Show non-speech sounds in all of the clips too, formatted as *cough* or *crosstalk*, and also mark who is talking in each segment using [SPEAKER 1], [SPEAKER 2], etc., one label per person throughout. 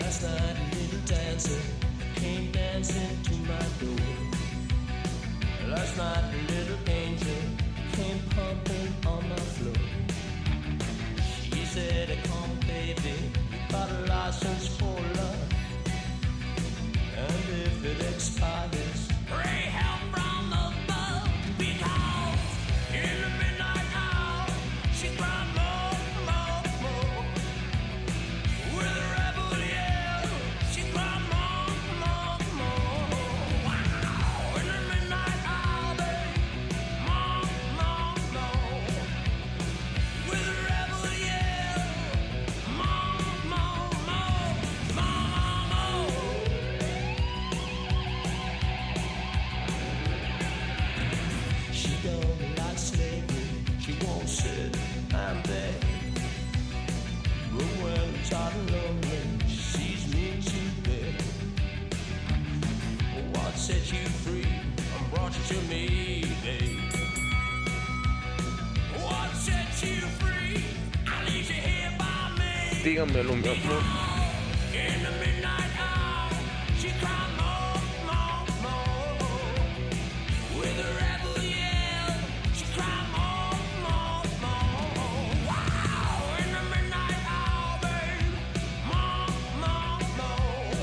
[SPEAKER 1] Last night a little dancer came dancing to my door. Last night a little angel came pumping on my floor. She said, "Come, baby, you got a license for love, and if it expires." pray help from above, because in the midnight hour, she cried, "More, more, more." With a rebel yell, she cried more, more, more. Wow! In the midnight hour, babe, more, more, more. With a rebel yell, more, more, more, more, more, more. She don't like slavery. She won't sit and beg. But when I'm tired and lonely, she sees me to bed. What set you free and brought you to me, babe? What set you free? I leave you here by me.
[SPEAKER 2] Dígamelo, mi amor.
[SPEAKER 1] In the midnight hour, she cried more, more, more. With a rebel yell, she cried more, more, more. Wow! In the midnight hour, babe, more, more, more.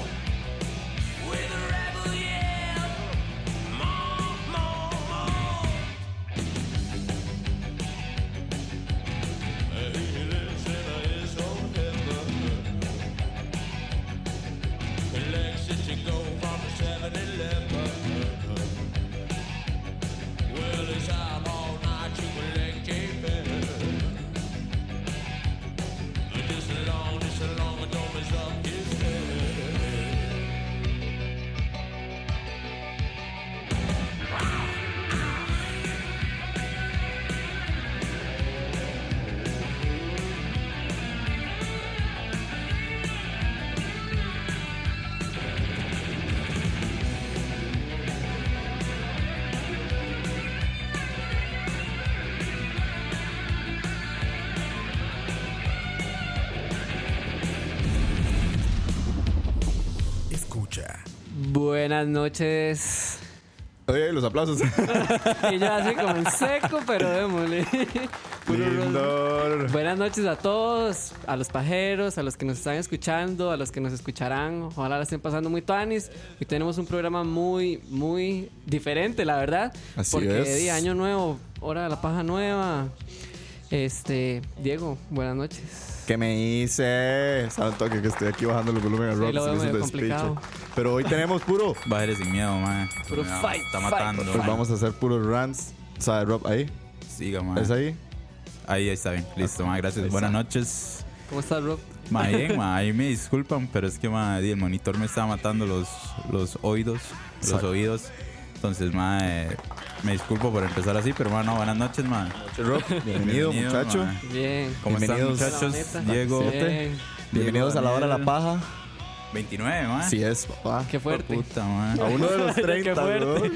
[SPEAKER 1] With a rebel yell, more, more, more. He lives in his own heaven. Elections you go from 7-Eleven. Well, it's out all night to collect a But this long, this long, it don't mess up his head.
[SPEAKER 3] Escucha.
[SPEAKER 4] Buenas noches.
[SPEAKER 5] Oye, los aplausos.
[SPEAKER 4] Y ya así como un seco, pero démosle. *laughs* *laughs* Puro rollo.
[SPEAKER 5] Lindor.
[SPEAKER 4] Buenas noches a todos, a los pajeros, a los que nos están escuchando, a los que nos escucharán. Ojalá la estén pasando muy tuanis. Hoy tenemos un programa muy, muy diferente, la verdad.
[SPEAKER 5] Así
[SPEAKER 4] porque
[SPEAKER 5] es.
[SPEAKER 4] di, año nuevo, hora de la paja nueva. Este, Diego, buenas noches.
[SPEAKER 5] ¿Qué me hice? Sabe un toque que estoy aquí bajando el volumen al
[SPEAKER 4] Sí,
[SPEAKER 5] rock.
[SPEAKER 4] lo
[SPEAKER 5] se
[SPEAKER 4] veo
[SPEAKER 5] me hizo
[SPEAKER 4] medio
[SPEAKER 5] despiche.
[SPEAKER 4] complicado.
[SPEAKER 5] Pero hoy tenemos puro.
[SPEAKER 6] Bájale sin miedo, man.
[SPEAKER 4] Puro
[SPEAKER 6] Me va-
[SPEAKER 4] fight,
[SPEAKER 6] Está
[SPEAKER 4] fight,
[SPEAKER 6] matando.
[SPEAKER 5] Pues
[SPEAKER 6] mae.
[SPEAKER 5] vamos a hacer puros rants. ¿Sabe Rob ahí?
[SPEAKER 6] Siga, man.
[SPEAKER 5] ¿Es ahí?
[SPEAKER 6] Ahí, ahí está bien. Listo, man. Gracias. Buenas noches.
[SPEAKER 4] ¿Cómo estás, Rob?
[SPEAKER 6] Ma, bien, ma. Ahí me disculpan, pero es que, ma, di, el monitor me estaba matando los, los oídos. Los
[SPEAKER 5] Exacto.
[SPEAKER 6] oídos. Entonces, ma, eh, me disculpo por empezar así, pero, ma, no, buenas noches, ma.
[SPEAKER 5] Rob, bienvenido, muchacho.
[SPEAKER 6] ma.
[SPEAKER 4] Bien.
[SPEAKER 6] ¿Cómo
[SPEAKER 5] Bienvenidos.
[SPEAKER 6] están,
[SPEAKER 4] La
[SPEAKER 6] muchachos?
[SPEAKER 4] neta.
[SPEAKER 6] Diego,
[SPEAKER 4] Sí.
[SPEAKER 5] Bienvenidos a la hora de la
[SPEAKER 6] Daniel.
[SPEAKER 5] paja.
[SPEAKER 6] 29, ma.
[SPEAKER 5] Así es, papá.
[SPEAKER 4] Qué fuerte.
[SPEAKER 6] Puta, ma.
[SPEAKER 5] A uno
[SPEAKER 4] *laughs*
[SPEAKER 5] de los
[SPEAKER 4] Qué
[SPEAKER 5] 30,
[SPEAKER 4] fuerte.
[SPEAKER 5] weón.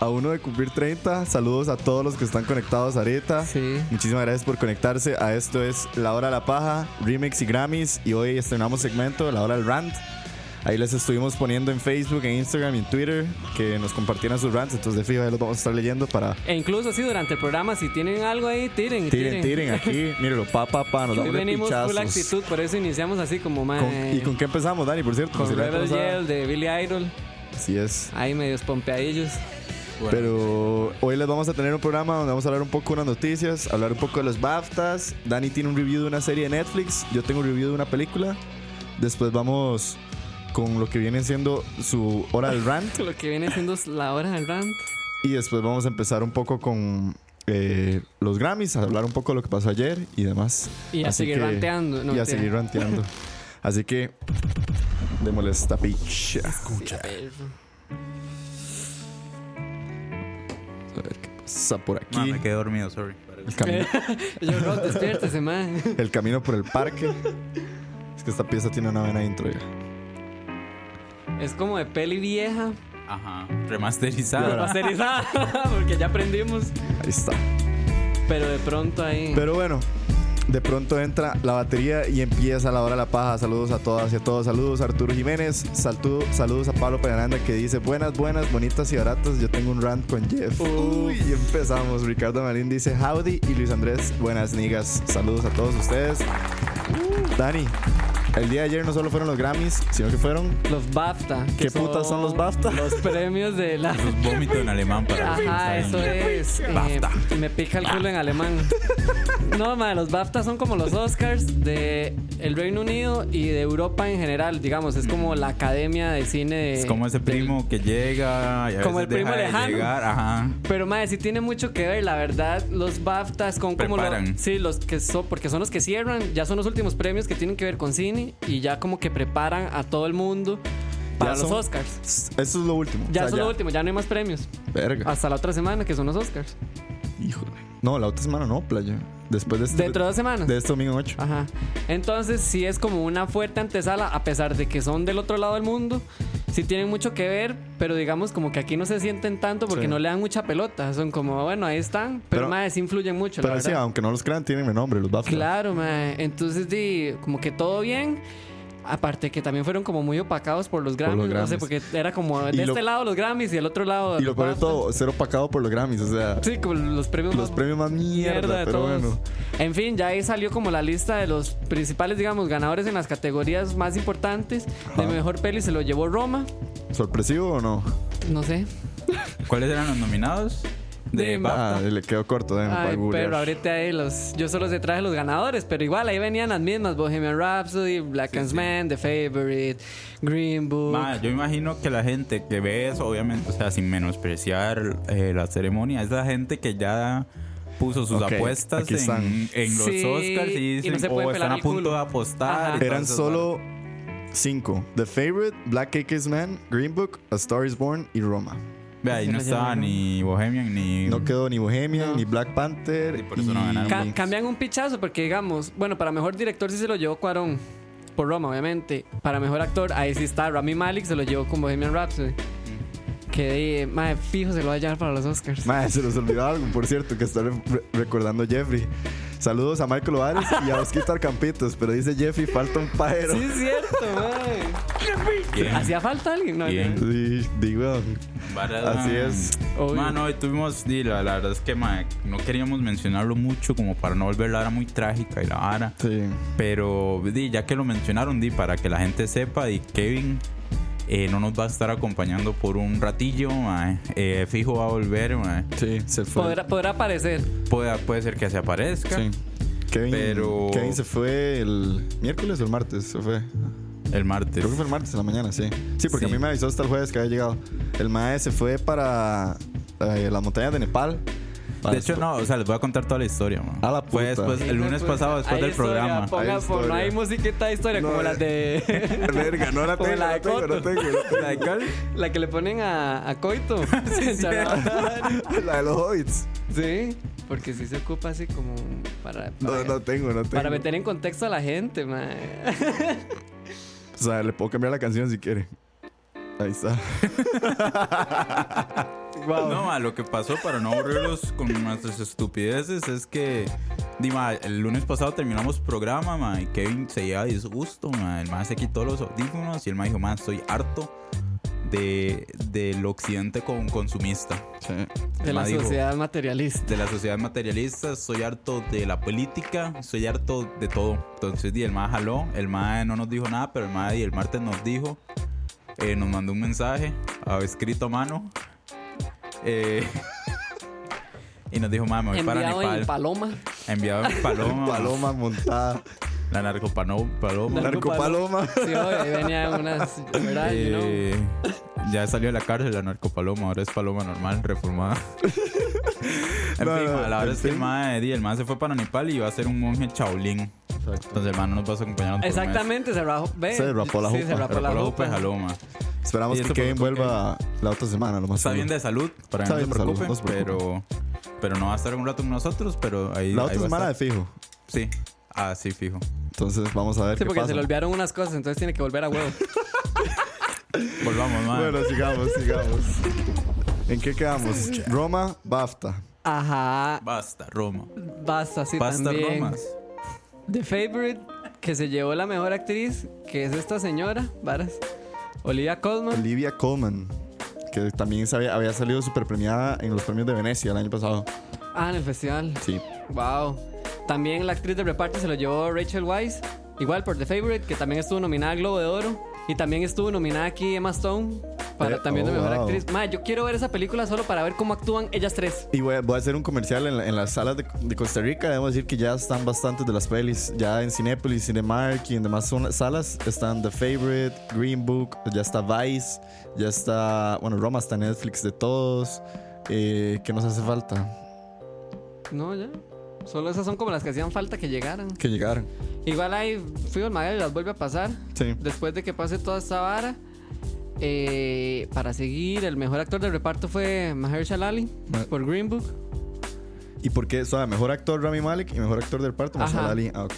[SPEAKER 5] A uno de cumplir 30. Saludos a todos los que están conectados ahorita.
[SPEAKER 4] Sí.
[SPEAKER 5] Muchísimas gracias por conectarse a esto es La Hora de la Paja, Remix y Grammys. Y hoy estrenamos segmento La Hora del Rant. Ahí les estuvimos poniendo en Facebook, en Instagram y en Twitter que nos compartieran sus rants. Entonces, de fijo, ahí los vamos a estar leyendo para.
[SPEAKER 4] E incluso así durante el programa, si tienen algo ahí, tiren.
[SPEAKER 5] Tiren, tiren aquí. Mírenlo, pa, pa, pa.
[SPEAKER 4] Hoy
[SPEAKER 5] Nos damos de
[SPEAKER 4] venimos
[SPEAKER 5] pichazos.
[SPEAKER 4] full actitud, por eso iniciamos así como más.
[SPEAKER 5] Con- ¿Y con qué empezamos, Dani? Por cierto, si la gente no
[SPEAKER 4] Rebel
[SPEAKER 5] sabe.
[SPEAKER 4] Yell de Billy Idol.
[SPEAKER 5] Así es.
[SPEAKER 4] Ahí medios pompeadillos. *laughs*
[SPEAKER 5] Pero hoy les vamos a tener un programa donde vamos a hablar un poco de unas noticias, hablar un poco de los BAFTAs. Dani tiene un review de una serie de Netflix, yo tengo un review de una película. Después vamos con lo que viene siendo su hora del rant.
[SPEAKER 4] Lo que viene siendo es la hora del rant.
[SPEAKER 5] Y después vamos a empezar un poco con eh, los Grammys, a hablar un poco de lo que pasó ayer y demás.
[SPEAKER 4] Y a seguir ranteando, no,
[SPEAKER 5] y a
[SPEAKER 4] mentira. *laughs*
[SPEAKER 5] seguir ranteando. Así que, démosle esta picha. Escucha. A ver qué pasa por aquí.
[SPEAKER 6] Ma, me quedé dormido, sorry.
[SPEAKER 5] El camino,
[SPEAKER 4] *laughs* Yo, Rob, despiértese, man.
[SPEAKER 5] el camino por el parque. Es que esta pieza tiene una vena intro ya.
[SPEAKER 4] Es como de peli
[SPEAKER 5] Ah,
[SPEAKER 4] vieja.
[SPEAKER 6] Ajá. Remasterizado.
[SPEAKER 4] Remasterizada, *laughs* porque ya aprendimos.
[SPEAKER 5] Ahí está.
[SPEAKER 4] Pero de pronto ahí.
[SPEAKER 5] Pero bueno, de pronto entra la batería y empieza la hora de la paja. Saludos a todas y a todos. Saludos a Arturo Jiménez. Saltu- saludos a Pablo Peñaranda que dice buenas, buenas, bonitas y baratas. Yo tengo un rant con Jeff. Uy, y empezamos. Ricardo Marín dice howdy y Luis Andrés, buenas niggas. Saludos a todos ustedes.
[SPEAKER 4] Uh.
[SPEAKER 5] Dani, el día de ayer no solo fueron los Grammys, sino que fueron
[SPEAKER 4] Los BAFTA. que
[SPEAKER 5] ¿Qué putas son los BAFTA?
[SPEAKER 4] Los premios de la.
[SPEAKER 6] Los vómitos en alemán para
[SPEAKER 4] Ajá,
[SPEAKER 6] los que no
[SPEAKER 4] eso
[SPEAKER 6] saben.
[SPEAKER 4] es. eh, me pica el culo en alemán. No, ma, los BAFTA son como los Oscars de el Reino Unido y de Europa en general, digamos. Es como la academia de cine. de-
[SPEAKER 6] Es como ese
[SPEAKER 4] eh, del-
[SPEAKER 6] primo que llega y a
[SPEAKER 4] Como
[SPEAKER 6] veces
[SPEAKER 4] el primo
[SPEAKER 6] deja de
[SPEAKER 4] lejano.
[SPEAKER 6] llegar, ajá.
[SPEAKER 4] Pero madre, sí tiene mucho que ver, la verdad, los BAFTAs con como lo-
[SPEAKER 6] Preparan.
[SPEAKER 4] sí, los que son porque son los que cierran, ya son los últimos premios que tienen que ver con cine y ya como que preparan a todo el mundo para
[SPEAKER 5] Ya
[SPEAKER 4] los
[SPEAKER 5] son-
[SPEAKER 4] Oscars.
[SPEAKER 5] Eso es lo último.
[SPEAKER 4] Ya
[SPEAKER 5] O sea,
[SPEAKER 4] son los últimos, ya no hay más premios.
[SPEAKER 5] Verga.
[SPEAKER 4] Hasta la otra semana que son los Oscars.
[SPEAKER 5] Híjole. No, la otra semana no, playa. Después de este,
[SPEAKER 4] Dentro de dos semanas.
[SPEAKER 5] de este domingo 8.
[SPEAKER 4] Ajá. Entonces, sí es como una fuerte antesala, a pesar de que son del otro lado del mundo. Sí tienen mucho que ver, pero digamos como que aquí no se sienten tanto porque
[SPEAKER 5] Sí.
[SPEAKER 4] no le dan mucha pelota. Son como, bueno, ahí están, pero,
[SPEAKER 5] Pero-
[SPEAKER 4] madre, sí influyen mucho. la
[SPEAKER 5] Pero sí,
[SPEAKER 4] verdad.
[SPEAKER 5] aunque no los crean, tienen mi nombre, los BAFTA.
[SPEAKER 4] Claro, mae. Entonces, di, como que todo bien. Aparte que también fueron como muy opacados por los Grammys.
[SPEAKER 5] los
[SPEAKER 4] No sé,
[SPEAKER 5] Grammys.
[SPEAKER 4] porque era como de
[SPEAKER 5] Y
[SPEAKER 4] este
[SPEAKER 5] lo-
[SPEAKER 4] lado los Grammys y el otro lado.
[SPEAKER 5] Y lo
[SPEAKER 4] los
[SPEAKER 5] peor de
[SPEAKER 4] BAFTA.
[SPEAKER 5] todo, ser opacado por los Grammys. O sea,
[SPEAKER 4] Sí, como los premios
[SPEAKER 5] los
[SPEAKER 4] más
[SPEAKER 5] premios más mierda, pero bueno.
[SPEAKER 4] En fin, ya ahí salió como la lista de los principales, digamos, ganadores en las categorías más importantes. De
[SPEAKER 5] Ajá.
[SPEAKER 4] mejor peli se lo llevó Roma.
[SPEAKER 5] ¿Sorpresivo o no?
[SPEAKER 4] No sé.
[SPEAKER 6] ¿Cuáles eran los nominados?
[SPEAKER 4] De-
[SPEAKER 6] De
[SPEAKER 5] Ah,
[SPEAKER 6] BAFTA.
[SPEAKER 5] le quedó corto, déjame para
[SPEAKER 4] Ay,
[SPEAKER 5] googlear.
[SPEAKER 4] pero ahorita ahí los. Yo solo se traje los ganadores, pero igual ahí venían las mismas: Bohemian Rhapsody, Black and Man, The Favorite, Green Book.
[SPEAKER 6] Ma, yo imagino que la gente que ve eso, obviamente, o sea, sin menospreciar eh, la ceremonia, es la gente que ya puso sus
[SPEAKER 5] Ok,
[SPEAKER 6] apuestas
[SPEAKER 5] aquí
[SPEAKER 6] en,
[SPEAKER 5] están.
[SPEAKER 6] en los
[SPEAKER 4] Sí,
[SPEAKER 6] Oscars
[SPEAKER 4] y
[SPEAKER 6] y dicen,
[SPEAKER 4] no se
[SPEAKER 6] "Oh,
[SPEAKER 4] pueden pelar
[SPEAKER 6] están a
[SPEAKER 4] el
[SPEAKER 6] punto
[SPEAKER 4] culo".
[SPEAKER 6] de apostar.
[SPEAKER 4] Ajá.
[SPEAKER 6] y todas
[SPEAKER 5] Eran
[SPEAKER 6] esas
[SPEAKER 5] solo cinco: The Favorite, Black X Men, Green Book, A Star is Born y Roma.
[SPEAKER 6] Ve, ahí
[SPEAKER 4] Se
[SPEAKER 6] no
[SPEAKER 4] la
[SPEAKER 6] estaba
[SPEAKER 4] llevaron.
[SPEAKER 6] ni Bohemian ni.
[SPEAKER 5] No quedó ni Bohemian,
[SPEAKER 4] Mm. No.
[SPEAKER 5] ni Black Panther.
[SPEAKER 6] Y por eso no ganaron.
[SPEAKER 4] Ca-
[SPEAKER 5] ni-
[SPEAKER 4] cambian un pichazo porque digamos, bueno, para mejor director sí se lo llevó Cuarón por Roma, obviamente. Para mejor actor ahí sí está Rami Malik se lo llevó con Bohemian Rhapsody.
[SPEAKER 6] Mm.
[SPEAKER 4] Que de madre, fijo se lo va a llevar para los Oscars.
[SPEAKER 5] Madre, se nos olvidó algo, por cierto, que está re- recordando Jeffrey. Saludos a Michael Ovares y a Oscar Campitos, pero dice Jeffrey, falta un paero.
[SPEAKER 4] Sí es cierto, madre.
[SPEAKER 6] ¿Quién?
[SPEAKER 4] Hacía falta alguien, ¿no?
[SPEAKER 6] Bien.
[SPEAKER 5] Sí, digo.
[SPEAKER 6] Varas,
[SPEAKER 5] Así
[SPEAKER 6] ma.
[SPEAKER 5] es.
[SPEAKER 4] Obvio.
[SPEAKER 6] Mano, hoy tuvimos, di, la, la verdad es que ma, no queríamos mencionarlo mucho como para no volver la vara muy trágica y la vara.
[SPEAKER 5] Sí.
[SPEAKER 6] Pero di, ya que lo mencionaron, di, para que la gente sepa, y Kevin eh, no nos va a estar acompañando por un ratillo, ma. Eh, fijo va a volver, ma.
[SPEAKER 5] Sí, se fue.
[SPEAKER 4] Podrá, podrá aparecer.
[SPEAKER 6] Puede, puede ser que se aparezca.
[SPEAKER 5] Sí. Kevin,
[SPEAKER 6] Pero-
[SPEAKER 5] Kevin se fue el miércoles o el martes, se fue.
[SPEAKER 6] El martes.
[SPEAKER 5] Creo que fue el martes en la mañana, sí. Sí, porque
[SPEAKER 6] Sí.
[SPEAKER 5] a mí me avisó hasta el jueves que había llegado. El mae se fue para eh, las montañas de Nepal. Para
[SPEAKER 6] De hecho, no, o sea, les voy a contar toda la historia, ma.
[SPEAKER 5] A la
[SPEAKER 6] Fue
[SPEAKER 5] puta.
[SPEAKER 6] después, el lunes pasado, después
[SPEAKER 4] Hay
[SPEAKER 6] del
[SPEAKER 4] historia,
[SPEAKER 6] programa.
[SPEAKER 4] Ponga,
[SPEAKER 5] Hay
[SPEAKER 4] por- no hay
[SPEAKER 5] historia.
[SPEAKER 4] musiquita de historia
[SPEAKER 5] No,
[SPEAKER 4] como
[SPEAKER 5] eh.
[SPEAKER 4] las de.
[SPEAKER 5] *laughs*
[SPEAKER 4] *laughs*
[SPEAKER 5] Verga, no la
[SPEAKER 4] Como
[SPEAKER 5] tengo,
[SPEAKER 4] la
[SPEAKER 5] no
[SPEAKER 4] de
[SPEAKER 5] tengo, no
[SPEAKER 4] Coto.
[SPEAKER 5] tengo, no tengo.
[SPEAKER 6] ¿La de Cal?
[SPEAKER 4] *laughs* La que le ponen a, a
[SPEAKER 6] *laughs*
[SPEAKER 4] Coito.
[SPEAKER 5] *laughs*
[SPEAKER 4] *laughs*
[SPEAKER 5] La de los hobbits.
[SPEAKER 4] sí, porque sí se ocupa así como para.
[SPEAKER 5] No,
[SPEAKER 4] para-
[SPEAKER 5] no tengo, no tengo.
[SPEAKER 4] Para meter en contexto a la gente,
[SPEAKER 5] *laughs*
[SPEAKER 4] man.
[SPEAKER 5] O sea, le puedo cambiar la canción si quiere. Ahí está.
[SPEAKER 6] No, ma, lo que pasó para no aburrirlos con nuestras estupideces es que Di, ma, el lunes pasado terminamos programa, ma, y Kevin se lleva disgusto, ma. El más se quitó los audífonos y el más dijo, ma, estoy harto de, del occidente con consumista.
[SPEAKER 4] De la
[SPEAKER 6] Ma dijo,
[SPEAKER 4] sociedad materialista.
[SPEAKER 6] de la sociedad materialista, soy harto de la política, soy harto de todo. Entonces, di, el MAE jaló, el MAE no nos dijo nada, pero el MAE di, el martes nos dijo, eh, nos mandó un mensaje a- escrito a mano. eh, *laughs* y nos dijo, MAE, me voy
[SPEAKER 4] Enviado
[SPEAKER 6] para
[SPEAKER 4] en
[SPEAKER 6] Nepal.
[SPEAKER 4] Paloma.
[SPEAKER 6] enviado en
[SPEAKER 5] *laughs*
[SPEAKER 6] Paloma.
[SPEAKER 5] Paloma montada.
[SPEAKER 6] La narcopano, Paloma.
[SPEAKER 5] Narcopaloma.
[SPEAKER 4] Sí, obvio, ahí venían
[SPEAKER 6] *laughs*
[SPEAKER 4] unas. ¿Verdad? You know.
[SPEAKER 6] Eh, ya salió de la cárcel la narcopaloma, ahora es paloma normal,
[SPEAKER 5] *laughs*
[SPEAKER 6] reformada. en
[SPEAKER 5] No,
[SPEAKER 6] fin,
[SPEAKER 5] no,
[SPEAKER 6] ma,
[SPEAKER 5] en
[SPEAKER 6] la verdad es que el
[SPEAKER 5] fin.
[SPEAKER 6] mae, di, el mae se fue para Nepal y iba a ser un monje chaolín. Entonces el mae no nos va a acompañar. por un mes.
[SPEAKER 4] Exactamente, se rapó. ve.
[SPEAKER 5] Se rapó la
[SPEAKER 4] Sí, se
[SPEAKER 5] jupa.
[SPEAKER 4] rapó
[SPEAKER 6] Pero
[SPEAKER 4] la
[SPEAKER 6] por pues,
[SPEAKER 4] jupa.
[SPEAKER 6] la jupa jaló, ma.
[SPEAKER 5] Esperamos
[SPEAKER 6] Y
[SPEAKER 5] que
[SPEAKER 6] eso fue
[SPEAKER 5] Kevin
[SPEAKER 6] lo que-
[SPEAKER 5] vuelva la otra semana, lo más
[SPEAKER 6] Está bien
[SPEAKER 5] seguro.
[SPEAKER 6] de salud, para que
[SPEAKER 5] Está
[SPEAKER 6] no se
[SPEAKER 5] bien de salud,
[SPEAKER 6] preocupen,
[SPEAKER 5] no se
[SPEAKER 6] pero, pero no va a estar un rato con nosotros, pero ahí
[SPEAKER 5] La
[SPEAKER 6] ahí
[SPEAKER 5] otra
[SPEAKER 6] va a
[SPEAKER 5] semana de
[SPEAKER 6] estar.
[SPEAKER 5] fijo.
[SPEAKER 6] Sí. Ah, sí, fijo.
[SPEAKER 5] Entonces vamos a ver
[SPEAKER 4] Sí,
[SPEAKER 5] qué
[SPEAKER 4] porque
[SPEAKER 5] pasa.
[SPEAKER 4] se le olvidaron unas cosas, entonces tiene que volver a huevo.
[SPEAKER 5] *laughs*
[SPEAKER 6] Volvamos, mae.
[SPEAKER 5] Bueno, sigamos, sigamos. ¿En qué quedamos? Roma, BAFTA.
[SPEAKER 4] Ajá.
[SPEAKER 6] Basta, Roma.
[SPEAKER 4] Basta, sí,
[SPEAKER 6] Basta,
[SPEAKER 4] también.
[SPEAKER 6] Romas.
[SPEAKER 4] The Favorite, que se llevó la mejor actriz, que es esta señora, varas. Olivia Colman.
[SPEAKER 5] Olivia Colman, que también se había, había salido super premiada en los premios de Venecia el año pasado.
[SPEAKER 4] Ah, en el festival.
[SPEAKER 5] Sí.
[SPEAKER 4] Wow. También la actriz de reparto se lo llevó Rachel Weisz, igual por The Favorite, que también estuvo nominada al Globo de Oro. Y también estuvo nominada aquí Emma Stone para
[SPEAKER 5] Eh,
[SPEAKER 4] también de
[SPEAKER 5] oh,
[SPEAKER 4] mejor
[SPEAKER 5] wow.
[SPEAKER 4] actriz. Ma, yo quiero ver esa película solo para ver cómo actúan ellas tres.
[SPEAKER 5] Y voy a, voy a hacer un comercial en, la- en las salas de, de Costa Rica. Debemos decir que ya están bastantes de las pelis. Ya en Cinépolis, Cinemark y en demás zona- salas están The Favorite, Green Book, ya está Vice, ya está. Bueno, Roma está en Netflix de todos. Eh, ¿Qué nos hace falta?
[SPEAKER 4] No, ya. Solo esas son como las que hacían falta que llegaran.
[SPEAKER 5] Que llegaron.
[SPEAKER 4] Igual ahí Fui Magal las vuelve a pasar.
[SPEAKER 5] Sí.
[SPEAKER 4] Después de que pase toda esta vara. eh, para seguir, el mejor actor de reparto fue Mahershala Ali
[SPEAKER 5] Ma-
[SPEAKER 4] por Green Book.
[SPEAKER 5] ¿Y por qué? O sea, mejor actor Rami Malek y mejor actor del parto Mahershala
[SPEAKER 4] Ajá.
[SPEAKER 5] Ali. Ah, ok.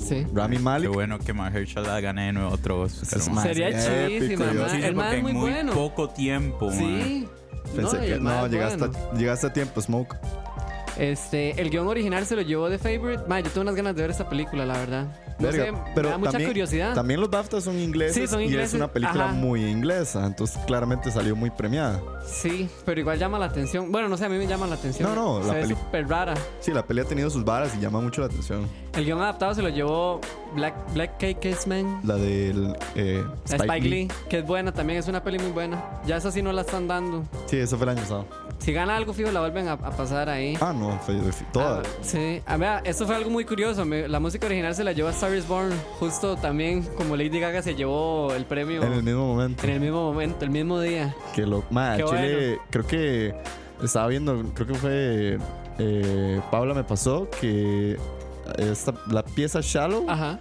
[SPEAKER 4] Sí.
[SPEAKER 5] Rami
[SPEAKER 6] Qué
[SPEAKER 5] Malik.
[SPEAKER 6] bueno que Mahershala gane de nuevo otro Oscar,
[SPEAKER 5] es
[SPEAKER 6] ma.
[SPEAKER 5] más.
[SPEAKER 4] Sería
[SPEAKER 5] Épico,
[SPEAKER 4] chidísima,
[SPEAKER 5] Dios.
[SPEAKER 4] ma.
[SPEAKER 6] Sí,
[SPEAKER 4] El man es
[SPEAKER 6] porque en
[SPEAKER 4] muy,
[SPEAKER 6] muy
[SPEAKER 4] bueno.
[SPEAKER 6] poco tiempo, ma.
[SPEAKER 4] Sí.
[SPEAKER 5] Pensé
[SPEAKER 4] no, y
[SPEAKER 5] que-
[SPEAKER 4] el
[SPEAKER 5] no
[SPEAKER 4] man es
[SPEAKER 5] llegaste,
[SPEAKER 4] bueno.
[SPEAKER 5] a, llegaste a tiempo, Smoke.
[SPEAKER 4] Este, el guión original se lo llevó de Favorite. Ma, yo tengo unas ganas de ver esta película, la verdad. No
[SPEAKER 5] Verga,
[SPEAKER 4] sé, me da mucha curiosidad.
[SPEAKER 5] También los BAFTA son ingleses,
[SPEAKER 4] Sí, son
[SPEAKER 5] y es
[SPEAKER 4] ingleses,
[SPEAKER 5] una película
[SPEAKER 4] ajá.
[SPEAKER 5] muy inglesa, entonces claramente salió muy premiada.
[SPEAKER 4] Sí, pero igual llama la atención. Bueno, no sé, a mí me llama la atención.
[SPEAKER 5] No, no,
[SPEAKER 4] Se
[SPEAKER 5] la
[SPEAKER 4] ve
[SPEAKER 5] peli-
[SPEAKER 4] súper rara.
[SPEAKER 5] Sí, la peli ha tenido sus varas y llama mucho la atención.
[SPEAKER 4] El guión adaptado se lo llevó Black, Black Cake Kiss Man.
[SPEAKER 5] La del eh,
[SPEAKER 4] Spike, Lee, que es buena también, es una peli muy buena. Ya esa sí no la están dando.
[SPEAKER 5] Sí, eso fue el año pasado.
[SPEAKER 4] Si gana algo fijo, la vuelven a, a pasar ahí.
[SPEAKER 5] Ah, no, fue, fue-
[SPEAKER 4] Ah,
[SPEAKER 5] toda.
[SPEAKER 4] sí, a ver, esto fue algo muy curioso. me- la música original se la llevó a Star is Born, justo también como Lady Gaga se llevó el premio
[SPEAKER 5] en el mismo momento.
[SPEAKER 4] mismo momento, el mismo día.
[SPEAKER 5] Que lo, ma,
[SPEAKER 4] Qué
[SPEAKER 5] Chile, creo que estaba viendo, creo que fue eh, Paula me pasó que esta, la pieza Shallow
[SPEAKER 4] Ajá.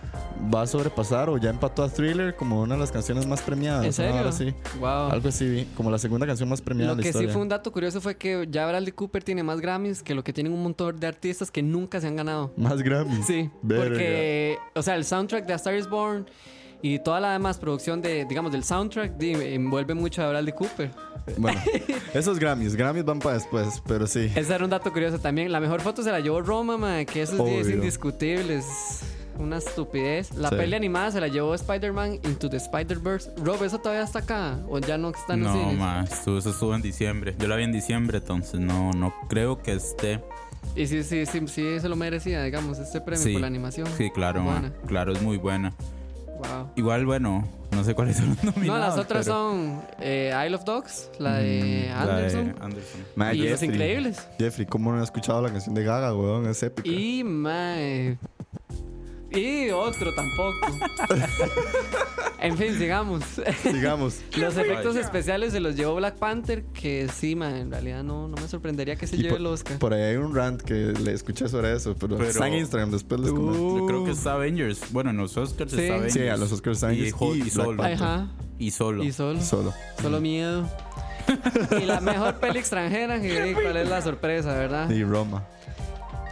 [SPEAKER 5] va a sobrepasar o ya empató a Thriller como una de las canciones más premiadas.
[SPEAKER 4] ¿En
[SPEAKER 5] una
[SPEAKER 4] serio?
[SPEAKER 5] vara así.
[SPEAKER 4] Wow.
[SPEAKER 5] Algo así, vi, como la segunda canción más premiada
[SPEAKER 4] Lo
[SPEAKER 5] de la
[SPEAKER 4] que sí
[SPEAKER 5] historia.
[SPEAKER 4] fue un dato curioso fue que ya Bradley Cooper tiene más Grammys que lo que tienen un montón de artistas que nunca se han ganado.
[SPEAKER 5] Más Grammy.
[SPEAKER 4] Sí,
[SPEAKER 5] Verga.
[SPEAKER 4] porque, o sea, el soundtrack de A Star is Born y toda la demás producción de, digamos, del soundtrack di- envuelve mucho a Bradley Cooper. *laughs*
[SPEAKER 5] Bueno, esos Grammys, Grammys van para después, pero sí.
[SPEAKER 4] Ese era un dato curioso también. La mejor foto se la llevó Roma, ma, que eso es, di- es
[SPEAKER 5] Obvio.
[SPEAKER 4] indiscutible, es una estupidez. La
[SPEAKER 5] Sí.
[SPEAKER 4] peli animada se la llevó Spider-Man Into the Spider-Verse. Rob, ¿eso todavía está acá? ¿O ya no está en los
[SPEAKER 6] No,
[SPEAKER 4] cines?
[SPEAKER 6] ma, estuvo- eso estuvo en diciembre. Yo la vi en diciembre, entonces no, no creo que esté.
[SPEAKER 4] Y sí, sí, sí, sí, se lo merecía, digamos, este premio
[SPEAKER 6] Sí.
[SPEAKER 4] por la animación.
[SPEAKER 6] Sí, claro, ma,
[SPEAKER 4] Buena.
[SPEAKER 6] claro, es muy buena.
[SPEAKER 4] Wow.
[SPEAKER 6] Igual, bueno, no sé cuáles son los nominados.
[SPEAKER 4] No, las otras son eh, Isle of Dogs, la
[SPEAKER 6] Mm,
[SPEAKER 4] de Anderson
[SPEAKER 6] Ah,
[SPEAKER 5] Ma,
[SPEAKER 4] y Los Increíbles.
[SPEAKER 5] Jeffrey, ¿cómo no he escuchado la canción de Gaga, weón? Es épica.
[SPEAKER 4] Y mae. Y otro tampoco.
[SPEAKER 6] *laughs*
[SPEAKER 4] en fin, sigamos.
[SPEAKER 5] *laughs* Digamos.
[SPEAKER 4] Los efectos
[SPEAKER 6] Vaya.
[SPEAKER 4] especiales se los llevó Black Panther, que sí, mae, en realidad no, no me sorprendería que *laughs* se
[SPEAKER 5] y
[SPEAKER 4] lleve
[SPEAKER 5] por,
[SPEAKER 4] el Oscar.
[SPEAKER 5] por ahí hay un rant que le escuché sobre eso, pero,
[SPEAKER 6] Pero-
[SPEAKER 5] está en Instagram, después
[SPEAKER 4] Uh.
[SPEAKER 5] les comento.
[SPEAKER 6] Yo creo que está Avengers. Bueno, en los Oscars
[SPEAKER 4] Sí.
[SPEAKER 6] está Avengers.
[SPEAKER 5] Sí, a los Oscars está
[SPEAKER 6] y,
[SPEAKER 5] Avengers
[SPEAKER 6] Hulk
[SPEAKER 5] y
[SPEAKER 6] y,
[SPEAKER 5] Black
[SPEAKER 6] solo.
[SPEAKER 5] Panther.
[SPEAKER 4] Ajá.
[SPEAKER 6] Y solo.
[SPEAKER 4] Y solo.
[SPEAKER 5] Solo.
[SPEAKER 4] Solo miedo. y la mejor peli extranjera, que cuál es la sorpresa, ¿verdad?
[SPEAKER 5] Y Roma.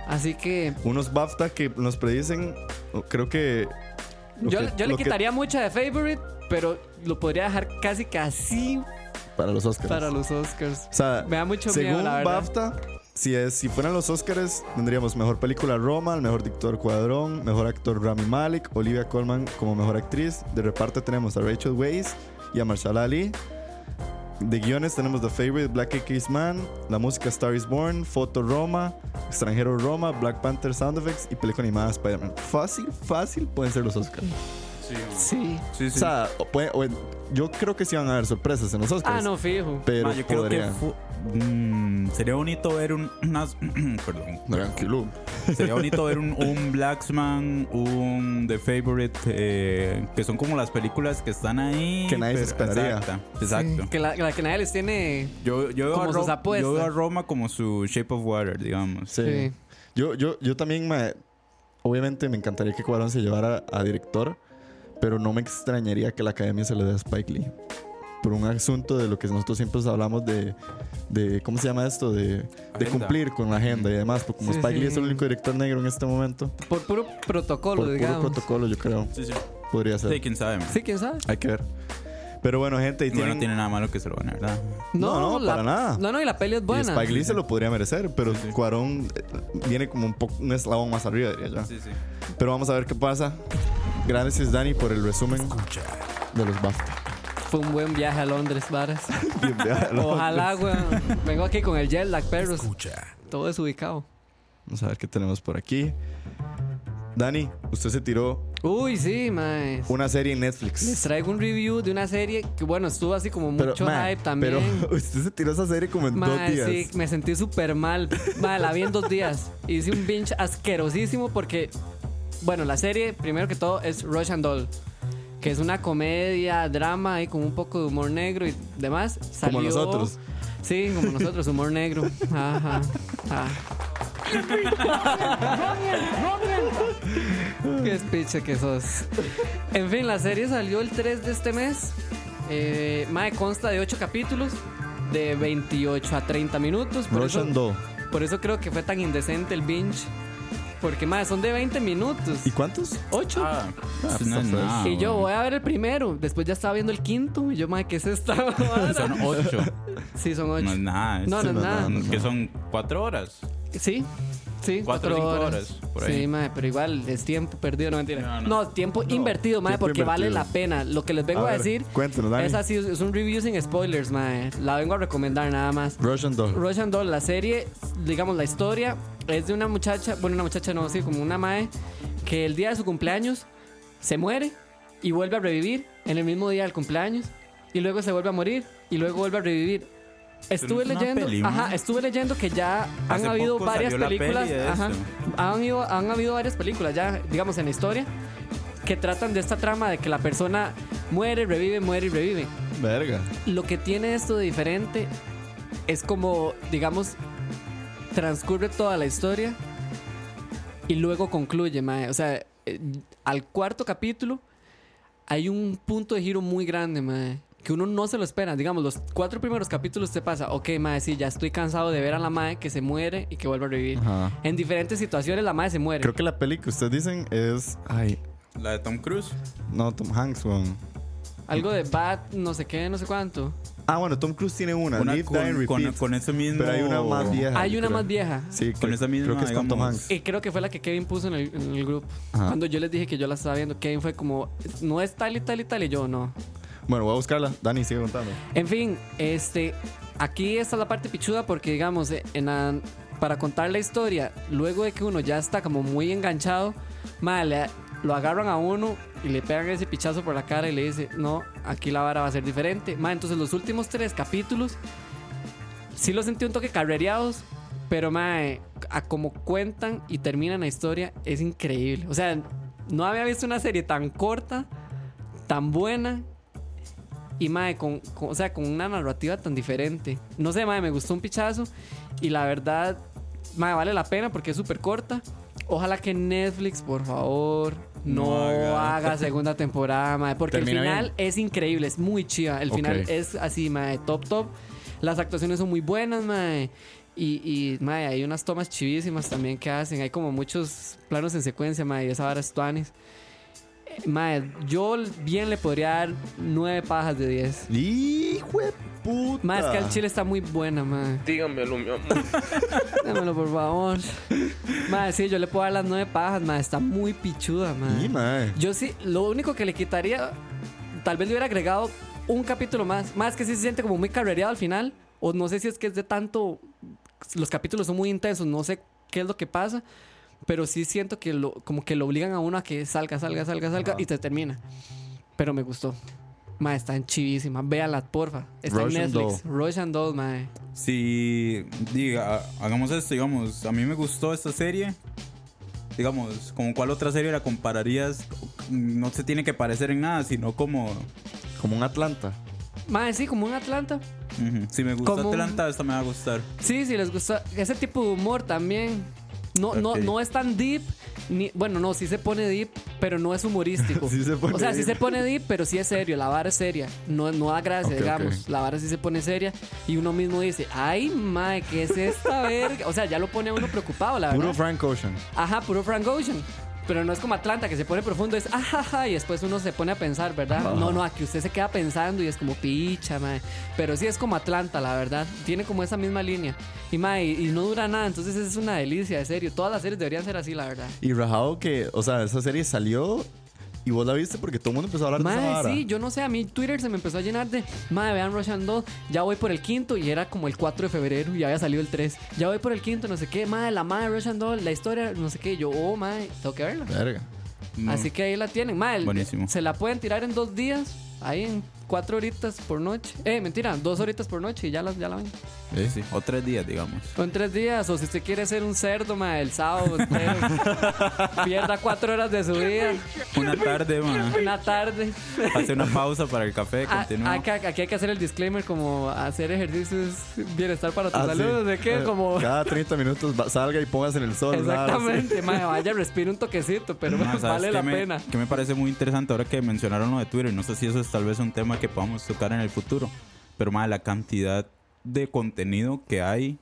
[SPEAKER 4] Así que
[SPEAKER 5] Unos BAFTA que nos predicen, o creo que. lo
[SPEAKER 4] yo,
[SPEAKER 5] que-
[SPEAKER 4] yo le
[SPEAKER 5] lo que-
[SPEAKER 4] quitaría mucha de Favorite, pero lo podría dejar casi casi
[SPEAKER 5] Para los Oscars.
[SPEAKER 4] para los Oscars.
[SPEAKER 5] O sea,
[SPEAKER 4] Me da mucho miedo,
[SPEAKER 5] según
[SPEAKER 4] la verdad.
[SPEAKER 5] BAFTA, si, es, si fueran los Oscars, tendríamos mejor película Roma, el mejor director Cuadrón, mejor actor Rami Malik, Olivia Colman como mejor actriz. De reparto tenemos a Rachel Weisz y a Marshall Ali. De guiones tenemos The Favorite, Black X Man, la música Star is Born, Foto Roma, Extranjero Roma, Black Panther Sound Effects y película animada Spider-Man. Fácil, fácil pueden ser los Oscars.
[SPEAKER 6] Sí,
[SPEAKER 4] Sí.
[SPEAKER 6] sí,
[SPEAKER 5] O sea, o puede- o- yo creo que sí van a haber sorpresas en los Oscars.
[SPEAKER 4] Ah, no, fijo.
[SPEAKER 5] Pero
[SPEAKER 6] Ma, yo creo que
[SPEAKER 5] podría.
[SPEAKER 6] fu- mm, sería bonito ver un, unas- *clears throat* perdón.
[SPEAKER 5] Tranquilo.
[SPEAKER 6] Sería bonito ver un, un Blacksman, un The Favorite, eh, que son como las películas que están ahí.
[SPEAKER 5] Que nadie se
[SPEAKER 6] pero-
[SPEAKER 5] esperaría.
[SPEAKER 6] Exacto. exacto.
[SPEAKER 4] Que la, la que nadie les tiene.
[SPEAKER 6] Yo, yo, veo
[SPEAKER 4] Como
[SPEAKER 6] a
[SPEAKER 4] sus
[SPEAKER 6] Ro-
[SPEAKER 4] apuestas.
[SPEAKER 6] yo veo a Roma como su Shape of Water, digamos.
[SPEAKER 5] Sí.
[SPEAKER 4] Sí.
[SPEAKER 5] Yo, yo, yo también, ma, obviamente me encantaría que Cuarón se llevara a director, pero no me extrañaría que la academia se le dé a Spike Lee. Por un asunto de lo que nosotros siempre hablamos de, de ¿cómo se llama esto? De, de
[SPEAKER 6] Agenda.
[SPEAKER 5] cumplir con la agenda y demás. Porque como
[SPEAKER 4] Sí,
[SPEAKER 5] Spike Lee
[SPEAKER 4] sí.
[SPEAKER 5] es el único director negro en este momento,
[SPEAKER 4] Por puro protocolo,
[SPEAKER 5] por puro
[SPEAKER 4] digamos.
[SPEAKER 5] protocolo, yo creo,
[SPEAKER 6] Sí, sí.
[SPEAKER 5] podría ser.
[SPEAKER 6] Sí, quién sabe. man.
[SPEAKER 4] Sí, quién sabe.
[SPEAKER 5] Hay que ver. Pero bueno, gente, y
[SPEAKER 6] Bueno,
[SPEAKER 5] tienen-
[SPEAKER 6] no tiene nada malo que se lo van a ¿verdad?
[SPEAKER 5] No, no,
[SPEAKER 4] la-
[SPEAKER 5] para nada.
[SPEAKER 4] No, no, y la peli es
[SPEAKER 5] y
[SPEAKER 4] buena.
[SPEAKER 5] Spike Lee se lo podría merecer, pero
[SPEAKER 6] Sí, sí.
[SPEAKER 5] Cuarón eh, viene como un, poco, un eslabón más arriba, diría yo.
[SPEAKER 6] Sí, sí.
[SPEAKER 5] Pero vamos a ver qué pasa. Gracias, Dani, por el resumen de los BAFTA. *laughs*
[SPEAKER 4] Fue un buen viaje a Londres, varas.
[SPEAKER 5] Bien, vea, *laughs* ¿no?
[SPEAKER 4] Ojalá, weón. Vengo aquí con el jet lag, perros.
[SPEAKER 3] Escucha.
[SPEAKER 4] Todo desubicado.
[SPEAKER 5] Vamos a ver qué tenemos por aquí. Dani, usted se tiró
[SPEAKER 4] Uy, sí, mae.
[SPEAKER 5] una serie en Netflix.
[SPEAKER 4] Les traigo un review de una serie que, bueno, estuvo así como mucho
[SPEAKER 5] ma,
[SPEAKER 4] hype también.
[SPEAKER 5] *laughs* Pero usted se tiró esa serie como en dos
[SPEAKER 4] Mae,
[SPEAKER 5] días.
[SPEAKER 4] sí, me sentí súper mal. Mae, la vi en dos días. Hice un binge asquerosísimo porque, bueno, la serie, primero que todo, es Rush and Doll. Que es una comedia, drama y con un poco de humor negro y demás. Salió,
[SPEAKER 5] Como nosotros.
[SPEAKER 4] Sí, como nosotros, humor negro. Ajá. ajá. Qué espiche que sos. En fin, la serie salió el 3 de este mes. Eh, mae, consta de 8 capítulos, de 28 a 30 minutos. Por,
[SPEAKER 5] Rush
[SPEAKER 4] eso,
[SPEAKER 5] and Doll.
[SPEAKER 4] por eso creo que fue tan indecente el binge. Porque, mae, son de 20 minutos.
[SPEAKER 5] ¿Y cuántos?
[SPEAKER 4] 8.
[SPEAKER 6] Ah,
[SPEAKER 5] Ah,
[SPEAKER 6] no
[SPEAKER 5] pues,
[SPEAKER 6] es nada.
[SPEAKER 4] y yo
[SPEAKER 6] weón.
[SPEAKER 4] voy a ver el primero. Después ya estaba viendo el quinto. Y yo, mae, ¿qué es esta? vara?
[SPEAKER 6] Son ocho.
[SPEAKER 4] sí, son 8.
[SPEAKER 6] *laughs* No es nada.
[SPEAKER 4] No,
[SPEAKER 6] es-
[SPEAKER 4] no es nada.
[SPEAKER 6] Que son cuatro horas.
[SPEAKER 4] Sí, sí. cuatro
[SPEAKER 6] Cuatro, cinco
[SPEAKER 4] horas.
[SPEAKER 6] horas, por ahí.
[SPEAKER 4] Sí, mae, pero igual es tiempo perdido, no mentira. No,
[SPEAKER 6] No, no.
[SPEAKER 4] tiempo invertido, mae,
[SPEAKER 5] tiempo
[SPEAKER 4] porque vale
[SPEAKER 5] invertido.
[SPEAKER 4] la pena. Lo que les vengo a,
[SPEAKER 5] ver,
[SPEAKER 4] decir
[SPEAKER 5] cuéntenos, Dani.
[SPEAKER 4] es así, es un review sin spoilers, mae. La vengo a recomendar nada más.
[SPEAKER 5] Rush and Doll.
[SPEAKER 4] Rush and Doll, la serie, digamos la historia, es de una muchacha, bueno, una muchacha no, sí, como una mae, que el día de su cumpleaños se muere y vuelve a revivir en el mismo día del cumpleaños y luego se vuelve a morir y luego vuelve a revivir. Estuve
[SPEAKER 6] es una
[SPEAKER 4] leyendo,
[SPEAKER 6] peli,
[SPEAKER 4] ajá,
[SPEAKER 6] man.
[SPEAKER 4] estuve leyendo que ya han
[SPEAKER 6] Hace
[SPEAKER 4] habido
[SPEAKER 6] poco
[SPEAKER 4] varias
[SPEAKER 6] salió la peli
[SPEAKER 4] películas,
[SPEAKER 6] de
[SPEAKER 4] ajá,
[SPEAKER 6] esto.
[SPEAKER 4] han, ido- han habido varias películas ya, digamos, en la historia que tratan de esta trama de que la persona muere, revive, muere y revive
[SPEAKER 5] Verga.
[SPEAKER 4] lo que tiene esto de diferente es como, digamos, transcurre toda la historia y luego concluye, mae. O sea, eh, al cuarto capítulo hay un punto de giro muy grande, mae. Que uno no se lo espera. Digamos, los cuatro primeros capítulos te pasa, ok, mae, sí, ya estoy cansado de ver a la mae que se muere y que vuelve a revivir.
[SPEAKER 5] Ajá.
[SPEAKER 4] En diferentes situaciones la mae se muere.
[SPEAKER 5] Creo que la peli que ustedes dicen es. Ay,
[SPEAKER 6] La de Tom Cruise.
[SPEAKER 5] no, Tom Hanks, weón.
[SPEAKER 4] Algo de Bat, no sé qué, no sé cuánto.
[SPEAKER 5] Ah, bueno, Tom Cruise tiene una.
[SPEAKER 6] Una
[SPEAKER 5] Live, Die,
[SPEAKER 6] con,
[SPEAKER 5] and
[SPEAKER 6] con,
[SPEAKER 5] Repeat.
[SPEAKER 6] con ese mismo.
[SPEAKER 5] Pero hay una más vieja.
[SPEAKER 4] Hay
[SPEAKER 5] yo
[SPEAKER 4] una
[SPEAKER 5] creo.
[SPEAKER 4] más vieja.
[SPEAKER 5] Sí,
[SPEAKER 6] Con
[SPEAKER 5] creo-
[SPEAKER 6] esa misma,
[SPEAKER 5] Creo que es con Tom
[SPEAKER 6] digamos.
[SPEAKER 5] Hanks.
[SPEAKER 4] Y creo que fue la que Kevin puso en el, en el grupo.
[SPEAKER 5] Ajá.
[SPEAKER 4] Cuando yo les dije que yo la estaba viendo, Kevin fue como, no es tal y tal y tal, y yo no.
[SPEAKER 5] Bueno, voy a buscarla. Dani, sigue contando.
[SPEAKER 4] En fin, este, aquí está la parte pichuda porque, digamos, eh, en la- para contar la historia, luego de que uno ya está como muy enganchado, madre, le- lo agarran a uno y le pegan ese pichazo por la cara y le dice, no, aquí la vara va a ser diferente. Madre, entonces los últimos tres capítulos, sí los sentí un toque carrereados, pero, madre, a como cuentan y terminan la historia, es increíble. O sea, no había visto una serie tan corta, tan buena y mae, con, con- o sea, con una narrativa tan diferente. No sé, mae, me gustó un pichazo y la verdad, mae, vale la pena porque es súper corta. Ojalá que Netflix, por favor, no,
[SPEAKER 6] No haga.
[SPEAKER 4] haga segunda temporada, mae, porque el
[SPEAKER 6] Termina
[SPEAKER 4] final es increíble, es muy chiva. El final
[SPEAKER 5] Ok.
[SPEAKER 4] es así, mae, top, top. Las actuaciones son muy buenas, mae. Y, y mae, hay unas tomas chivísimas también que hacen. Hay como muchos planos en secuencia, mae, y esa vara es tuanis. Eh, Mae, yo bien le podría dar nueve pajas de 10.
[SPEAKER 5] ¡Hijo de puta.
[SPEAKER 4] Mae, es que
[SPEAKER 6] Ah.
[SPEAKER 4] el chile está muy buena, mae.
[SPEAKER 2] Dígamelo, mi amor.
[SPEAKER 4] Dámelo, por favor. Mae, sí, yo le puedo dar las nueve pajas, mae. Está muy pichuda, mae.
[SPEAKER 5] Y, mae.
[SPEAKER 4] Yo sí, lo único que le quitaría, tal vez le hubiera agregado un capítulo más. Más que sí se siente como muy carrereado al final. O no sé si es que es de tanto. Los capítulos son muy intensos, no sé qué es lo que pasa. Pero sí siento que lo, como que lo obligan a uno a que salga, salga, salga, salga y se termina. Pero me gustó. Mae, está en chivísima. Véala, porfa. Está
[SPEAKER 5] Rush
[SPEAKER 4] en
[SPEAKER 5] and
[SPEAKER 4] Netflix. Rush and Doll, mae.
[SPEAKER 6] Si diga, hagamos esto, digamos, a mí me gustó esta serie. Digamos, ¿con cuál otra serie la compararías? No se tiene que parecer en nada, sino como
[SPEAKER 5] Como un Atlanta.
[SPEAKER 4] Mae, sí, como un Atlanta.
[SPEAKER 6] ujú, si me gusta
[SPEAKER 4] Como un-
[SPEAKER 6] Atlanta, esta me va a gustar.
[SPEAKER 4] Sí, si les gusta ese tipo de humor también. No, no,
[SPEAKER 6] Ok.
[SPEAKER 4] no es tan deep, ni, bueno, no, sí se pone deep, pero no es humorístico.
[SPEAKER 5] *laughs* Sí se pone
[SPEAKER 4] o sea, sí
[SPEAKER 5] deep.
[SPEAKER 4] se pone deep, pero sí es serio, la vara es seria. No, no da gracia,
[SPEAKER 5] Ok,
[SPEAKER 4] digamos.
[SPEAKER 5] ok.
[SPEAKER 4] La vara sí se pone seria y uno mismo dice, ay, mae, ¿qué es esta verga? O sea, ya lo pone a uno preocupado, la
[SPEAKER 5] Puro
[SPEAKER 4] verdad.
[SPEAKER 5] Frank Ocean.
[SPEAKER 4] Ajá, puro Frank Ocean. Pero no es como Atlanta, que se pone profundo, es ajaja, y después uno se pone a pensar, ¿verdad? No, no, aquí usted se queda pensando y es como picha, mae. Pero sí es como Atlanta, la verdad. Tiene como esa misma línea. Y mae, y no dura nada, entonces es una delicia, en serio. Todas las series deberían ser así, la verdad.
[SPEAKER 5] Y Rajao que, o sea, esa serie salió y vos la viste porque todo el mundo empezó a hablar de esa
[SPEAKER 4] Mae,
[SPEAKER 5] vara.
[SPEAKER 4] sí, yo no sé, a mí Twitter se me empezó a llenar de, mae, vean Rush and Doll, ya voy por el quinto y era como el 4 de febrero y había salido el 3. Ya voy por el quinto, no sé qué, mae, la mae de Rush and Doll, la historia, no sé qué, yo, oh, mae, tengo que verla.
[SPEAKER 5] Verga.
[SPEAKER 6] Mm,
[SPEAKER 4] Así que ahí la tienen. Mal.
[SPEAKER 6] Buenísimo.
[SPEAKER 4] Se la pueden tirar en dos días. Ahí en cuatro horitas por noche. Eh, mentira, dos horitas por noche y ya, las, ya la ven.
[SPEAKER 5] Eh.
[SPEAKER 6] sí, sí, o tres días, digamos.
[SPEAKER 4] O en tres días. O si usted quiere ser un cerdo, ma, el sábado entero.
[SPEAKER 6] *laughs*
[SPEAKER 4] pierda cuatro horas de su vida.
[SPEAKER 6] Una tarde, man.
[SPEAKER 4] Una tarde.
[SPEAKER 6] Hace una pausa para el café,
[SPEAKER 4] Ah,
[SPEAKER 6] continúa.
[SPEAKER 4] acá- aquí hay que hacer el disclaimer como hacer ejercicios bienestar para tu
[SPEAKER 5] Ah,
[SPEAKER 4] salud.
[SPEAKER 5] sí.
[SPEAKER 4] no sé qué?
[SPEAKER 5] Eh,
[SPEAKER 4] Como...
[SPEAKER 5] Cada 30 minutos va- salga y pongas en el sol. una vara así.
[SPEAKER 4] Exactamente, ma, vaya, respira un toquecito, pero
[SPEAKER 6] Ma, ¿sabes
[SPEAKER 4] *laughs* vale
[SPEAKER 6] qué
[SPEAKER 4] la
[SPEAKER 6] me-
[SPEAKER 4] pena.
[SPEAKER 6] Que me parece muy interesante ahora que mencionaron lo de Twitter. No sé si eso es tal vez un tema que podamos tocar en el futuro. Pero más la cantidad de contenido que hay.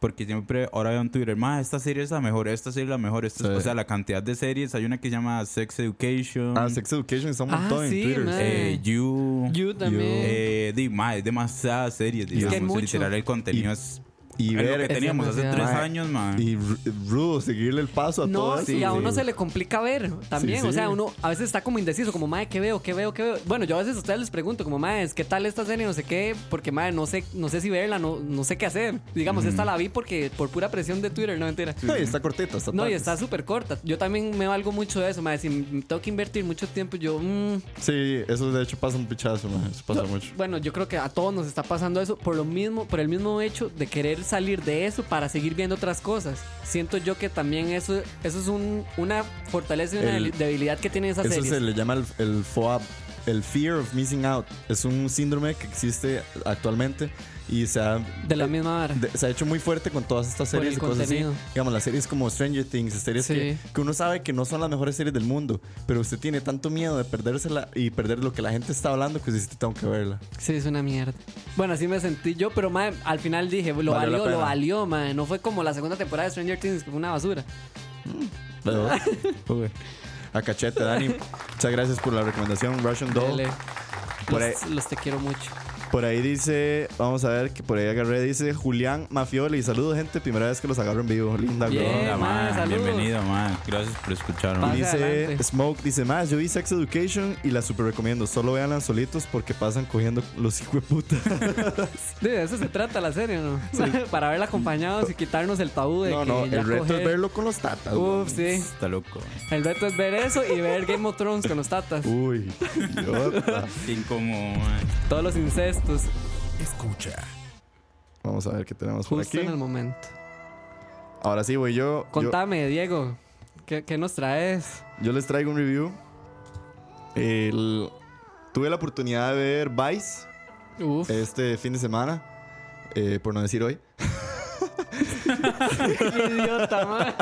[SPEAKER 6] Porque siempre ahora veo en Twitter, más esta serie es la mejor, esta serie es la mejor. Esta es-".
[SPEAKER 5] Sí.
[SPEAKER 6] O sea, la cantidad de series. Hay una que se llama Sex Education.
[SPEAKER 5] Ah, Sex Education está un
[SPEAKER 4] Ah,
[SPEAKER 5] montón
[SPEAKER 4] sí,
[SPEAKER 5] en Twitter.
[SPEAKER 4] mae.
[SPEAKER 6] eh, You.
[SPEAKER 4] You también.
[SPEAKER 6] Eh, di, ma, es demasiadas series.
[SPEAKER 4] que
[SPEAKER 6] Digamos.
[SPEAKER 4] hay mucho.
[SPEAKER 6] Literal, el contenido
[SPEAKER 5] Y-
[SPEAKER 6] es.
[SPEAKER 5] Y
[SPEAKER 6] es lo que
[SPEAKER 5] ver.
[SPEAKER 4] Es
[SPEAKER 6] teníamos hace tres
[SPEAKER 4] demasiado.
[SPEAKER 5] Ma,
[SPEAKER 6] años, man.
[SPEAKER 5] Y ru- rudo, seguirle el paso a
[SPEAKER 4] No,
[SPEAKER 5] todas.
[SPEAKER 4] y a uno se le complica ver también.
[SPEAKER 5] Sí, sí.
[SPEAKER 4] O sea, uno a veces está como indeciso, como, madre, ¿qué veo? ¿Qué veo? ¿Qué veo? Bueno, yo a veces a ustedes les pregunto, como, madre, ¿qué tal esta serie? No sé qué, porque, madre, no sé, no sé si verla, no, no sé qué hacer. Digamos, esta la vi porque por pura presión de Twitter, no mentira.
[SPEAKER 5] No, y está cortita, está
[SPEAKER 4] No, y
[SPEAKER 5] tarde.
[SPEAKER 4] está súper corta. Yo también me valgo mucho de eso, madre. Si m- tengo que invertir mucho tiempo, yo, mm,
[SPEAKER 5] Sí, eso de hecho pasa un pichazo, man. Eso pasa mucho.
[SPEAKER 4] bueno, yo creo que a todos nos está pasando eso por lo mismo, por el mismo hecho de querer salir de eso para seguir viendo otras cosas. Siento yo que también eso, eso es un- una fortaleza y una
[SPEAKER 5] El-
[SPEAKER 4] debilidad que tienen esas
[SPEAKER 5] Eso
[SPEAKER 4] series.
[SPEAKER 5] se le llama el, el FOAP, el Fear of Missing Out. Es un síndrome que existe actualmente y se ha, eh,
[SPEAKER 4] De la misma vara.
[SPEAKER 5] de- se ha hecho muy fuerte con todas estas
[SPEAKER 4] Por
[SPEAKER 5] series
[SPEAKER 4] el
[SPEAKER 5] y cosas así.
[SPEAKER 4] contenido.
[SPEAKER 5] Digamos, las series como Stranger Things, series
[SPEAKER 4] Sí.
[SPEAKER 5] que, que uno sabe que no son las mejores series del mundo, pero usted tiene tanto miedo de perdérsela y perder lo que la gente está hablando que usted tengo que verla.
[SPEAKER 4] Sí, es una mierda. Bueno, así me sentí yo, pero mae, al final dije, lo
[SPEAKER 5] Valió la
[SPEAKER 4] valió, lo
[SPEAKER 5] pena.
[SPEAKER 4] valió, mae. No fue como la segunda temporada de Stranger Things, que fue una basura. *laughs*
[SPEAKER 5] Pero, uy, a cachete, Dani. Muchas gracias por la recomendación, Russian Doll.
[SPEAKER 4] Dele.
[SPEAKER 5] Por
[SPEAKER 4] Los, los te quiero mucho.
[SPEAKER 5] Por ahí dice, vamos a ver que por ahí agarré, dice Julián Mafioli. Saludos, gente. Primera vez que los agarro en vivo. Linda,
[SPEAKER 4] Bien.
[SPEAKER 5] weón.
[SPEAKER 6] Hola,
[SPEAKER 4] ma,
[SPEAKER 6] ma,
[SPEAKER 4] saludos.
[SPEAKER 6] Bienvenido, man. Gracias por escucharme.
[SPEAKER 4] Pase
[SPEAKER 5] Dice
[SPEAKER 4] adelante.
[SPEAKER 5] Smoke, dice más, yo vi Sex Education y la super recomiendo. Solo veanla solitos porque pasan cogiendo los hijos de puta.
[SPEAKER 4] Sí, de eso se trata la serie, ¿no? *laughs* Para verla acompañados y quitarnos el tabú de
[SPEAKER 5] No,
[SPEAKER 4] que
[SPEAKER 5] no,
[SPEAKER 4] ya
[SPEAKER 5] el reto
[SPEAKER 4] coger-
[SPEAKER 5] es verlo con los tatas. weón.
[SPEAKER 4] Uf, sí.
[SPEAKER 6] Está loco. man.
[SPEAKER 4] El reto es ver eso y ver Game of Thrones con los tatas.
[SPEAKER 5] Uy, idiota.
[SPEAKER 6] Qué incómodo, man.
[SPEAKER 4] Todos los incestos.
[SPEAKER 3] Escucha.
[SPEAKER 5] Vamos a ver qué tenemos por
[SPEAKER 4] Justo
[SPEAKER 5] aquí.
[SPEAKER 4] en el momento.
[SPEAKER 5] Ahora sí, voy yo. yo.
[SPEAKER 4] Contame, Diego. ¿Qué, qué nos traes?
[SPEAKER 5] Yo les traigo un review. El- tuve la oportunidad de ver Vice
[SPEAKER 4] Uf.
[SPEAKER 5] este fin de semana, eh, por no decir hoy.
[SPEAKER 4] Qué idiota, mae.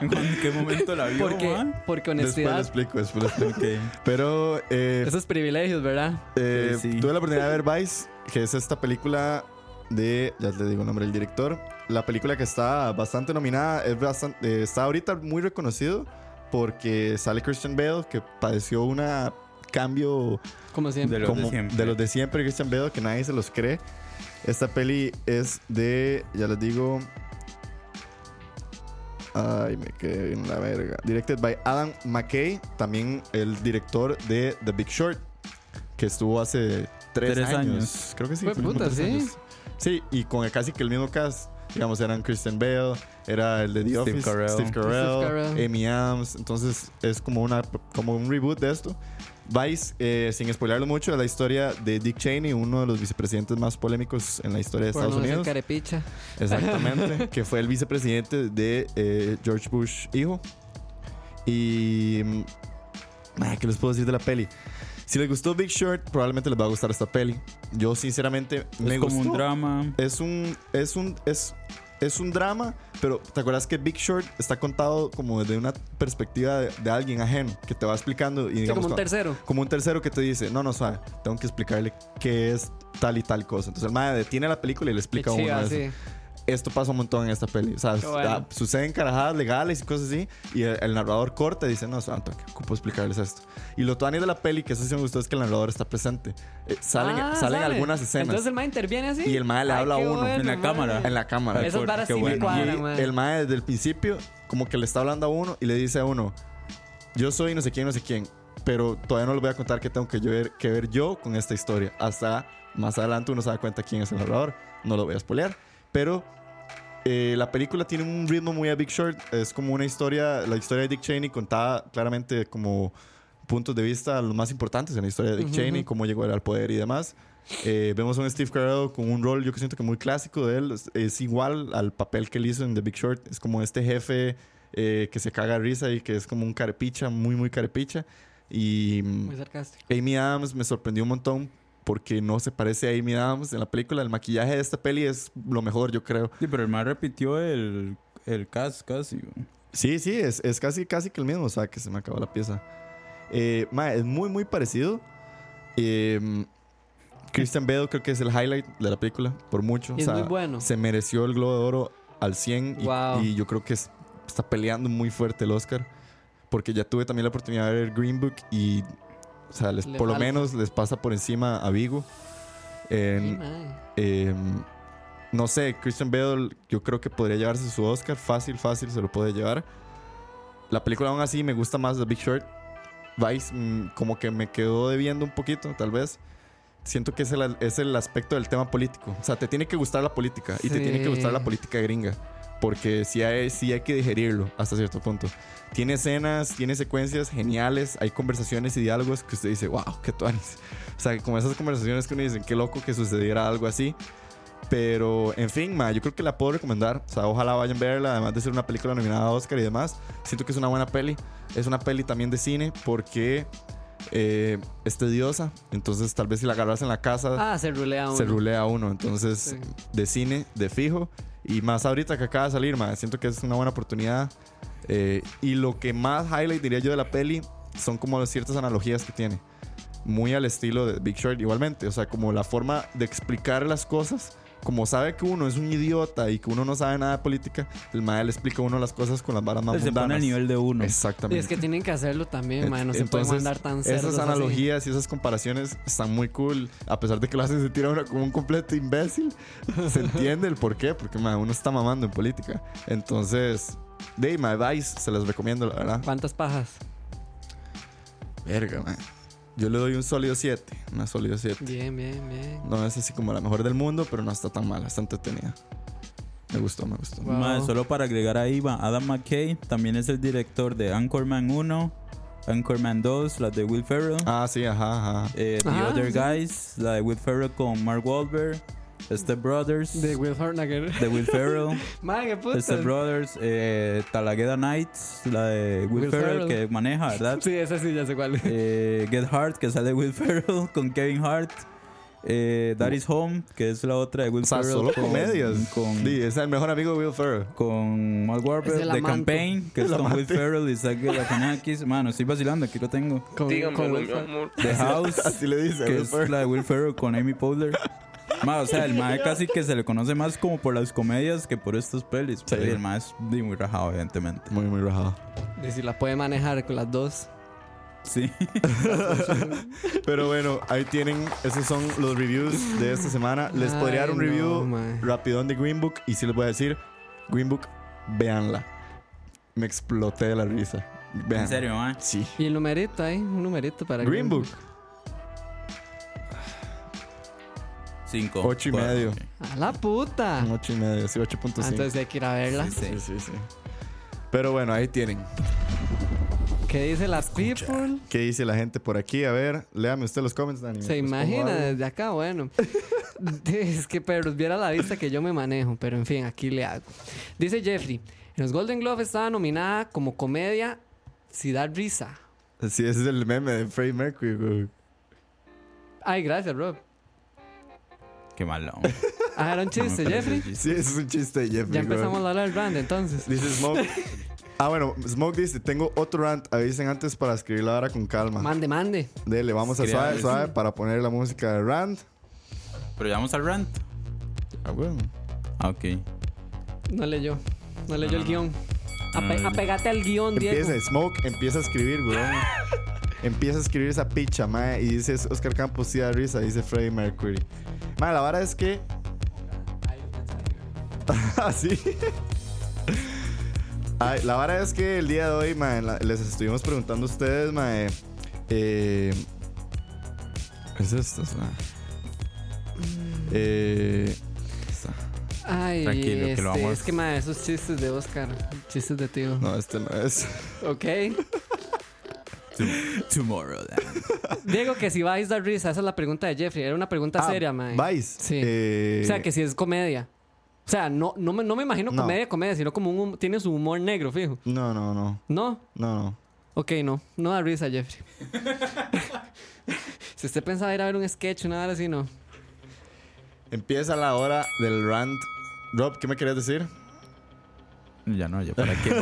[SPEAKER 5] *laughs*
[SPEAKER 6] ¿En qué momento la vio,
[SPEAKER 4] Porque,
[SPEAKER 6] man?
[SPEAKER 4] porque
[SPEAKER 5] Después
[SPEAKER 4] honestidad.
[SPEAKER 5] lo explico, después lo explico.
[SPEAKER 6] *laughs* Ok.
[SPEAKER 5] Pero eh,
[SPEAKER 4] Esos privilegios, ¿verdad?
[SPEAKER 5] eh,
[SPEAKER 6] eh, sí.
[SPEAKER 5] tuve la oportunidad de ver Vice, que es esta película de, ya te digo el nombre del director, la película que está bastante nominada, es bastante, eh, está ahorita muy reconocido porque sale Christian Bale, que padeció una cambio
[SPEAKER 4] Como siempre.
[SPEAKER 6] De los
[SPEAKER 5] como
[SPEAKER 6] de siempre.
[SPEAKER 5] de los de siempre, Christian Bale, que nadie se los cree. Esta peli es de, ya les digo. Ay, me quedé en la verga. Directed by Adam McKay, también el director de The Big Short, que estuvo hace tres,
[SPEAKER 6] Tres
[SPEAKER 5] años.
[SPEAKER 6] años.
[SPEAKER 5] Creo que sí.
[SPEAKER 4] Fue
[SPEAKER 5] fue como
[SPEAKER 4] puta,
[SPEAKER 5] tres
[SPEAKER 4] sí.
[SPEAKER 5] años. Sí, y con casi que el mismo cast. Digamos, eran Christian Bale, era el de The
[SPEAKER 6] Steve
[SPEAKER 5] Office,
[SPEAKER 6] Carell.
[SPEAKER 5] Steve
[SPEAKER 4] Steve
[SPEAKER 5] Carell,
[SPEAKER 4] Carell.
[SPEAKER 5] Amy Adams. Entonces, es como, una, como un reboot de esto. Vice, eh, sin spoilerlo mucho, es la historia de Dick Cheney, uno de los vicepresidentes más polémicos en la historia de
[SPEAKER 4] Por
[SPEAKER 5] Estados
[SPEAKER 4] no decir
[SPEAKER 5] Unidos.
[SPEAKER 4] carepicha. *laughs*
[SPEAKER 5] Exactamente, que fue el vicepresidente de eh, George Bush hijo. Y... mm, ay, ¿Qué les puedo decir de la peli? Si les gustó Big Short, probablemente les va a gustar esta peli. Yo sinceramente me
[SPEAKER 6] es como
[SPEAKER 5] gustó.
[SPEAKER 6] un drama.
[SPEAKER 5] Es un... Es un... Es, es un drama, pero ¿te acuerdas que Big Short está contado como desde una perspectiva de, de alguien ajeno que te va explicando y
[SPEAKER 4] Sí,
[SPEAKER 5] digamos
[SPEAKER 4] como un
[SPEAKER 5] cuando-
[SPEAKER 4] tercero.
[SPEAKER 5] como un tercero que te dice, no, no, sabe, tengo que explicarle qué es tal y tal cosa. Entonces el madre detiene la película y le
[SPEAKER 4] Qué
[SPEAKER 5] explica a uno
[SPEAKER 4] chiva,
[SPEAKER 5] eso.
[SPEAKER 4] sí.
[SPEAKER 5] Esto pasa un montón en esta peli. O sea,
[SPEAKER 4] Qué bueno.
[SPEAKER 5] da- suceden carajadas legales y cosas así. Y el, el narrador corta y dice, no, sabe, tengo que ocupo explicarles esto. Y lo tuani de la peli, que eso sí me gustó, es que el narrador está presente. Eh, salen
[SPEAKER 4] Ah,
[SPEAKER 5] salen
[SPEAKER 4] sale.
[SPEAKER 5] algunas escenas
[SPEAKER 4] Entonces el mae interviene así.
[SPEAKER 5] Y el mae le
[SPEAKER 4] Ay,
[SPEAKER 5] habla a
[SPEAKER 4] qué
[SPEAKER 5] uno en
[SPEAKER 6] la
[SPEAKER 4] mae.
[SPEAKER 6] cámara.
[SPEAKER 5] en la cámara.
[SPEAKER 4] Esas varas
[SPEAKER 6] Qué
[SPEAKER 4] sí me
[SPEAKER 6] bueno.
[SPEAKER 4] cuadran,
[SPEAKER 5] Y
[SPEAKER 4] mae.
[SPEAKER 5] el mae desde el principio como que le está hablando a uno y le dice a uno, yo soy no sé quién, no sé quién, pero todavía no les voy a contar qué tengo que ver, que ver yo con esta historia. Hasta más adelante uno se da cuenta quién es el narrador, no lo voy a spoilear, pero... eh, la película tiene un ritmo muy a Big Short. Es como una historia, la historia de Dick Cheney contada claramente como puntos de vista los más importantes en la historia de Dick
[SPEAKER 4] Ujú,
[SPEAKER 5] Cheney,
[SPEAKER 4] ujú.
[SPEAKER 5] cómo llegó él al poder y demás. Eh, vemos a un Steve Carell con un rol, yo que siento que muy clásico de él. Es, es igual al papel que él hizo en The Big Short. Es como este jefe eh, que se caga de risa y que es como un carepicha, muy, muy carepicha. Y mm,
[SPEAKER 4] Muy sarcástico.
[SPEAKER 5] Amy Adams me sorprendió un montón porque no se parece a Amy Adams en la película. El maquillaje de esta peli es lo mejor, yo creo.
[SPEAKER 6] Sí, pero el más repitió el, el cast casi. güey.
[SPEAKER 5] Sí, sí, es, es casi, casi que el mismo. O sea, que se me acabó la pieza. Eh, mae, es muy, muy parecido. Eh, Christian Bale creo que es el highlight de la película, por mucho.
[SPEAKER 4] Y
[SPEAKER 5] o
[SPEAKER 4] es
[SPEAKER 5] sea,
[SPEAKER 4] muy bueno.
[SPEAKER 5] Se mereció el Globo de Oro al 100 y,
[SPEAKER 4] Wow.
[SPEAKER 5] y yo creo que es- está peleando muy fuerte el Oscar. Porque ya tuve también la oportunidad de ver Green Book y, o sea, les-
[SPEAKER 4] Le
[SPEAKER 5] por lo
[SPEAKER 4] falta.
[SPEAKER 5] menos les pasa por encima a Vigo.
[SPEAKER 4] Sí,
[SPEAKER 5] En,
[SPEAKER 4] mae.
[SPEAKER 5] eh, no sé, Christian Bale yo creo que podría llevarse su Oscar. Fácil, fácil, se lo puede llevar. La película aún así me gusta más The Big Short. Vice mm, como que me quedó debiendo un poquito, tal vez. Siento que es el, es el aspecto del tema político. O sea, te tiene que gustar la política y te tiene que
[SPEAKER 4] Sí.
[SPEAKER 5] gustar la política gringa. Porque sí hay, sí hay que digerirlo hasta cierto punto. Tiene escenas, tiene secuencias geniales, hay conversaciones y diálogos que usted dice, wow, qué tuanis. O sea, como esas conversaciones que uno dice, qué loco que sucediera algo así. Pero, en fin, ma, yo creo que la puedo recomendar. O sea, ojalá vayan a verla, además de ser una película nominada a Oscar y demás. Siento que es una buena peli. Es una peli también de cine porque eh, es tediosa. Entonces, tal vez si la agarras en la casa,
[SPEAKER 4] Ah, se rulea uno.
[SPEAKER 5] se rulea uno. Entonces,
[SPEAKER 4] Sí.
[SPEAKER 5] de cine, de fijo. Y más ahorita que acaba de salir, ma, siento que es una buena oportunidad. Eh, y lo que más highlight diría yo de la peli son como ciertas analogías que tiene. Muy al estilo de Big Short igualmente. O sea, como la forma de explicar las cosas. Como sabe que uno es un idiota y que uno no sabe nada de política, el mae le explica a uno las cosas con las varas más
[SPEAKER 6] Se pone
[SPEAKER 5] mundanas.
[SPEAKER 6] al nivel de uno.
[SPEAKER 4] Y
[SPEAKER 5] Exactamente.
[SPEAKER 4] es que tienen que hacerlo también, mae. No se pueden
[SPEAKER 5] Entonces,
[SPEAKER 4] mandar tan cerdos
[SPEAKER 5] Esas
[SPEAKER 4] así.
[SPEAKER 5] analogías y esas comparaciones están muy cool. A pesar de que lo hacen sentir a uno como un completo
[SPEAKER 6] *laughs*
[SPEAKER 5] imbécil, se entiende el por qué. Porque ma, uno está mamando en política. Entonces, de my Vice, se las recomiendo, la verdad.
[SPEAKER 4] ¿Cuántas pajas?
[SPEAKER 5] Verga, ma. Yo le doy un sólido 7. Una sólido 7.
[SPEAKER 4] Bien, bien, bien.
[SPEAKER 5] No es así como la mejor del mundo, pero no está tan mala, está entretenida. Me gustó, me gustó.
[SPEAKER 4] Wow.
[SPEAKER 6] Mae, solo para agregar ahí, va, Adam McKay también es el director de Anchorman 1, Anchorman 2, la de Will Ferrell.
[SPEAKER 5] Ah, sí, ajá, ajá.
[SPEAKER 6] eh, The
[SPEAKER 4] Ah,
[SPEAKER 6] Other
[SPEAKER 4] sí.
[SPEAKER 6] Guys, la de Will Ferrell con Mark Wahlberg. Step Brothers.
[SPEAKER 4] De Will Hornager.
[SPEAKER 6] de Will Ferrell.
[SPEAKER 4] *laughs* Mae, qué puta.
[SPEAKER 6] Step Brothers. eh, Talagueda Nights, la de Will,
[SPEAKER 4] Will
[SPEAKER 6] Ferrell,
[SPEAKER 4] Ferrell.
[SPEAKER 6] que maneja, ¿verdad?
[SPEAKER 4] Sí, esa sí, ya sé cuál.
[SPEAKER 6] Eh, Get Hard, que sale Will Ferrell *laughs* con Kevin Hart. Eh, That is Home, que es la otra de Will
[SPEAKER 5] O sea,
[SPEAKER 6] Ferrell.
[SPEAKER 5] solo
[SPEAKER 6] con-
[SPEAKER 5] comedias.
[SPEAKER 6] Con,
[SPEAKER 5] Sí, es el mejor amigo de Will
[SPEAKER 6] *laughs*
[SPEAKER 5] Ferrell.
[SPEAKER 6] con Mark
[SPEAKER 4] Es
[SPEAKER 6] Wahlberg
[SPEAKER 4] el
[SPEAKER 6] de
[SPEAKER 4] amante.
[SPEAKER 6] Campaign, que es con Will Ferrell y Zach Galifianakis. Mano, estoy vacilando, aquí lo tengo.
[SPEAKER 4] Con, con
[SPEAKER 2] Dígamelo,
[SPEAKER 4] Will
[SPEAKER 2] mi
[SPEAKER 4] Fer-
[SPEAKER 2] amor.
[SPEAKER 5] *laughs*
[SPEAKER 6] The House,
[SPEAKER 5] Así le dice a
[SPEAKER 6] que
[SPEAKER 5] Will
[SPEAKER 6] es
[SPEAKER 5] Ferrell.
[SPEAKER 6] la de Will Ferrell con Amy Powler. Ma, o sea, el mae casi que se le conoce más como por las comedias que por estas pelis. Pero el mae es di, muy rajado, evidentemente.
[SPEAKER 5] Muy, muy rajado.
[SPEAKER 4] Y si la puede manejar con las dos.
[SPEAKER 6] Sí.
[SPEAKER 5] *laughs* Pero bueno, ahí tienen, esos son los reviews de esta semana. Les
[SPEAKER 4] Ay,
[SPEAKER 5] podría dar un
[SPEAKER 4] no,
[SPEAKER 5] review
[SPEAKER 4] mae.
[SPEAKER 5] rapidón de Green Book y sí les voy a decir, Green Book, véanla. Me exploté de la risa. Véanla.
[SPEAKER 6] En serio, mae.
[SPEAKER 5] Sí.
[SPEAKER 4] Y el numerito, ¿eh? Un numerito para
[SPEAKER 5] Green Book,
[SPEAKER 6] Cinco.
[SPEAKER 5] Ocho y
[SPEAKER 6] cuatro,
[SPEAKER 5] medio.
[SPEAKER 6] ok.
[SPEAKER 4] ¡A la puta!
[SPEAKER 5] un 8 y medio, Ah, sí, 8.5.
[SPEAKER 4] Ah, Entonces hay que ir a verla.
[SPEAKER 6] Sí,
[SPEAKER 5] Sí,
[SPEAKER 6] sí.
[SPEAKER 5] sí, sí. Pero bueno, ahí tienen.
[SPEAKER 4] ¿Qué dice la people?
[SPEAKER 5] ¿Qué dice la gente por aquí? A ver, léame usted los comments, Dani. Pues,
[SPEAKER 4] Se
[SPEAKER 5] mientras
[SPEAKER 4] imagina
[SPEAKER 5] pongo algo.
[SPEAKER 4] desde acá, bueno. *laughs* es que perros, viera la vista que yo me manejo, pero en fin, aquí le hago. Dice Jeffrey, en los Golden Globe estaba nominada como comedia si da risa.
[SPEAKER 5] Sí, ese es el meme de Freddie Mercury, güey.
[SPEAKER 4] Ay, gracias, Rob.
[SPEAKER 6] Qué malo.
[SPEAKER 4] Ah, era un chiste, Jeffrey.
[SPEAKER 5] Sí, ese es un chiste de Jeffrey.
[SPEAKER 4] Ya empezamos
[SPEAKER 5] güey.
[SPEAKER 4] a hablar del brand, entonces.
[SPEAKER 5] Dice Smoke. ah, bueno, Smoke dice: Tengo otro rant. Avisen antes para escribirla ahora con calma.
[SPEAKER 4] Mande, mande.
[SPEAKER 5] Dele, vamos a
[SPEAKER 6] Escriba,
[SPEAKER 5] suave,
[SPEAKER 6] sí.
[SPEAKER 5] suave para poner la música de rant.
[SPEAKER 6] Pero ya vamos al rant.
[SPEAKER 5] Ah, bueno.
[SPEAKER 6] Ah, Ok.
[SPEAKER 4] No leyó. No leyó
[SPEAKER 6] Ah.
[SPEAKER 4] el guión. Ape-
[SPEAKER 6] no, no.
[SPEAKER 4] apegate al guión, Diego.
[SPEAKER 5] Empieza, Smoke, empieza a escribir, güey. empieza a escribir esa picha, mae. Y dice Oscar Campos, sí da risa, dice Freddie Mercury. Mae, la vara es que. *laughs* Así. Ah, Ay, la vara es que el día de hoy, mae, la- les estuvimos preguntando a ustedes, mae. Eh, ¿Qué es esto, mae?
[SPEAKER 4] Mm.
[SPEAKER 5] Eh,
[SPEAKER 4] Ay,
[SPEAKER 6] Tranquilo, que
[SPEAKER 4] este,
[SPEAKER 6] lo vamos.
[SPEAKER 4] es que, madre, esos chistes de Oscar. Chistes de tío.
[SPEAKER 5] no, este no es.
[SPEAKER 4] Ok.
[SPEAKER 6] Tom- Tomorrowland.
[SPEAKER 4] Diego, que si vais a dar risa. Esa es la pregunta de Jeffrey. Era una pregunta *laughs*
[SPEAKER 6] Ah,
[SPEAKER 4] seria, madre.
[SPEAKER 5] Vice.
[SPEAKER 4] Sí.
[SPEAKER 5] Eh,
[SPEAKER 4] O sea, que si es comedia. O sea, no, no, me, no me imagino
[SPEAKER 5] No.
[SPEAKER 4] comedia, comedia, sino como un... hum- Tiene su humor negro, fijo.
[SPEAKER 5] No, no, no.
[SPEAKER 4] ¿No?
[SPEAKER 5] No, no.
[SPEAKER 4] Ok, no. No da risa, Jeffrey. *laughs* si usted pensaba ir a ver un sketch, una hora así, no.
[SPEAKER 5] Empieza la hora del rant. Rob, ¿qué me querías decir?
[SPEAKER 6] Ya no, ya para
[SPEAKER 4] *laughs*
[SPEAKER 6] qué.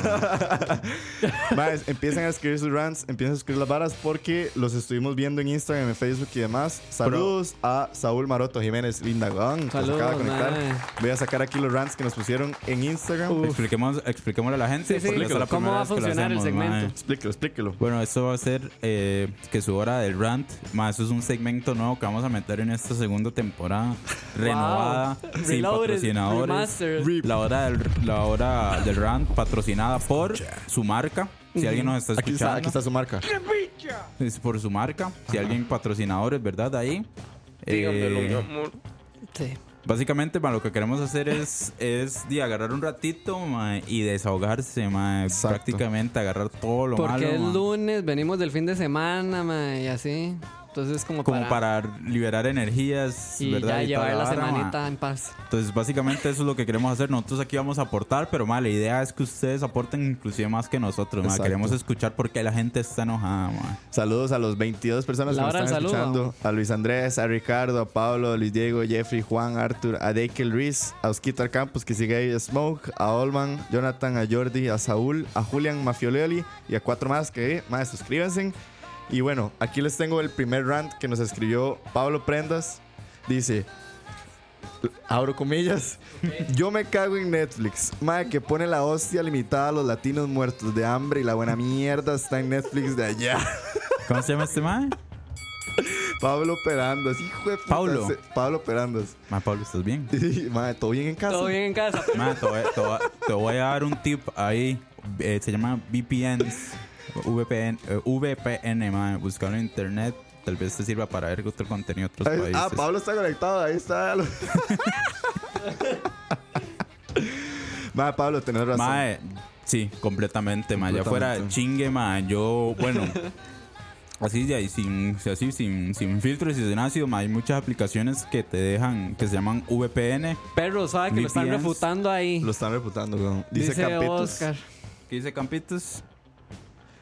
[SPEAKER 5] Maes, empiezan a escribir sus rants, empiezan a escribir las varas porque los estuvimos viendo en Instagram, en Facebook y demás. Saludos a Saúl Maroto Jiménez Lindagón, que se acaba de
[SPEAKER 4] Saludos,
[SPEAKER 5] conectar.
[SPEAKER 4] mae.
[SPEAKER 5] Voy a sacar aquí los rants que nos pusieron en Instagram.
[SPEAKER 6] Expliquemos, expliquémosle a la
[SPEAKER 4] Sí,
[SPEAKER 6] gente.
[SPEAKER 4] sí.
[SPEAKER 6] porque esa es la
[SPEAKER 4] ¿Cómo
[SPEAKER 6] primera
[SPEAKER 4] va a
[SPEAKER 6] vez que lo
[SPEAKER 4] funcionar el
[SPEAKER 6] hacemos,
[SPEAKER 4] segmento?
[SPEAKER 6] mae.
[SPEAKER 5] Explíquelo, explíquelo.
[SPEAKER 6] Bueno, esto va a ser eh, que su hora del rant, más eso es un segmento nuevo que vamos a meter en esta
[SPEAKER 4] *laughs*
[SPEAKER 6] segunda temporada renovada,
[SPEAKER 4] Wow.
[SPEAKER 6] sin
[SPEAKER 4] Reloaded,
[SPEAKER 6] patrocinadores.
[SPEAKER 4] remastered.
[SPEAKER 5] Rip.
[SPEAKER 6] La hora del la hora del rant patrocinada por su marca. Si alguien nos está
[SPEAKER 5] Aquí está,
[SPEAKER 6] escuchando,
[SPEAKER 5] aquí está su marca.
[SPEAKER 6] es por su marca. Si alguien patrocinadores, ¿verdad? Ahí. Eh,
[SPEAKER 4] Sí.
[SPEAKER 6] Básicamente, ma, lo que queremos hacer es, es de agarrar un ratito ma, y desahogarse, ma.
[SPEAKER 5] Exacto.
[SPEAKER 6] prácticamente agarrar todo lo
[SPEAKER 4] Porque
[SPEAKER 6] malo.
[SPEAKER 4] es
[SPEAKER 6] ma.
[SPEAKER 4] lunes, venimos del fin de semana, mae, y así. Entonces, como,
[SPEAKER 6] como
[SPEAKER 4] para...
[SPEAKER 6] para, liberar energías,
[SPEAKER 4] Y
[SPEAKER 6] ¿verdad?
[SPEAKER 4] ya
[SPEAKER 6] Y
[SPEAKER 4] llevar
[SPEAKER 6] toda
[SPEAKER 4] la
[SPEAKER 6] vara, ma.
[SPEAKER 4] semanita en paz.
[SPEAKER 6] Entonces, básicamente eso es lo que queremos hacer. Nosotros aquí vamos a aportar, pero ma, la idea es que ustedes aporten inclusive más que nosotros, ma.
[SPEAKER 5] Exacto.
[SPEAKER 6] Queremos escuchar por qué la gente está enojada, ma.
[SPEAKER 5] Saludos a los 22 personas
[SPEAKER 4] La
[SPEAKER 5] que nos
[SPEAKER 4] hora
[SPEAKER 5] están
[SPEAKER 4] del saludo.
[SPEAKER 5] escuchando. A Luis Andrés, a Ricardo, a Pablo, a Luis Diego, Jeffrey, Juan, Arthur, a Deikel Ruiz, a Osquitar Campos, que sigue ahí, a Smoke, a Olman, Jonathan, a Jordi, a Saúl, a Julian Mafioleli y a cuatro más que, más, suscríbanse. Y bueno, aquí les tengo el primer rant que nos escribió Pablo Prendas. Dice, abro comillas, yo me cago en Netflix. Madre que pone la hostia limitada a los latinos muertos de hambre y la buena mierda está en Netflix de allá.
[SPEAKER 6] ¿Cómo se llama
[SPEAKER 5] *laughs*
[SPEAKER 6] este ma?
[SPEAKER 5] Pablo Perandas, hijo de puta.
[SPEAKER 6] Pablo.
[SPEAKER 5] Se- Pablo Perandas. *laughs*
[SPEAKER 6] Ma, Pablo, ¿estás bien?
[SPEAKER 5] Madre, ¿todo bien en casa?
[SPEAKER 4] Todo bien en casa.
[SPEAKER 6] Ma, te, voy, te voy- te voy a dar un tip ahí. Eh, se llama VPNs. VPN, eh, VPN, ma. Buscarlo en internet. Tal vez te sirva para ver otro contenido de otros
[SPEAKER 5] Ahí-
[SPEAKER 6] países.
[SPEAKER 5] Ah, Pablo está conectado, ahí está. *laughs* Madre, Pablo, tenés razón.
[SPEAKER 6] Mae, eh, sí, completamente, mae. Ya fuera
[SPEAKER 5] Completamente.
[SPEAKER 6] chingue, mae. Yo, bueno, *laughs* así ya, y sin, así, sin, sin filtros y sin ácido, mae. Hay muchas aplicaciones que te dejan, que se llaman VPN.
[SPEAKER 4] Perro, sabe que lo están
[SPEAKER 6] VPNs,
[SPEAKER 4] refutando ahí.
[SPEAKER 5] Lo están reputando, weón. Dice, Campitos.
[SPEAKER 4] Oscar.
[SPEAKER 6] ¿Qué dice Campitos?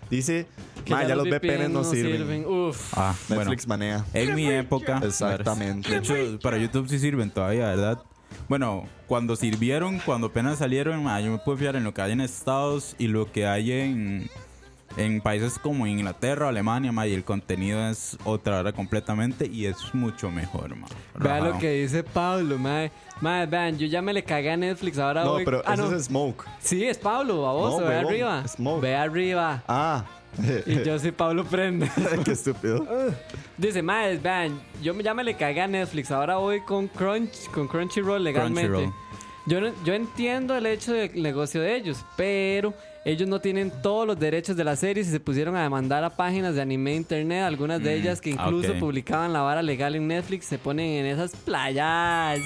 [SPEAKER 5] Dice,
[SPEAKER 4] que
[SPEAKER 5] "Mae, ya los VPN no sirven.
[SPEAKER 4] Uf.
[SPEAKER 6] Ah,
[SPEAKER 5] Netflix maneja.
[SPEAKER 6] bueno. En mi época.
[SPEAKER 5] Exactamente.
[SPEAKER 6] De hecho, para YouTube sí sirven todavía, ¿verdad? Bueno, cuando sirvieron, cuando apenas salieron, mae, yo me puedo fiar en lo que hay en Estados y lo que hay en, en países como Inglaterra, Alemania, mae, y el contenido es otra hora completamente y es mucho mejor, mae.
[SPEAKER 4] Vea
[SPEAKER 6] Rajao.
[SPEAKER 4] lo que dice Pablo, mae. Mae, vean, yo ya me le cagué a Netflix. Ahora
[SPEAKER 5] No,
[SPEAKER 4] voy.
[SPEAKER 5] pero
[SPEAKER 4] ah,
[SPEAKER 5] eso
[SPEAKER 4] no.
[SPEAKER 5] es Smoke.
[SPEAKER 4] Sí, es Pablo, a vos.
[SPEAKER 5] No,
[SPEAKER 4] ve
[SPEAKER 5] huevón,
[SPEAKER 4] arriba.
[SPEAKER 5] Smoke.
[SPEAKER 4] Ve arriba.
[SPEAKER 5] Ah,
[SPEAKER 4] Y yo soy Pablo Prenda.
[SPEAKER 5] *laughs* Qué estúpido.
[SPEAKER 4] *laughs* Dice, madre, vean, yo me- ya me le cagué a Netflix, ahora voy con Crunch, con Crunchyroll legalmente.
[SPEAKER 6] Crunchyroll.
[SPEAKER 4] Yo, no- yo entiendo el hecho del negocio de ellos, pero ellos no tienen todos los derechos de las series y se pusieron a demandar a páginas de anime e internet, algunas de
[SPEAKER 6] Mm,
[SPEAKER 4] ellas que incluso
[SPEAKER 6] ok.
[SPEAKER 4] publicaban la vara legal en Netflix, se ponen en esas playas.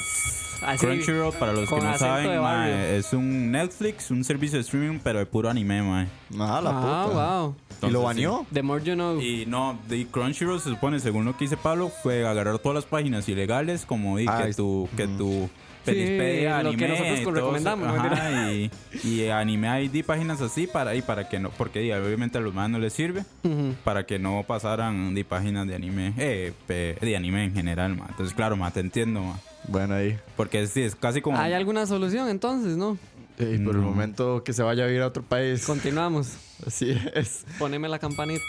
[SPEAKER 4] Así,
[SPEAKER 6] Crunchyroll, para los que
[SPEAKER 4] con
[SPEAKER 6] no
[SPEAKER 4] acento de
[SPEAKER 6] saben,
[SPEAKER 4] barrio.
[SPEAKER 6] mae, es un Netflix, un servicio de streaming, pero de puro anime, mae.
[SPEAKER 5] Ah, la
[SPEAKER 4] Ah,
[SPEAKER 5] puta.
[SPEAKER 4] wow.
[SPEAKER 5] ¿Y lo
[SPEAKER 6] Entonces, sí.
[SPEAKER 5] baneó?
[SPEAKER 4] The more you know.
[SPEAKER 6] Y no, de Crunchyroll se supone, según lo que dice Pablo, fue agarrar todas las páginas ilegales, como di
[SPEAKER 5] Ah,
[SPEAKER 6] que
[SPEAKER 5] es-
[SPEAKER 6] tu, que tu Pelispedia,
[SPEAKER 4] lo que
[SPEAKER 6] anime,
[SPEAKER 4] nosotros
[SPEAKER 6] y
[SPEAKER 4] con-
[SPEAKER 6] todo eso,
[SPEAKER 4] recomendamos, ¿no?
[SPEAKER 6] ajá, y, y anime hay di páginas así para, y para que no, porque di, obviamente a los más no les sirve,
[SPEAKER 4] Ujú.
[SPEAKER 6] para que no pasaran de páginas de anime, eh, pe- de anime en general, ma. Entonces, claro, ma, te entiendo, ma.
[SPEAKER 5] Bueno, ahí.
[SPEAKER 6] Porque sí, es casi como...
[SPEAKER 4] ¿Hay alguna solución entonces, no?
[SPEAKER 5] Ey, por el
[SPEAKER 6] No.
[SPEAKER 5] momento que se vaya a ir a otro país.
[SPEAKER 4] Continuamos.
[SPEAKER 5] Así es.
[SPEAKER 4] Poneme la campanita.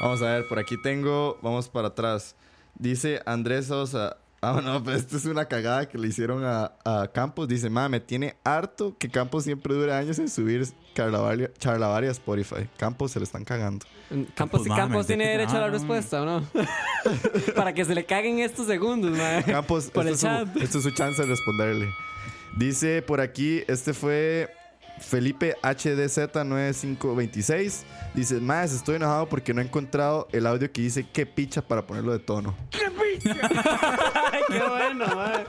[SPEAKER 5] Vamos a ver, por aquí tengo. Vamos para atrás. Dice Andrés Sosa. Ah, no, *laughs* pero esto es una cagada que le hicieron a, a Campos. Dice, mame, tiene harto que Campos siempre dura años en subir charlavaria, charlavaria a Spotify. Campos se le están cagando.
[SPEAKER 4] Campos,
[SPEAKER 6] Pues, mame,
[SPEAKER 4] Campos tiene
[SPEAKER 6] de-
[SPEAKER 4] derecho a la
[SPEAKER 6] ah,
[SPEAKER 4] respuesta, ¿o no? *laughs* Para que se le caguen estos segundos, mae.
[SPEAKER 5] Campos,
[SPEAKER 4] *laughs* Por
[SPEAKER 5] esto,
[SPEAKER 4] el
[SPEAKER 5] es su,
[SPEAKER 4] chat.
[SPEAKER 5] *laughs* esto es su chance de responderle. Dice por aquí, este fue Felipe HDZ9526. Dice, más, estoy enojado porque no he encontrado el audio que dice qué picha para ponerlo de tono.
[SPEAKER 4] Ay, qué bueno, mae.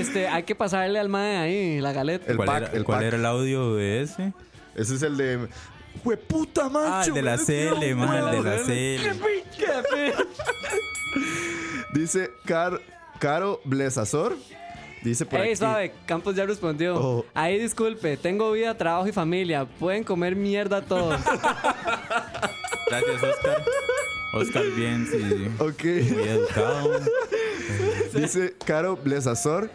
[SPEAKER 4] Este, hay que pasarle al mae ahí la *laughs* galeta.
[SPEAKER 5] El
[SPEAKER 6] ¿Cuál,
[SPEAKER 5] pack,
[SPEAKER 6] era,
[SPEAKER 5] el
[SPEAKER 6] cuál
[SPEAKER 5] pack.
[SPEAKER 6] era el audio de ese?
[SPEAKER 5] Ese es el de... ¡Hueputa,
[SPEAKER 6] Ah,
[SPEAKER 5] macho!
[SPEAKER 6] el de
[SPEAKER 5] me
[SPEAKER 6] la
[SPEAKER 5] decía
[SPEAKER 6] CL,
[SPEAKER 5] un
[SPEAKER 6] ma, el
[SPEAKER 5] huevo".
[SPEAKER 6] de la CL.
[SPEAKER 5] Dice Car- Caro Blesazor. Dice por
[SPEAKER 4] Ey,
[SPEAKER 5] aquí...
[SPEAKER 4] suave, Campos ya respondió.
[SPEAKER 5] Oh.
[SPEAKER 4] Ahí disculpe, tengo vida, trabajo y familia. Pueden comer mierda todos.
[SPEAKER 6] Gracias, Oscar. Oscar, bien, sí, sí.
[SPEAKER 5] Ok.
[SPEAKER 4] *laughs*
[SPEAKER 5] *laughs*
[SPEAKER 6] Muy
[SPEAKER 4] Este
[SPEAKER 6] educado.
[SPEAKER 5] Dice Caro Blesazor.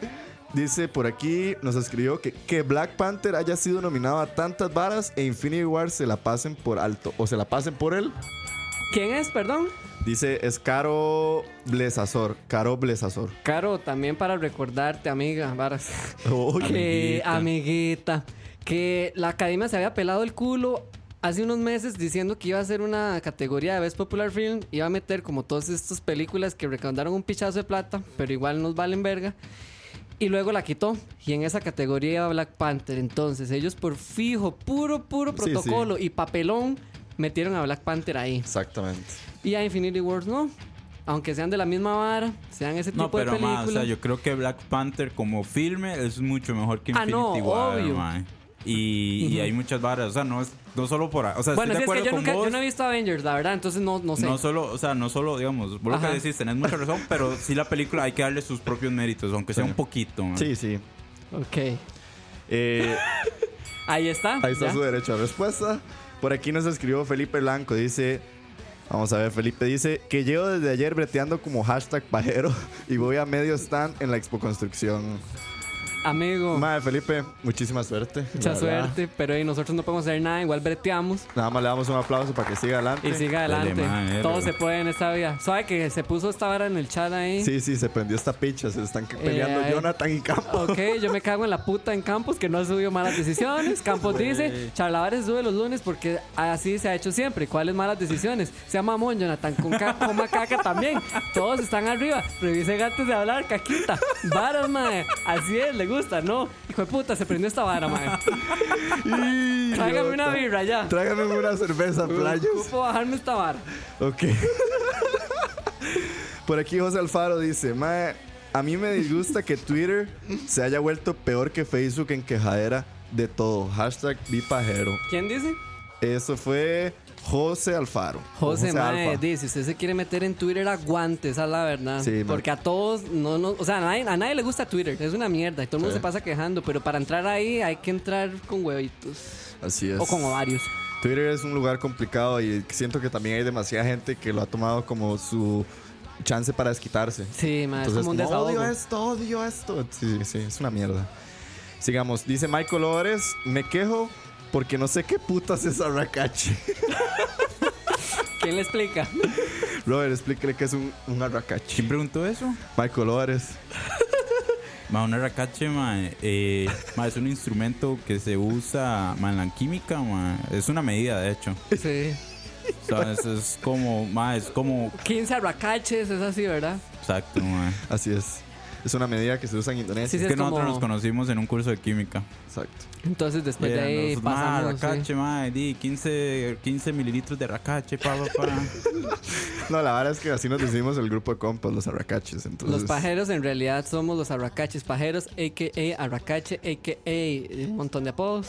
[SPEAKER 5] Dice por aquí, nos escribió que, que Black Panther haya sido nominado a tantas varas e Infinity War se la pasen por alto. O se la pasen por él.
[SPEAKER 4] ¿Quién es, perdón?
[SPEAKER 5] Dice, es Caro Blesazor. Caro Blesazor.
[SPEAKER 4] Caro, también para recordarte, amiga, varas.
[SPEAKER 5] Ok.
[SPEAKER 4] que, amiguita, que la academia se había pelado el culo hace unos meses diciendo que iba a ser una categoría de Best Popular Film, iba a meter como todas estas películas que recaudaron un pichazo de plata, pero igual nos valen verga. Y luego la quitó. Y en esa categoría iba Black Panther. Entonces, ellos por fijo, puro, puro
[SPEAKER 5] Sí, sí.
[SPEAKER 4] protocolo y papelón, metieron a Black Panther ahí.
[SPEAKER 5] Exactamente.
[SPEAKER 4] Y a Infinity Wars no. Aunque sean de la misma vara, sean ese
[SPEAKER 6] No,
[SPEAKER 4] tipo de
[SPEAKER 6] pero
[SPEAKER 4] películas.
[SPEAKER 6] ma, o sea, yo creo que Black Panther como filme es mucho mejor que
[SPEAKER 4] Ah,
[SPEAKER 6] Infinity
[SPEAKER 4] no,
[SPEAKER 6] War,
[SPEAKER 4] obvio.
[SPEAKER 6] ma. Y, y hay muchas varas, o sea, no es no solo por, o sea,
[SPEAKER 4] Bueno, sí,
[SPEAKER 6] estoy de
[SPEAKER 4] es
[SPEAKER 6] acuerdo
[SPEAKER 4] que yo
[SPEAKER 6] con
[SPEAKER 4] nunca
[SPEAKER 6] vos.
[SPEAKER 4] yo no he visto Avengers, la verdad, entonces no, no sé.
[SPEAKER 6] No solo, o sea, no solo, digamos, vos lo que
[SPEAKER 4] Ajá.
[SPEAKER 6] decís, tenés mucha razón, pero sí la película hay que darle sus propios méritos, aunque sea un poquito. ma.
[SPEAKER 5] Sí, sí.
[SPEAKER 4] Ok.
[SPEAKER 5] Eh,
[SPEAKER 4] Ahí está.
[SPEAKER 5] ahí está
[SPEAKER 4] ya.
[SPEAKER 5] su derecho a respuesta. Por aquí nos escribió Felipe Blanco. Dice... Vamos a ver, Felipe dice que llevo desde ayer breteando como hashtag pajero y voy a medio stand en la expo construcción.
[SPEAKER 4] Amigo,
[SPEAKER 5] Madre Felipe, muchísima suerte.
[SPEAKER 4] Oh. mucha
[SPEAKER 5] la verdad.
[SPEAKER 4] suerte, pero ahí nosotros no podemos hacer nada, igual breteamos
[SPEAKER 5] Nada más le damos un aplauso para que siga adelante.
[SPEAKER 4] y siga adelante.
[SPEAKER 6] madre,
[SPEAKER 4] Todo
[SPEAKER 6] güey.
[SPEAKER 4] se puede en esta vida. ¿Sabe que se puso esta vara en el chat ahí?
[SPEAKER 5] Sí, sí, se prendió esta picha. Se están peleando
[SPEAKER 4] Eh,
[SPEAKER 5] Jonathan y Campo. *laughs*
[SPEAKER 4] Ok, yo me cago en la puta en Campos que no ha subido malas decisiones. Campos dice, charlavares sube los lunes porque así se ha hecho siempre. ¿Cuáles malas decisiones? Sea mamón, Jonathan, con ca- coma caca también. Todos están arriba. Revise antes de hablar, caquita. Varas, mae. Así es, le gusta, ¿no? Hijo de puta, se prendió esta vara, mae. Tráigame una birra ya.
[SPEAKER 5] Tráigame una cerveza, playos.
[SPEAKER 4] Ocupo bajarme esta vara.
[SPEAKER 5] Ok. Por aquí José Alfaro dice, Mae, a mí me disgusta que Twitter se haya vuelto peor que Facebook en quejadera de todo. Hashtag vipajero.
[SPEAKER 4] ¿Quién dice?
[SPEAKER 5] Eso fue José Alfaro.
[SPEAKER 4] José, mae,
[SPEAKER 5] Alfa.
[SPEAKER 4] dice, usted se quiere meter en Twitter, aguante, esa es la verdad.
[SPEAKER 5] Sí, mae.
[SPEAKER 4] Porque a todos, no, no, o sea, a nadie, a nadie le gusta Twitter, es una mierda, y todo el mundo
[SPEAKER 5] Sí.
[SPEAKER 4] se pasa quejando, pero para entrar ahí hay que entrar con huevitos
[SPEAKER 5] Así es.
[SPEAKER 4] o con ovarios.
[SPEAKER 5] Twitter es un lugar complicado y siento que también hay demasiada gente que lo ha tomado como su chance para desquitarse.
[SPEAKER 4] Sí, mae, es
[SPEAKER 5] Entonces,
[SPEAKER 4] como un
[SPEAKER 5] como, odio
[SPEAKER 4] desahogo.
[SPEAKER 5] esto, odio esto. Sí, sí, sí, es una mierda. Sigamos. Dice Michael Ores, me quejo porque no sé qué putas es arracache. *laughs*
[SPEAKER 4] ¿Quién le explica?
[SPEAKER 5] Robert, explíquele qué es un, un arracache.
[SPEAKER 6] ¿Quién preguntó eso?
[SPEAKER 5] Michael Ores.
[SPEAKER 6] Ma, un arracache, ma, eh, ma, es un instrumento que se usa ma, en la química, ma. es una medida, de hecho.
[SPEAKER 4] Sí.
[SPEAKER 6] Entonces es como, ma, es como,
[SPEAKER 4] 15 arracaches, es así, ¿verdad?
[SPEAKER 6] exacto, ma.
[SPEAKER 5] Así es. Es una medida que se usa en Indonesia.
[SPEAKER 4] Sí, sí.
[SPEAKER 6] Es
[SPEAKER 4] Es
[SPEAKER 6] que nosotros
[SPEAKER 4] como-
[SPEAKER 6] nos conocimos en un curso de química.
[SPEAKER 5] Exacto.
[SPEAKER 4] Entonces después
[SPEAKER 6] Yeah,
[SPEAKER 4] de ahí
[SPEAKER 6] nosotros, ma,
[SPEAKER 4] pasamos. sí.
[SPEAKER 6] racache, ma, di 15, 15 mililitros de racache, pa,
[SPEAKER 4] *laughs*
[SPEAKER 6] pa, pa.
[SPEAKER 5] No, la verdad es que así nos decimos el grupo de compas, los arracaches. Entonces,
[SPEAKER 4] Los pajeros en realidad somos los arracaches. Pajeros, a.k.a. arracache, a.k.a. un montón de apodos.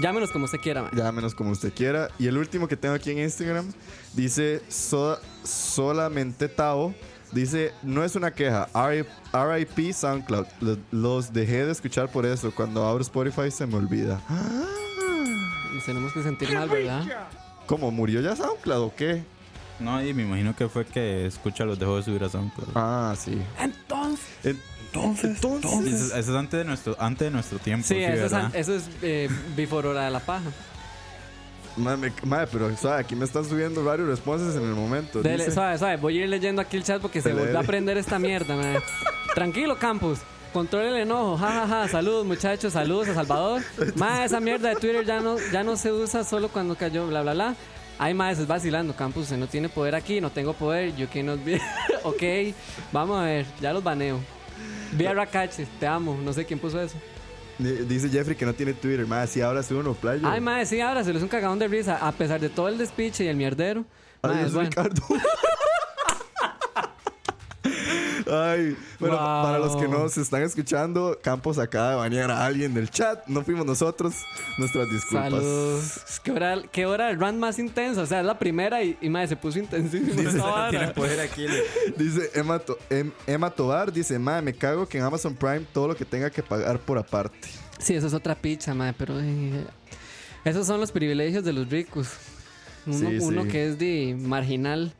[SPEAKER 4] Llámenos como usted quiera, man.
[SPEAKER 5] Ya menos como usted quiera. Y el último que tengo aquí en Instagram dice "So- solamente Tao. Dice, no es una queja. R- RIP SoundCloud. Lo- Los dejé de escuchar por eso. Cuando abro Spotify se me olvida. *gasps*
[SPEAKER 4] Nos tenemos que sentir mal, ¿verdad?
[SPEAKER 5] ¿Cómo murió ya SoundCloud o qué?
[SPEAKER 6] No, y me imagino que fue que escucha los dejó de pues. subir a SoundCloud.
[SPEAKER 5] Ah, sí.
[SPEAKER 4] Entonces.
[SPEAKER 5] En- Entonces,
[SPEAKER 6] Y Eso, eso es antes de nuestro, antes de nuestro tiempo.
[SPEAKER 4] Sí, eso es,
[SPEAKER 6] ¿verdad?
[SPEAKER 4] an- eso es eh, before hora de la paja.
[SPEAKER 5] Madre, madre, pero ¿sabe? aquí me están subiendo varios responses en el momento.
[SPEAKER 4] Dele,
[SPEAKER 5] Dice-
[SPEAKER 4] suave, suave. Voy a ir leyendo aquí el chat porque se
[SPEAKER 5] Dele,
[SPEAKER 4] volvió a
[SPEAKER 5] dele.
[SPEAKER 4] aprender esta mierda,
[SPEAKER 5] *laughs*
[SPEAKER 4] man. Tranquilo, Campus. Controle el enojo. Ja, ja, ja. Saludos, muchachos. Saludos a Salvador. Más esa mierda de Twitter ya no, ya no se usa solo cuando cayó, bla, bla, bla. Ay, más es vacilando. Campus, usted no tiene poder aquí. No tengo poder. Yo que no. *laughs* ok, vamos a ver. Ya los baneo. Vi a Racaches. Te amo. No sé quién puso eso.
[SPEAKER 5] di- Dice Jeffrey que no tiene Twitter. Madre, sí, ahora sí uno, playo.
[SPEAKER 4] Ay, madre, sí, ahora se le es un cagón de risa. A pesar de todo el despiche y el mierdero. Mae,
[SPEAKER 5] Adiós,
[SPEAKER 4] es bueno. *laughs*
[SPEAKER 5] Ricardo. Ay, bueno,
[SPEAKER 4] Wow.
[SPEAKER 5] para los que nos están escuchando, Campos acaba de banear a alguien del chat. No fuimos nosotros. Nuestras disculpas.
[SPEAKER 4] Saludos. ¿Qué hora, qué hora el rant más intenso? O sea, es la primera y, y madre, se puso intensísimo.
[SPEAKER 5] Dice-
[SPEAKER 4] esa vara.
[SPEAKER 6] Tiene poder aquí. el-
[SPEAKER 5] *laughs* Dice Emma, To- Em- Emma Tobar, dice, madre, me cago que en Amazon Prime todo lo que tenga que pagar por aparte.
[SPEAKER 4] Sí, eso es otra picha, madre, pero eh, esos son los privilegios de los ricos. Uno,
[SPEAKER 5] Sí, sí.
[SPEAKER 4] uno que es de marginal,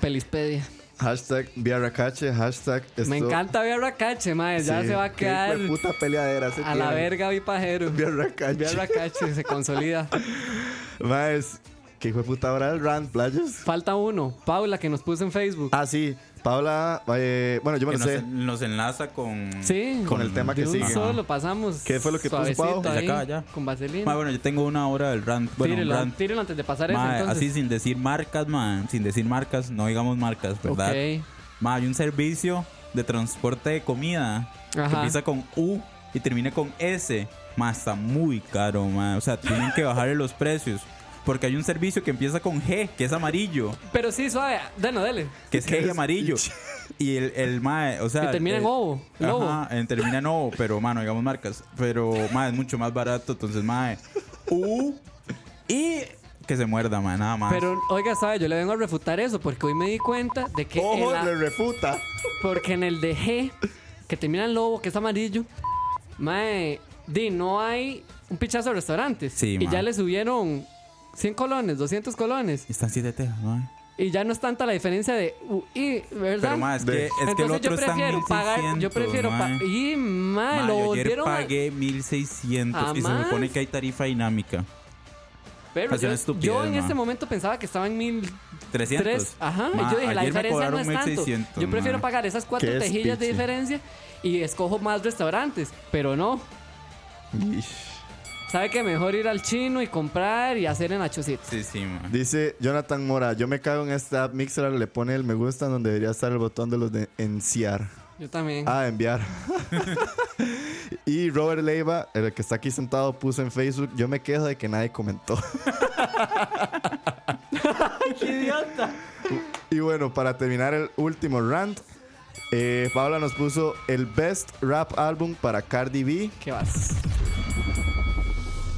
[SPEAKER 4] pelispedia.
[SPEAKER 5] Hashtag Viarracache, hashtag...
[SPEAKER 4] Me
[SPEAKER 5] esto-
[SPEAKER 4] encanta ver Racache, madre, ya
[SPEAKER 5] Sí,
[SPEAKER 4] se va a
[SPEAKER 5] qué
[SPEAKER 4] quedar
[SPEAKER 5] hijueputa peleadera se
[SPEAKER 4] a la
[SPEAKER 5] tiene.
[SPEAKER 4] verga
[SPEAKER 5] *laughs*
[SPEAKER 4] vipajero.
[SPEAKER 5] Viarracache.
[SPEAKER 4] Ve a
[SPEAKER 5] *laughs*
[SPEAKER 4] Racache, se consolida.
[SPEAKER 5] Mae, es- ¿Qué hijo de puta ahora el rant, playas?
[SPEAKER 4] Falta uno, Paula, que nos puso en Facebook.
[SPEAKER 5] Ah, sí. Paula, eh, bueno, yo me
[SPEAKER 6] que
[SPEAKER 5] lo
[SPEAKER 6] nos,
[SPEAKER 5] sé.
[SPEAKER 6] nos enlaza con.
[SPEAKER 4] Sí.
[SPEAKER 5] Con el tema que
[SPEAKER 4] De un
[SPEAKER 5] sigue.
[SPEAKER 4] solo pasamos.
[SPEAKER 5] ¿Qué fue lo que puso Pau?
[SPEAKER 4] suavecito
[SPEAKER 6] Se
[SPEAKER 4] ahí,
[SPEAKER 6] acaba ya.
[SPEAKER 4] Con vaselina.
[SPEAKER 6] Ma, bueno, yo tengo una hora del rant. Bueno, un
[SPEAKER 4] tírelo,
[SPEAKER 6] rant.
[SPEAKER 4] tírelo antes de pasar eso.
[SPEAKER 6] Ma,
[SPEAKER 4] entonces.
[SPEAKER 6] así sin decir marcas, man. Sin decir marcas, no digamos marcas, ¿verdad?
[SPEAKER 4] Ok.
[SPEAKER 6] Ma, hay un servicio de transporte de comida que
[SPEAKER 4] Ajá.
[SPEAKER 6] empieza con U y termina con S. Ma, está muy caro, ma. O sea, tienen que bajarle los precios. Porque hay un servicio que empieza con G, que es amarillo.
[SPEAKER 4] Pero sí, suave. Dale, dale. *laughs*
[SPEAKER 6] Que es G y amarillo. Y el, el mae, o sea.
[SPEAKER 4] Que termina en
[SPEAKER 6] el-
[SPEAKER 4] ovo, lobo.
[SPEAKER 6] Ajá, en- termina en ovo, pero mano, digamos marcas. Pero mae, es mucho más barato, entonces mae. U y que se muerda, mae, nada más.
[SPEAKER 4] Pero, oiga, sabe, yo le vengo a refutar eso porque hoy me di cuenta de que. en
[SPEAKER 5] Ojo,
[SPEAKER 4] la-
[SPEAKER 5] le refuta.
[SPEAKER 4] porque en el de G, que termina en lobo, que es amarillo, mae, di, no hay un pichazo de restaurantes.
[SPEAKER 6] Sí,
[SPEAKER 4] y
[SPEAKER 6] ma.
[SPEAKER 4] ya le subieron 100 colones, 200 colones.
[SPEAKER 6] Están siete tejas, mae.
[SPEAKER 4] Y ya no es tanta la diferencia de U y, ¿verdad?
[SPEAKER 6] Pero mae, es que, es que el
[SPEAKER 4] Entonces
[SPEAKER 6] otro
[SPEAKER 4] yo
[SPEAKER 6] está en
[SPEAKER 4] prefiero
[SPEAKER 6] 1600,
[SPEAKER 4] pagar. Yo prefiero
[SPEAKER 6] mae.
[SPEAKER 4] pagar. Y,
[SPEAKER 6] Mae,
[SPEAKER 4] mae, lo
[SPEAKER 6] yo ayer
[SPEAKER 4] volvieron a.
[SPEAKER 6] pagué 1600 y se
[SPEAKER 4] Jamás.
[SPEAKER 6] supone que hay tarifa dinámica.
[SPEAKER 4] Pero
[SPEAKER 6] Pues
[SPEAKER 4] yo,
[SPEAKER 6] era estupidez,
[SPEAKER 4] yo en
[SPEAKER 6] ma.
[SPEAKER 4] este momento pensaba que estaba en mil
[SPEAKER 6] 300.
[SPEAKER 4] tres. Ajá,
[SPEAKER 6] Ma,
[SPEAKER 4] y yo dije, la
[SPEAKER 6] ayer me
[SPEAKER 4] diferencia no
[SPEAKER 6] cobraron
[SPEAKER 4] es tanto.
[SPEAKER 6] 1600,
[SPEAKER 4] Yo prefiero
[SPEAKER 6] ma.
[SPEAKER 4] pagar esas cuatro
[SPEAKER 5] Qué
[SPEAKER 4] tejillas de
[SPEAKER 5] espiche.
[SPEAKER 4] diferencia y escojo más restaurantes. Pero no, sabe que mejor ir al chino y comprar y hacer en Nachosito.
[SPEAKER 6] Sí, sí, mae.
[SPEAKER 5] Dice Jonathan Mora, yo me cago en esta app Mixer, le pone el me gusta donde debería estar el botón de los de enciar.
[SPEAKER 4] Yo también.
[SPEAKER 5] Ah, enviar. *laughs* y Robert Leiva, el que está aquí sentado, puso en Facebook, yo me quejo de que nadie comentó.
[SPEAKER 4] ¡Qué idiota!
[SPEAKER 5] y bueno, para terminar el último rant, eh, Paula nos puso el best rap álbum para Cardi B.
[SPEAKER 4] ¿Qué vas?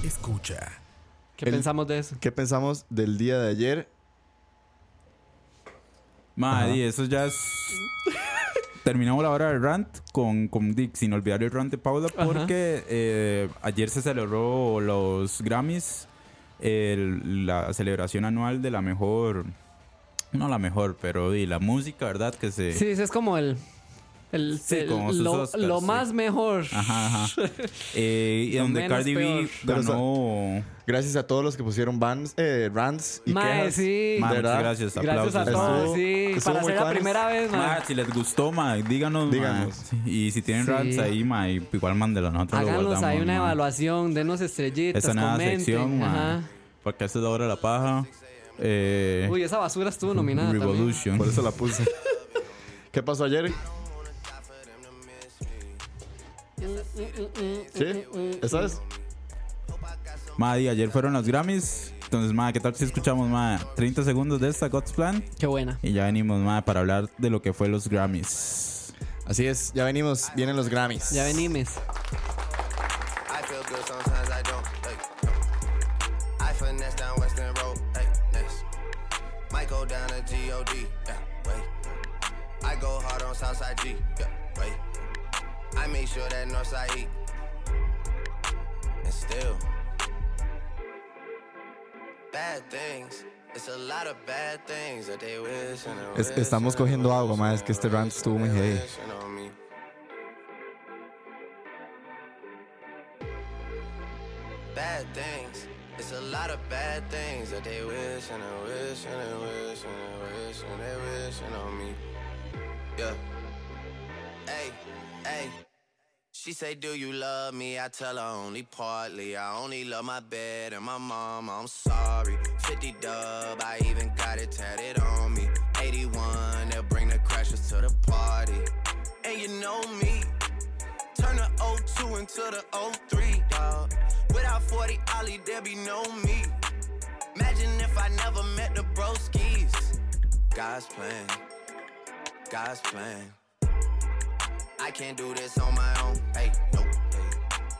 [SPEAKER 3] Escucha.
[SPEAKER 4] ¿Qué
[SPEAKER 5] El-
[SPEAKER 4] pensamos de eso?
[SPEAKER 5] ¿Qué pensamos del día de ayer?
[SPEAKER 6] Mae, y eso
[SPEAKER 4] *laughs*
[SPEAKER 6] ya es. Terminamos la hora del rant con, con Dick, sin olvidar el rant de Paula,
[SPEAKER 4] Ajá.
[SPEAKER 6] porque eh, ayer se celebró los Grammys, el- la celebración anual de la mejor. No la mejor, pero de la música, ¿verdad? Que se.
[SPEAKER 4] Sí, eso es como el. el-
[SPEAKER 6] Sí,
[SPEAKER 4] el-
[SPEAKER 6] como sus
[SPEAKER 4] lo,
[SPEAKER 6] Oscars,
[SPEAKER 4] lo
[SPEAKER 6] sí.
[SPEAKER 4] más mejor.
[SPEAKER 6] Ajá,
[SPEAKER 4] *laughs*
[SPEAKER 6] ajá. Eh, y
[SPEAKER 4] Lo
[SPEAKER 6] donde
[SPEAKER 4] menos
[SPEAKER 6] Cardi B
[SPEAKER 4] peor.
[SPEAKER 5] Pero
[SPEAKER 6] ganó.
[SPEAKER 5] Gracias a todos los que pusieron bans, eh, rants y
[SPEAKER 4] Mae,
[SPEAKER 5] quejas.
[SPEAKER 4] sí.
[SPEAKER 6] Ma,
[SPEAKER 5] De
[SPEAKER 6] muchas
[SPEAKER 5] verdad.
[SPEAKER 6] gracias,
[SPEAKER 4] Gracias a
[SPEAKER 6] aplausos.
[SPEAKER 4] todos,
[SPEAKER 5] Estuvo-
[SPEAKER 4] sí.
[SPEAKER 5] estuvo
[SPEAKER 4] Para
[SPEAKER 5] muy
[SPEAKER 4] ser la
[SPEAKER 5] tuanis.
[SPEAKER 4] primera vez, ma.
[SPEAKER 6] Ma, Ah, si les gustó, ma, díganos. ma.
[SPEAKER 5] Díganos.
[SPEAKER 6] Sí, Y si tienen
[SPEAKER 4] Sí.
[SPEAKER 6] rants ahí, ma, igual mándelo. Nosotros lo
[SPEAKER 4] Háganos
[SPEAKER 6] guardamos,
[SPEAKER 4] ahí una
[SPEAKER 6] ma.
[SPEAKER 4] evaluación, denos estrellitas,
[SPEAKER 6] Esta nueva
[SPEAKER 4] comenten.
[SPEAKER 6] sección, ma,
[SPEAKER 4] ajá.
[SPEAKER 6] Porque esta es la hora de la paja. eh,
[SPEAKER 4] Uy, esa basura estuvo nominada. también.
[SPEAKER 6] *laughs* Revolution.
[SPEAKER 5] Por eso la puse. ¿Qué pasó ayer? ¿Sí? ¿Esa es?
[SPEAKER 6] Madre, ayer fueron los Grammys. Entonces, madre, ¿qué tal si escuchamos, madre? 30 segundos de esta God's Plan.
[SPEAKER 4] Qué buena.
[SPEAKER 6] Y ya venimos, madre, para hablar de lo que fue los Grammys.
[SPEAKER 5] Así es, ya venimos, vienen los Grammys.
[SPEAKER 4] Ya venimes.
[SPEAKER 2] I feel good sometimes I don't. Like, I finesse down Western Road. Like, next. Might go down to G.O.D. Yeah, wait. I go hard on Southside G. Yeah, wait. I make sure that Northside eat. And still. Bad things. It's a lot of bad things that they wish and they
[SPEAKER 5] Es-
[SPEAKER 2] wish
[SPEAKER 5] estamos
[SPEAKER 2] and they
[SPEAKER 5] cogiendo agua,
[SPEAKER 2] wish
[SPEAKER 5] ma,
[SPEAKER 2] and
[SPEAKER 5] es que
[SPEAKER 2] they
[SPEAKER 5] este rant
[SPEAKER 2] wish
[SPEAKER 5] estuvo
[SPEAKER 2] and
[SPEAKER 5] muy
[SPEAKER 2] they
[SPEAKER 5] heavy.
[SPEAKER 2] wishing on me. bad things. It's a lot of bad things that they wish and they wish and they wish and they wish and they wishing on me. Yeah. Hey, hey. She say, Do you love me? I tell her only partly. I only love my bed and my mom. I'm sorry. 50 dub, I even got it tatted on me. 81, they'll bring the crashers to the party. And you know me, Turn the 02 into the 03, dog. Without 40 Ollie, there be no me. Imagine if I never met the broskies. God's plan, God's plan. I can't do this on my own. Hey, no. Hey.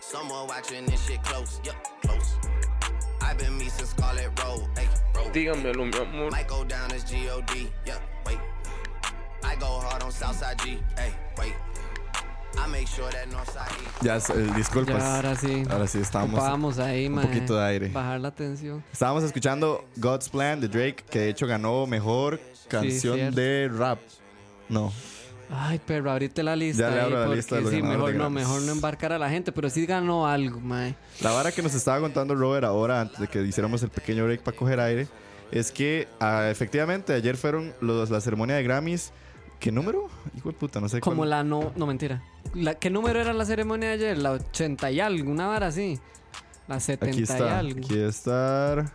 [SPEAKER 2] Someone watching this shit close, yup, close. I've been me since Scarlet Road, hey, road.
[SPEAKER 3] Dígamelo, mi amor.
[SPEAKER 2] Might go down as G-O-D, yeah, wait. I go hard on Southside G, hey, wait. I make sure that Northside E.
[SPEAKER 5] Ya, es- eh, disculpas.
[SPEAKER 4] Ya, ahora sí.
[SPEAKER 5] Ahora sí, estábamos.
[SPEAKER 4] Ocupábamos ahí,
[SPEAKER 5] un
[SPEAKER 4] mae,
[SPEAKER 5] poquito de aire.
[SPEAKER 4] Bajar la tensión.
[SPEAKER 5] Estábamos escuchando God's Plan de Drake, que de hecho ganó mejor canción
[SPEAKER 4] cierto.
[SPEAKER 5] de rap. No,
[SPEAKER 4] Ay, perro, abrite la lista.
[SPEAKER 5] le
[SPEAKER 4] ahí,
[SPEAKER 5] abro la
[SPEAKER 4] porque
[SPEAKER 5] lista de los
[SPEAKER 4] sí,
[SPEAKER 5] ganadores
[SPEAKER 4] mejor
[SPEAKER 5] de
[SPEAKER 4] no,
[SPEAKER 5] Grammys.
[SPEAKER 4] mejor no embarcar a la gente, pero sí ganó algo, mae.
[SPEAKER 5] La vara que nos estaba contando Robert ahora, antes de que hiciéramos el pequeño break para coger aire, es que ah, efectivamente ayer fueron los, la ceremonia de Grammys. ¿Qué número? Hijo de puta, no sé
[SPEAKER 4] Como
[SPEAKER 5] cuál.
[SPEAKER 4] la no. No, mentira. La, ¿Qué número era la ceremonia de ayer? La 80 y algo, una vara así. La 70
[SPEAKER 5] Aquí
[SPEAKER 4] y
[SPEAKER 5] está.
[SPEAKER 4] algo.
[SPEAKER 5] Aquí está.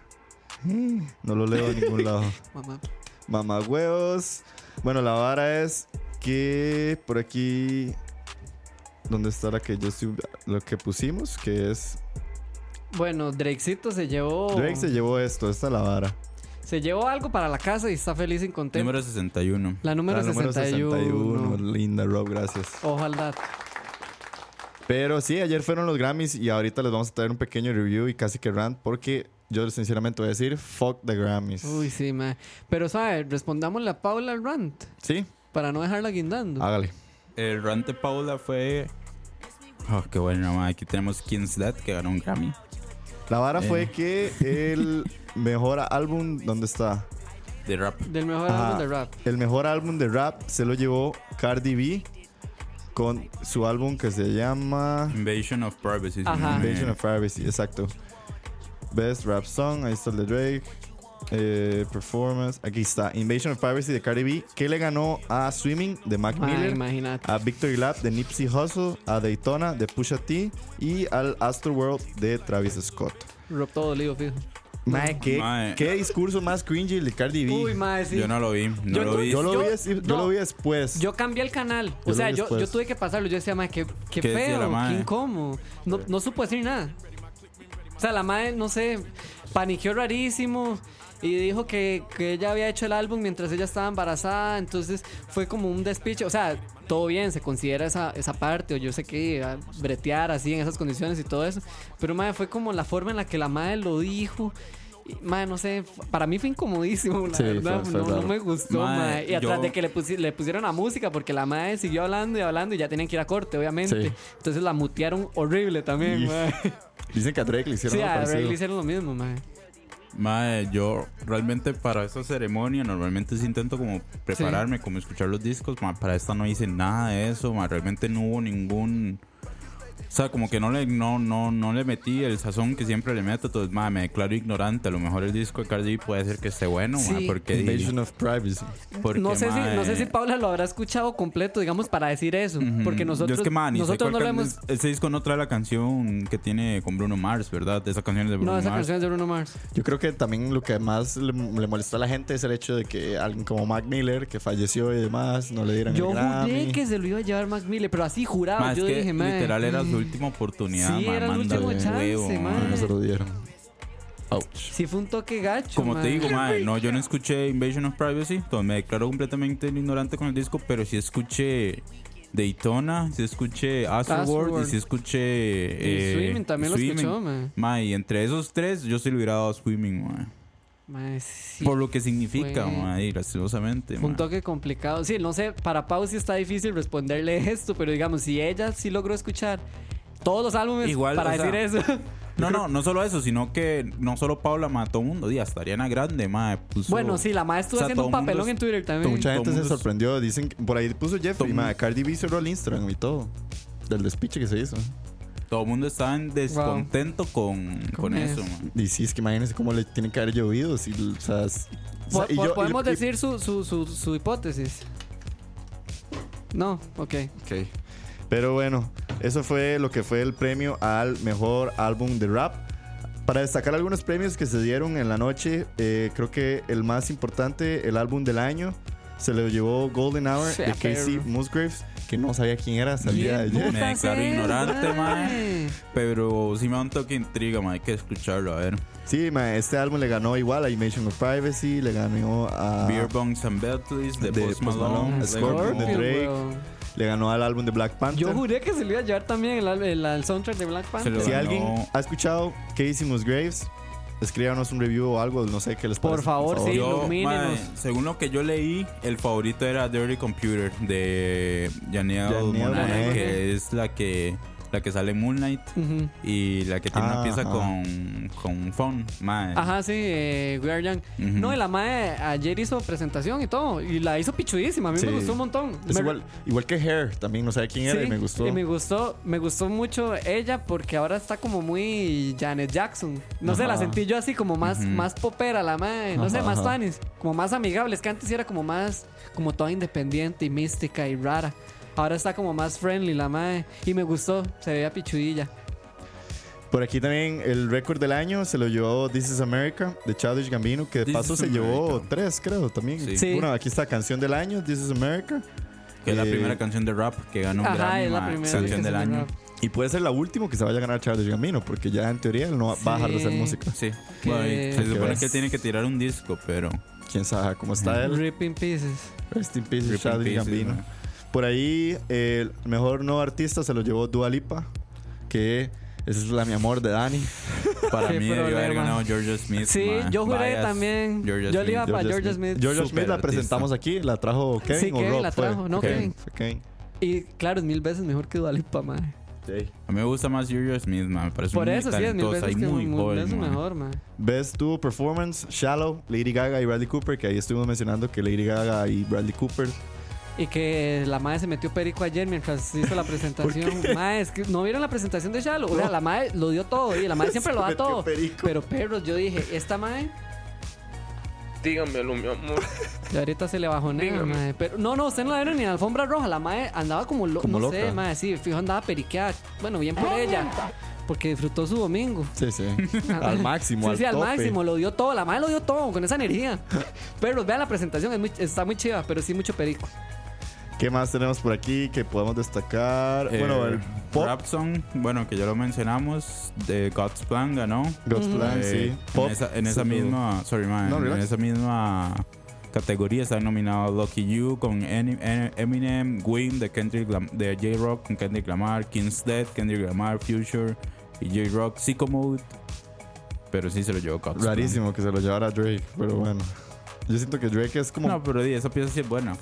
[SPEAKER 5] *gasps* No lo leo de
[SPEAKER 4] *laughs*
[SPEAKER 5] ningún lado.
[SPEAKER 4] Mamá.
[SPEAKER 5] Mamá huevos. Bueno, la vara es que por aquí. ¿Dónde está la que yo estoy- lo que pusimos? Que es.
[SPEAKER 4] Bueno, Drakecito se llevó.
[SPEAKER 5] Drake se llevó esto, esta es la vara.
[SPEAKER 4] se llevó algo para la casa y está feliz y contento.
[SPEAKER 6] Número 61.
[SPEAKER 4] la número
[SPEAKER 5] La
[SPEAKER 4] 61.
[SPEAKER 5] 61. Linda, Rob, gracias.
[SPEAKER 4] Ojalá.
[SPEAKER 5] Pero sí, ayer fueron los Grammys y ahorita les vamos a traer un pequeño review y casi que rant porque yo sinceramente voy a decir fuck the Grammys.
[SPEAKER 4] Uy, sí, mae. Pero, ¿sabes? Respondámosle a Paula al rant
[SPEAKER 5] Sí,
[SPEAKER 4] para no dejarla guindando.
[SPEAKER 6] Ah.
[SPEAKER 5] hágale.
[SPEAKER 6] El rant de Paula fue. Oh, qué bueno, madre. Aquí tenemos King's Dead que ganó un Grammy.
[SPEAKER 5] La vara
[SPEAKER 6] Eh.
[SPEAKER 5] fue que el mejor álbum, ¿dónde está?
[SPEAKER 6] De rap.
[SPEAKER 4] Del mejor
[SPEAKER 5] Ajá.
[SPEAKER 4] álbum
[SPEAKER 6] Ah.
[SPEAKER 4] de rap.
[SPEAKER 5] El mejor álbum de rap se lo llevó Cardi B con su álbum que se llama
[SPEAKER 6] Invasion of Privacy. si no
[SPEAKER 4] Ajá.
[SPEAKER 6] me-
[SPEAKER 5] Invasion of Privacy, exacto. Best Rap Song, ahí está el de Drake. Eh, performance, aquí está Invasion of Privacy de Cardi B, que le ganó a Swimming de Mac
[SPEAKER 4] Mae,
[SPEAKER 5] Miller.
[SPEAKER 4] Ah, imagínate.
[SPEAKER 5] a Victory Lap de Nipsey Hussle, a Daytona de Pusha T y al Astroworld de Travis Scott.
[SPEAKER 4] Rob todo lío, fijo.
[SPEAKER 5] Mae, ¿qué,
[SPEAKER 6] Mae.
[SPEAKER 5] qué discurso más cringy el de Cardi B.
[SPEAKER 4] Uy, mae, sí.
[SPEAKER 6] Yo no lo vi. No
[SPEAKER 4] Yo
[SPEAKER 6] lo
[SPEAKER 4] no-
[SPEAKER 6] vi.
[SPEAKER 5] yo, lo
[SPEAKER 4] yo-
[SPEAKER 5] vi, así- yo
[SPEAKER 4] no.
[SPEAKER 5] lo vi después.
[SPEAKER 4] Yo cambié el canal.
[SPEAKER 5] Yo
[SPEAKER 4] O
[SPEAKER 5] lo
[SPEAKER 4] sea,
[SPEAKER 5] vi
[SPEAKER 4] yo,
[SPEAKER 5] después.
[SPEAKER 4] yo tuve que pasarlo. Yo decía, mae, qué, qué,
[SPEAKER 6] ¿Qué decía la
[SPEAKER 4] feo,
[SPEAKER 6] mae?
[SPEAKER 4] qué incómodo. No, no supo decir nada. O sea, la madre, no sé, paniqueó rarísimo y dijo que, que ella había hecho el álbum mientras ella estaba embarazada. Entonces fue como un despiche. O sea, todo bien, se considera esa, esa parte. O yo sé que ah, bretear así en esas condiciones y todo eso. Pero, madre, fue como la forma en la que la madre lo dijo. Y, Madre, no sé, para mí fue incomodísimo, la
[SPEAKER 5] Sí, fue-
[SPEAKER 4] verdad.
[SPEAKER 5] fue
[SPEAKER 4] no, no
[SPEAKER 5] raro.
[SPEAKER 4] me gustó,
[SPEAKER 6] Mae,
[SPEAKER 4] mae. Y atrás
[SPEAKER 6] yo-
[SPEAKER 4] de que le, pusi- le pusieron la música porque la madre siguió hablando y hablando y ya tenían que ir a corte, obviamente.
[SPEAKER 5] Sí.
[SPEAKER 4] Entonces la mutearon horrible también,
[SPEAKER 5] Y-
[SPEAKER 4] mae.
[SPEAKER 5] Dicen que a Drake le hicieron
[SPEAKER 4] Sí,
[SPEAKER 5] algo
[SPEAKER 4] a Drake
[SPEAKER 5] parecido.
[SPEAKER 4] le hicieron lo mismo, mae.
[SPEAKER 6] Mae, yo realmente para esa ceremonia normalmente sí intento como prepararme, como escuchar los discos, mae, para esta no hice nada de eso, mae, realmente no hubo ningún O sea, como que no le, no, no, no le metí el sazón que siempre le meto. Entonces, madre, me declaro ignorante. A lo mejor el disco de Cardi B puede ser que esté bueno,
[SPEAKER 4] Sí.
[SPEAKER 6] mae, porque, di-
[SPEAKER 5] Invasion of Privacy.
[SPEAKER 6] porque,
[SPEAKER 4] no, sé si, no sé
[SPEAKER 6] mae,
[SPEAKER 4] si Paula lo habrá escuchado completo, digamos, para decir eso.
[SPEAKER 6] ujú.
[SPEAKER 4] Porque
[SPEAKER 6] Yo
[SPEAKER 4] nosotros,
[SPEAKER 6] es que, mae, ni sé
[SPEAKER 4] nosotros
[SPEAKER 6] cuál
[SPEAKER 4] no lo
[SPEAKER 6] can-
[SPEAKER 4] hemos.
[SPEAKER 6] Ese disco no trae la canción que tiene con Bruno Mars, ¿verdad? Esa canción es de Bruno
[SPEAKER 4] No, esa
[SPEAKER 6] Mars.
[SPEAKER 4] canción es de Bruno Mars.
[SPEAKER 5] Yo creo que también lo que más le, le molestó a la gente es el hecho de que alguien como Mac Miller, que falleció y demás, no le dieran
[SPEAKER 4] Yo
[SPEAKER 5] el
[SPEAKER 4] juré
[SPEAKER 5] Grammy.
[SPEAKER 4] que se lo iba a llevar Mac Miller, pero así jurado.
[SPEAKER 6] Mae, es
[SPEAKER 4] yo
[SPEAKER 6] que
[SPEAKER 4] dije, mm, mae.
[SPEAKER 6] literal era su última oportunidad.
[SPEAKER 4] Sí,
[SPEAKER 6] mae,
[SPEAKER 4] era el
[SPEAKER 6] manda
[SPEAKER 4] último
[SPEAKER 6] un
[SPEAKER 4] chance,
[SPEAKER 6] huevo,
[SPEAKER 4] mae.
[SPEAKER 6] mae.
[SPEAKER 5] No se lo dieron.
[SPEAKER 4] Sí, fue un toque gacho.
[SPEAKER 6] Como
[SPEAKER 4] mae.
[SPEAKER 6] te digo, mae, no, yo no escuché Invasion of Privacy, entonces me declaro completamente ignorante con el disco, pero sí escuché Daytona, sí escuché Astroworld
[SPEAKER 4] Astroworld.
[SPEAKER 6] y sí escuché...
[SPEAKER 4] Y
[SPEAKER 6] eh,
[SPEAKER 4] Swimming también lo escuchó, mae.
[SPEAKER 6] mae. y entre esos tres yo sí le hubiera dado Swimming, mae.
[SPEAKER 4] Mae, sí.
[SPEAKER 6] Por lo que significa,
[SPEAKER 4] fue-
[SPEAKER 6] mae, y graciosamente,
[SPEAKER 4] Fue un
[SPEAKER 6] mae.
[SPEAKER 4] toque complicado. Sí, no sé, para Pau sí está difícil responderle *laughs* esto, pero digamos, si ella sí logró escuchar todos los álbumes
[SPEAKER 6] Igual,
[SPEAKER 4] para
[SPEAKER 6] o sea,
[SPEAKER 4] decir eso.
[SPEAKER 6] No, no, no solo eso, sino que no solo Paula mató mundo, Díaz, Ariana Grande, mae.
[SPEAKER 4] *laughs*
[SPEAKER 6] puso-
[SPEAKER 4] Bueno, sí, la madre estuvo
[SPEAKER 6] O sea,
[SPEAKER 4] haciendo
[SPEAKER 6] todo
[SPEAKER 4] un
[SPEAKER 6] mundo
[SPEAKER 4] papelón
[SPEAKER 6] es-
[SPEAKER 4] en Twitter también.
[SPEAKER 5] Mucha
[SPEAKER 6] todo
[SPEAKER 5] gente
[SPEAKER 6] mundo
[SPEAKER 5] se
[SPEAKER 6] es-
[SPEAKER 5] sorprendió. Dicen, que- por ahí puso Jeffrey,
[SPEAKER 6] Todo
[SPEAKER 5] ma,
[SPEAKER 6] mundo-
[SPEAKER 5] Cardi B cerró el Instagram y todo. Del despiche que se hizo.
[SPEAKER 6] Todo el mundo estaba en descontento con, con,
[SPEAKER 4] Con
[SPEAKER 6] eso,
[SPEAKER 4] eso.
[SPEAKER 6] mae.
[SPEAKER 5] Y sí, es que imagínense cómo le tiene que haber llovido. Si, o sea, es- o sea,
[SPEAKER 4] Po-
[SPEAKER 5] y
[SPEAKER 4] po-
[SPEAKER 5] yo- y-
[SPEAKER 4] podemos
[SPEAKER 5] y-
[SPEAKER 4] decir su, su, su, su hipótesis. No, ok.
[SPEAKER 5] Ok. Pero bueno, eso fue lo que fue el premio al mejor álbum de rap. Para destacar algunos premios que se dieron en la noche, eh, creo que el más importante, el álbum del año, se lo llevó Golden Hour
[SPEAKER 4] Sea
[SPEAKER 5] de Casey
[SPEAKER 4] perro.
[SPEAKER 5] Musgraves, que no sabía quién era hasta el día de
[SPEAKER 4] ¿Quién
[SPEAKER 5] ayer.
[SPEAKER 6] Me
[SPEAKER 4] putas
[SPEAKER 6] declaro
[SPEAKER 4] es,
[SPEAKER 6] ignorante,
[SPEAKER 4] mae?
[SPEAKER 6] Pero sí me da un toque de intriga, mae, hay que escucharlo, a ver.
[SPEAKER 5] Sí, ma, este álbum le ganó igual a Invasion of Privacy, le ganó a.
[SPEAKER 6] Beer Bongs and Beatles de,
[SPEAKER 5] Ah. De
[SPEAKER 6] Post
[SPEAKER 5] Post Malone,
[SPEAKER 6] Malone, le
[SPEAKER 5] Scorpion
[SPEAKER 6] ganó-
[SPEAKER 5] de
[SPEAKER 4] Scorpion,
[SPEAKER 5] Drake.
[SPEAKER 4] weón.
[SPEAKER 5] Le ganó al álbum de Black Panther.
[SPEAKER 4] Yo juré que se le iba a llevar también el, al- el, al soundtrack de Black
[SPEAKER 6] Se
[SPEAKER 4] Panther.
[SPEAKER 6] lo-
[SPEAKER 5] Si
[SPEAKER 6] ganó-
[SPEAKER 5] alguien ha escuchado Casey Musgraves, escríbanos un review o algo, no sé qué les
[SPEAKER 4] Por
[SPEAKER 5] parece,
[SPEAKER 4] favor, sí.
[SPEAKER 6] Yo,
[SPEAKER 4] Ilumínenos.
[SPEAKER 6] mae, según lo que yo leí, el favorito era Dirty Computer de Janelle
[SPEAKER 5] Janelle
[SPEAKER 6] Monáe,
[SPEAKER 5] Monáe.
[SPEAKER 6] que es la que la que sale en Moonlight
[SPEAKER 4] Ujú.
[SPEAKER 6] y la que tiene una
[SPEAKER 5] Ah,
[SPEAKER 6] pieza
[SPEAKER 5] ajá.
[SPEAKER 6] con con phone, mae.
[SPEAKER 4] Ajá, sí, eh, We Are Young.
[SPEAKER 6] Ujú.
[SPEAKER 4] No, y la madre ayer hizo presentación y todo. Y la hizo pichudísima. A mí
[SPEAKER 5] Sí.
[SPEAKER 4] me gustó un montón.
[SPEAKER 5] Es
[SPEAKER 4] Me-
[SPEAKER 5] igual, igual que Hair, también no sabía quién era
[SPEAKER 4] Sí,
[SPEAKER 5] y me gustó.
[SPEAKER 4] Y me gustó, me gustó mucho ella porque ahora está como muy Janet Jackson. No sé, la
[SPEAKER 5] Ajá.
[SPEAKER 4] sentí yo así como más,
[SPEAKER 6] Ujú.
[SPEAKER 4] más popera la madre. No sé,
[SPEAKER 5] Ajá,
[SPEAKER 4] más
[SPEAKER 5] ajá.
[SPEAKER 4] tanis. Como más amigable. Es que antes era como más, como toda independiente y mística y rara. Ahora está como más friendly la madre. Y me gustó, se veía pichudilla.
[SPEAKER 5] Por aquí también el récord del año se lo llevó This is America de Childish Gambino, que de
[SPEAKER 6] This
[SPEAKER 5] paso
[SPEAKER 6] is
[SPEAKER 5] se llevó
[SPEAKER 6] America.
[SPEAKER 5] tres, creo, también.
[SPEAKER 6] Sí.
[SPEAKER 4] Sí.
[SPEAKER 5] Bueno, aquí está canción del año, This is America.
[SPEAKER 6] que es la
[SPEAKER 5] Eh,
[SPEAKER 6] primera canción de rap que ganó un
[SPEAKER 4] Ajá,
[SPEAKER 6] Grammy,
[SPEAKER 4] es la
[SPEAKER 6] mae,
[SPEAKER 4] primera vez
[SPEAKER 6] canción
[SPEAKER 4] que
[SPEAKER 6] del
[SPEAKER 4] se me
[SPEAKER 6] año.
[SPEAKER 4] graba.
[SPEAKER 5] Y puede ser la última que se vaya a ganar Childish Gambino, porque ya en teoría él no va a dejar de hacer
[SPEAKER 4] Sí.
[SPEAKER 5] música.
[SPEAKER 6] Sí.
[SPEAKER 4] Que-
[SPEAKER 6] Bueno, y se
[SPEAKER 5] Que
[SPEAKER 6] supone
[SPEAKER 5] ves.
[SPEAKER 6] que tiene que tirar un disco, pero
[SPEAKER 5] Quién sabe cómo está él.
[SPEAKER 4] Rip in pieces.
[SPEAKER 5] Rest in peace,
[SPEAKER 6] Rip in
[SPEAKER 5] Childish
[SPEAKER 6] pieces,
[SPEAKER 5] Gambino.
[SPEAKER 6] mae.
[SPEAKER 5] Por ahí, el mejor nuevo artista se lo llevó Dua Lipa, que esa es la mi amor de Dani.
[SPEAKER 6] para
[SPEAKER 4] Qué
[SPEAKER 6] mí debió haber
[SPEAKER 4] problema.
[SPEAKER 6] ganado Georgia Smith.
[SPEAKER 4] Sí,
[SPEAKER 6] mae.
[SPEAKER 4] yo juré
[SPEAKER 6] Bias,
[SPEAKER 4] también.
[SPEAKER 6] Georgia
[SPEAKER 4] Yo le
[SPEAKER 6] Smith.
[SPEAKER 4] iba a- Para Georgia Smith.
[SPEAKER 5] Georgia
[SPEAKER 6] Super
[SPEAKER 5] Smith la
[SPEAKER 6] artista.
[SPEAKER 5] presentamos aquí, la trajo Kevin
[SPEAKER 4] Sí,
[SPEAKER 5] o
[SPEAKER 4] Kevin
[SPEAKER 5] Rob.
[SPEAKER 4] la
[SPEAKER 5] fue?
[SPEAKER 4] trajo, no, Kevin.
[SPEAKER 5] fue Kevin.
[SPEAKER 4] Y claro, es mil veces mejor que Dualipa, madre.
[SPEAKER 6] A mí me gusta más Georgia Smith, man. Me parece
[SPEAKER 4] Por
[SPEAKER 6] muy
[SPEAKER 4] eso sí, es mil
[SPEAKER 6] talentosa
[SPEAKER 4] veces
[SPEAKER 6] y
[SPEAKER 4] que
[SPEAKER 6] muy
[SPEAKER 4] mil
[SPEAKER 6] cool,
[SPEAKER 4] veces
[SPEAKER 6] man.
[SPEAKER 4] mejor, madre.
[SPEAKER 5] Best Duo Performance, Shallow, Lady Gaga y Bradley Cooper, que ahí estuvimos mencionando que Lady Gaga y Bradley Cooper.
[SPEAKER 4] Y que la madre se metió perico ayer mientras hizo la presentación. Mae, es que no vieron la presentación de Shallow. O sea, la madre lo dio todo. Y la madre siempre lo da
[SPEAKER 5] metió
[SPEAKER 4] todo.
[SPEAKER 5] perico.
[SPEAKER 4] Pero perros, yo dije, esta madre.
[SPEAKER 1] Dígamelo, mi amor.
[SPEAKER 4] Y ahorita se le bajonea,
[SPEAKER 1] Dígame.
[SPEAKER 4] mae. Pero no, no, usted no la vieron ni en la alfombra roja. La madre andaba como, lo-
[SPEAKER 5] Como
[SPEAKER 4] no
[SPEAKER 5] loca.
[SPEAKER 4] sé, mae. Sí, fijo, andaba periqueada. Bueno, bien por ella. Porque disfrutó su domingo.
[SPEAKER 5] Sí, sí. al máximo,
[SPEAKER 4] Sí,
[SPEAKER 5] al
[SPEAKER 4] sí, al
[SPEAKER 5] tope.
[SPEAKER 4] máximo, lo dio todo, la madre lo dio todo, con esa energía. *laughs* Pero vean la presentación, es muy- está muy chiva, pero sí mucho perico.
[SPEAKER 5] *laughs* ¿Qué más tenemos por aquí que podemos destacar?
[SPEAKER 6] Eh,
[SPEAKER 5] bueno, el pop.
[SPEAKER 6] Rap song, bueno, que ya lo mencionamos, de God's Plan ganó.
[SPEAKER 5] God's Plan,
[SPEAKER 6] Eh,
[SPEAKER 5] sí. Pop.
[SPEAKER 6] en esa, en
[SPEAKER 5] se
[SPEAKER 6] esa
[SPEAKER 5] lo-
[SPEAKER 6] misma, sorry, man,
[SPEAKER 5] No,
[SPEAKER 6] en
[SPEAKER 5] relax.
[SPEAKER 6] esa misma categoría está nominado Lucky You con Eni- En- Eminem, Win de Kendrick Lam- de J-Rock con Kendrick Lamar, King's Dead, Kendrick Lamar, Future y J-Rock, Sicko Mode. Pero sí se lo llevó God's Plan.
[SPEAKER 5] Rarísimo que se lo llevara Drake, pero bueno. Yo siento que Drake es como.
[SPEAKER 6] No, pero di, esa pieza sí es buena.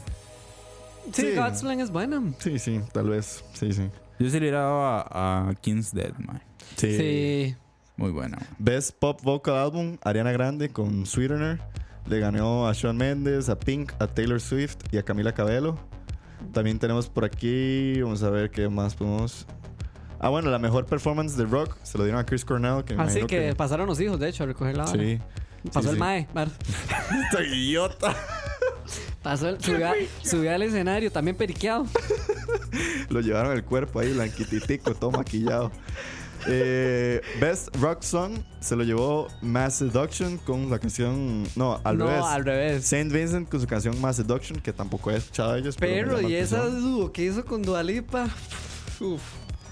[SPEAKER 4] Sí,
[SPEAKER 5] Sí.
[SPEAKER 4] God's Plan es buena.
[SPEAKER 5] Sí, sí, tal vez. Sí, sí.
[SPEAKER 6] Yo sí le daba a, a King's Dead, man.
[SPEAKER 5] Sí.
[SPEAKER 4] Sí.
[SPEAKER 6] Muy buena.
[SPEAKER 5] Best Pop Vocal Album, Ariana Grande con Sweetener. Le ganó a Shawn Mendes, a Pink, a Taylor Swift y a Camila Cabello. También tenemos por aquí, vamos a ver qué más podemos. Ah, bueno, la mejor performance de rock se lo dieron a Chris Cornell. Que me
[SPEAKER 4] Así
[SPEAKER 5] imagino
[SPEAKER 4] que, pasaron los hijos, de hecho, a recoger la vara.
[SPEAKER 5] Sí.
[SPEAKER 4] Pasó
[SPEAKER 5] sí,
[SPEAKER 4] el
[SPEAKER 5] sí.
[SPEAKER 4] mae. vara.
[SPEAKER 5] ¡Esta idiota!
[SPEAKER 4] Pasó el, subió, a- subió al escenario, también
[SPEAKER 5] *laughs*
[SPEAKER 4] periqueado.
[SPEAKER 5] Lo llevaron el cuerpo ahí, blanquititico, todo maquillado. Eh, Best Rock Song se lo llevó Mass Seduction con la canción. No, al
[SPEAKER 4] no,
[SPEAKER 5] revés.
[SPEAKER 4] al revés.
[SPEAKER 5] Saint Vincent con su canción Mass Seduction, que tampoco he escuchado a ellos. me
[SPEAKER 4] Pero,
[SPEAKER 5] llama
[SPEAKER 4] y
[SPEAKER 5] la
[SPEAKER 4] esa
[SPEAKER 5] atención.
[SPEAKER 4] dúo que hizo con Dualipa. Uf.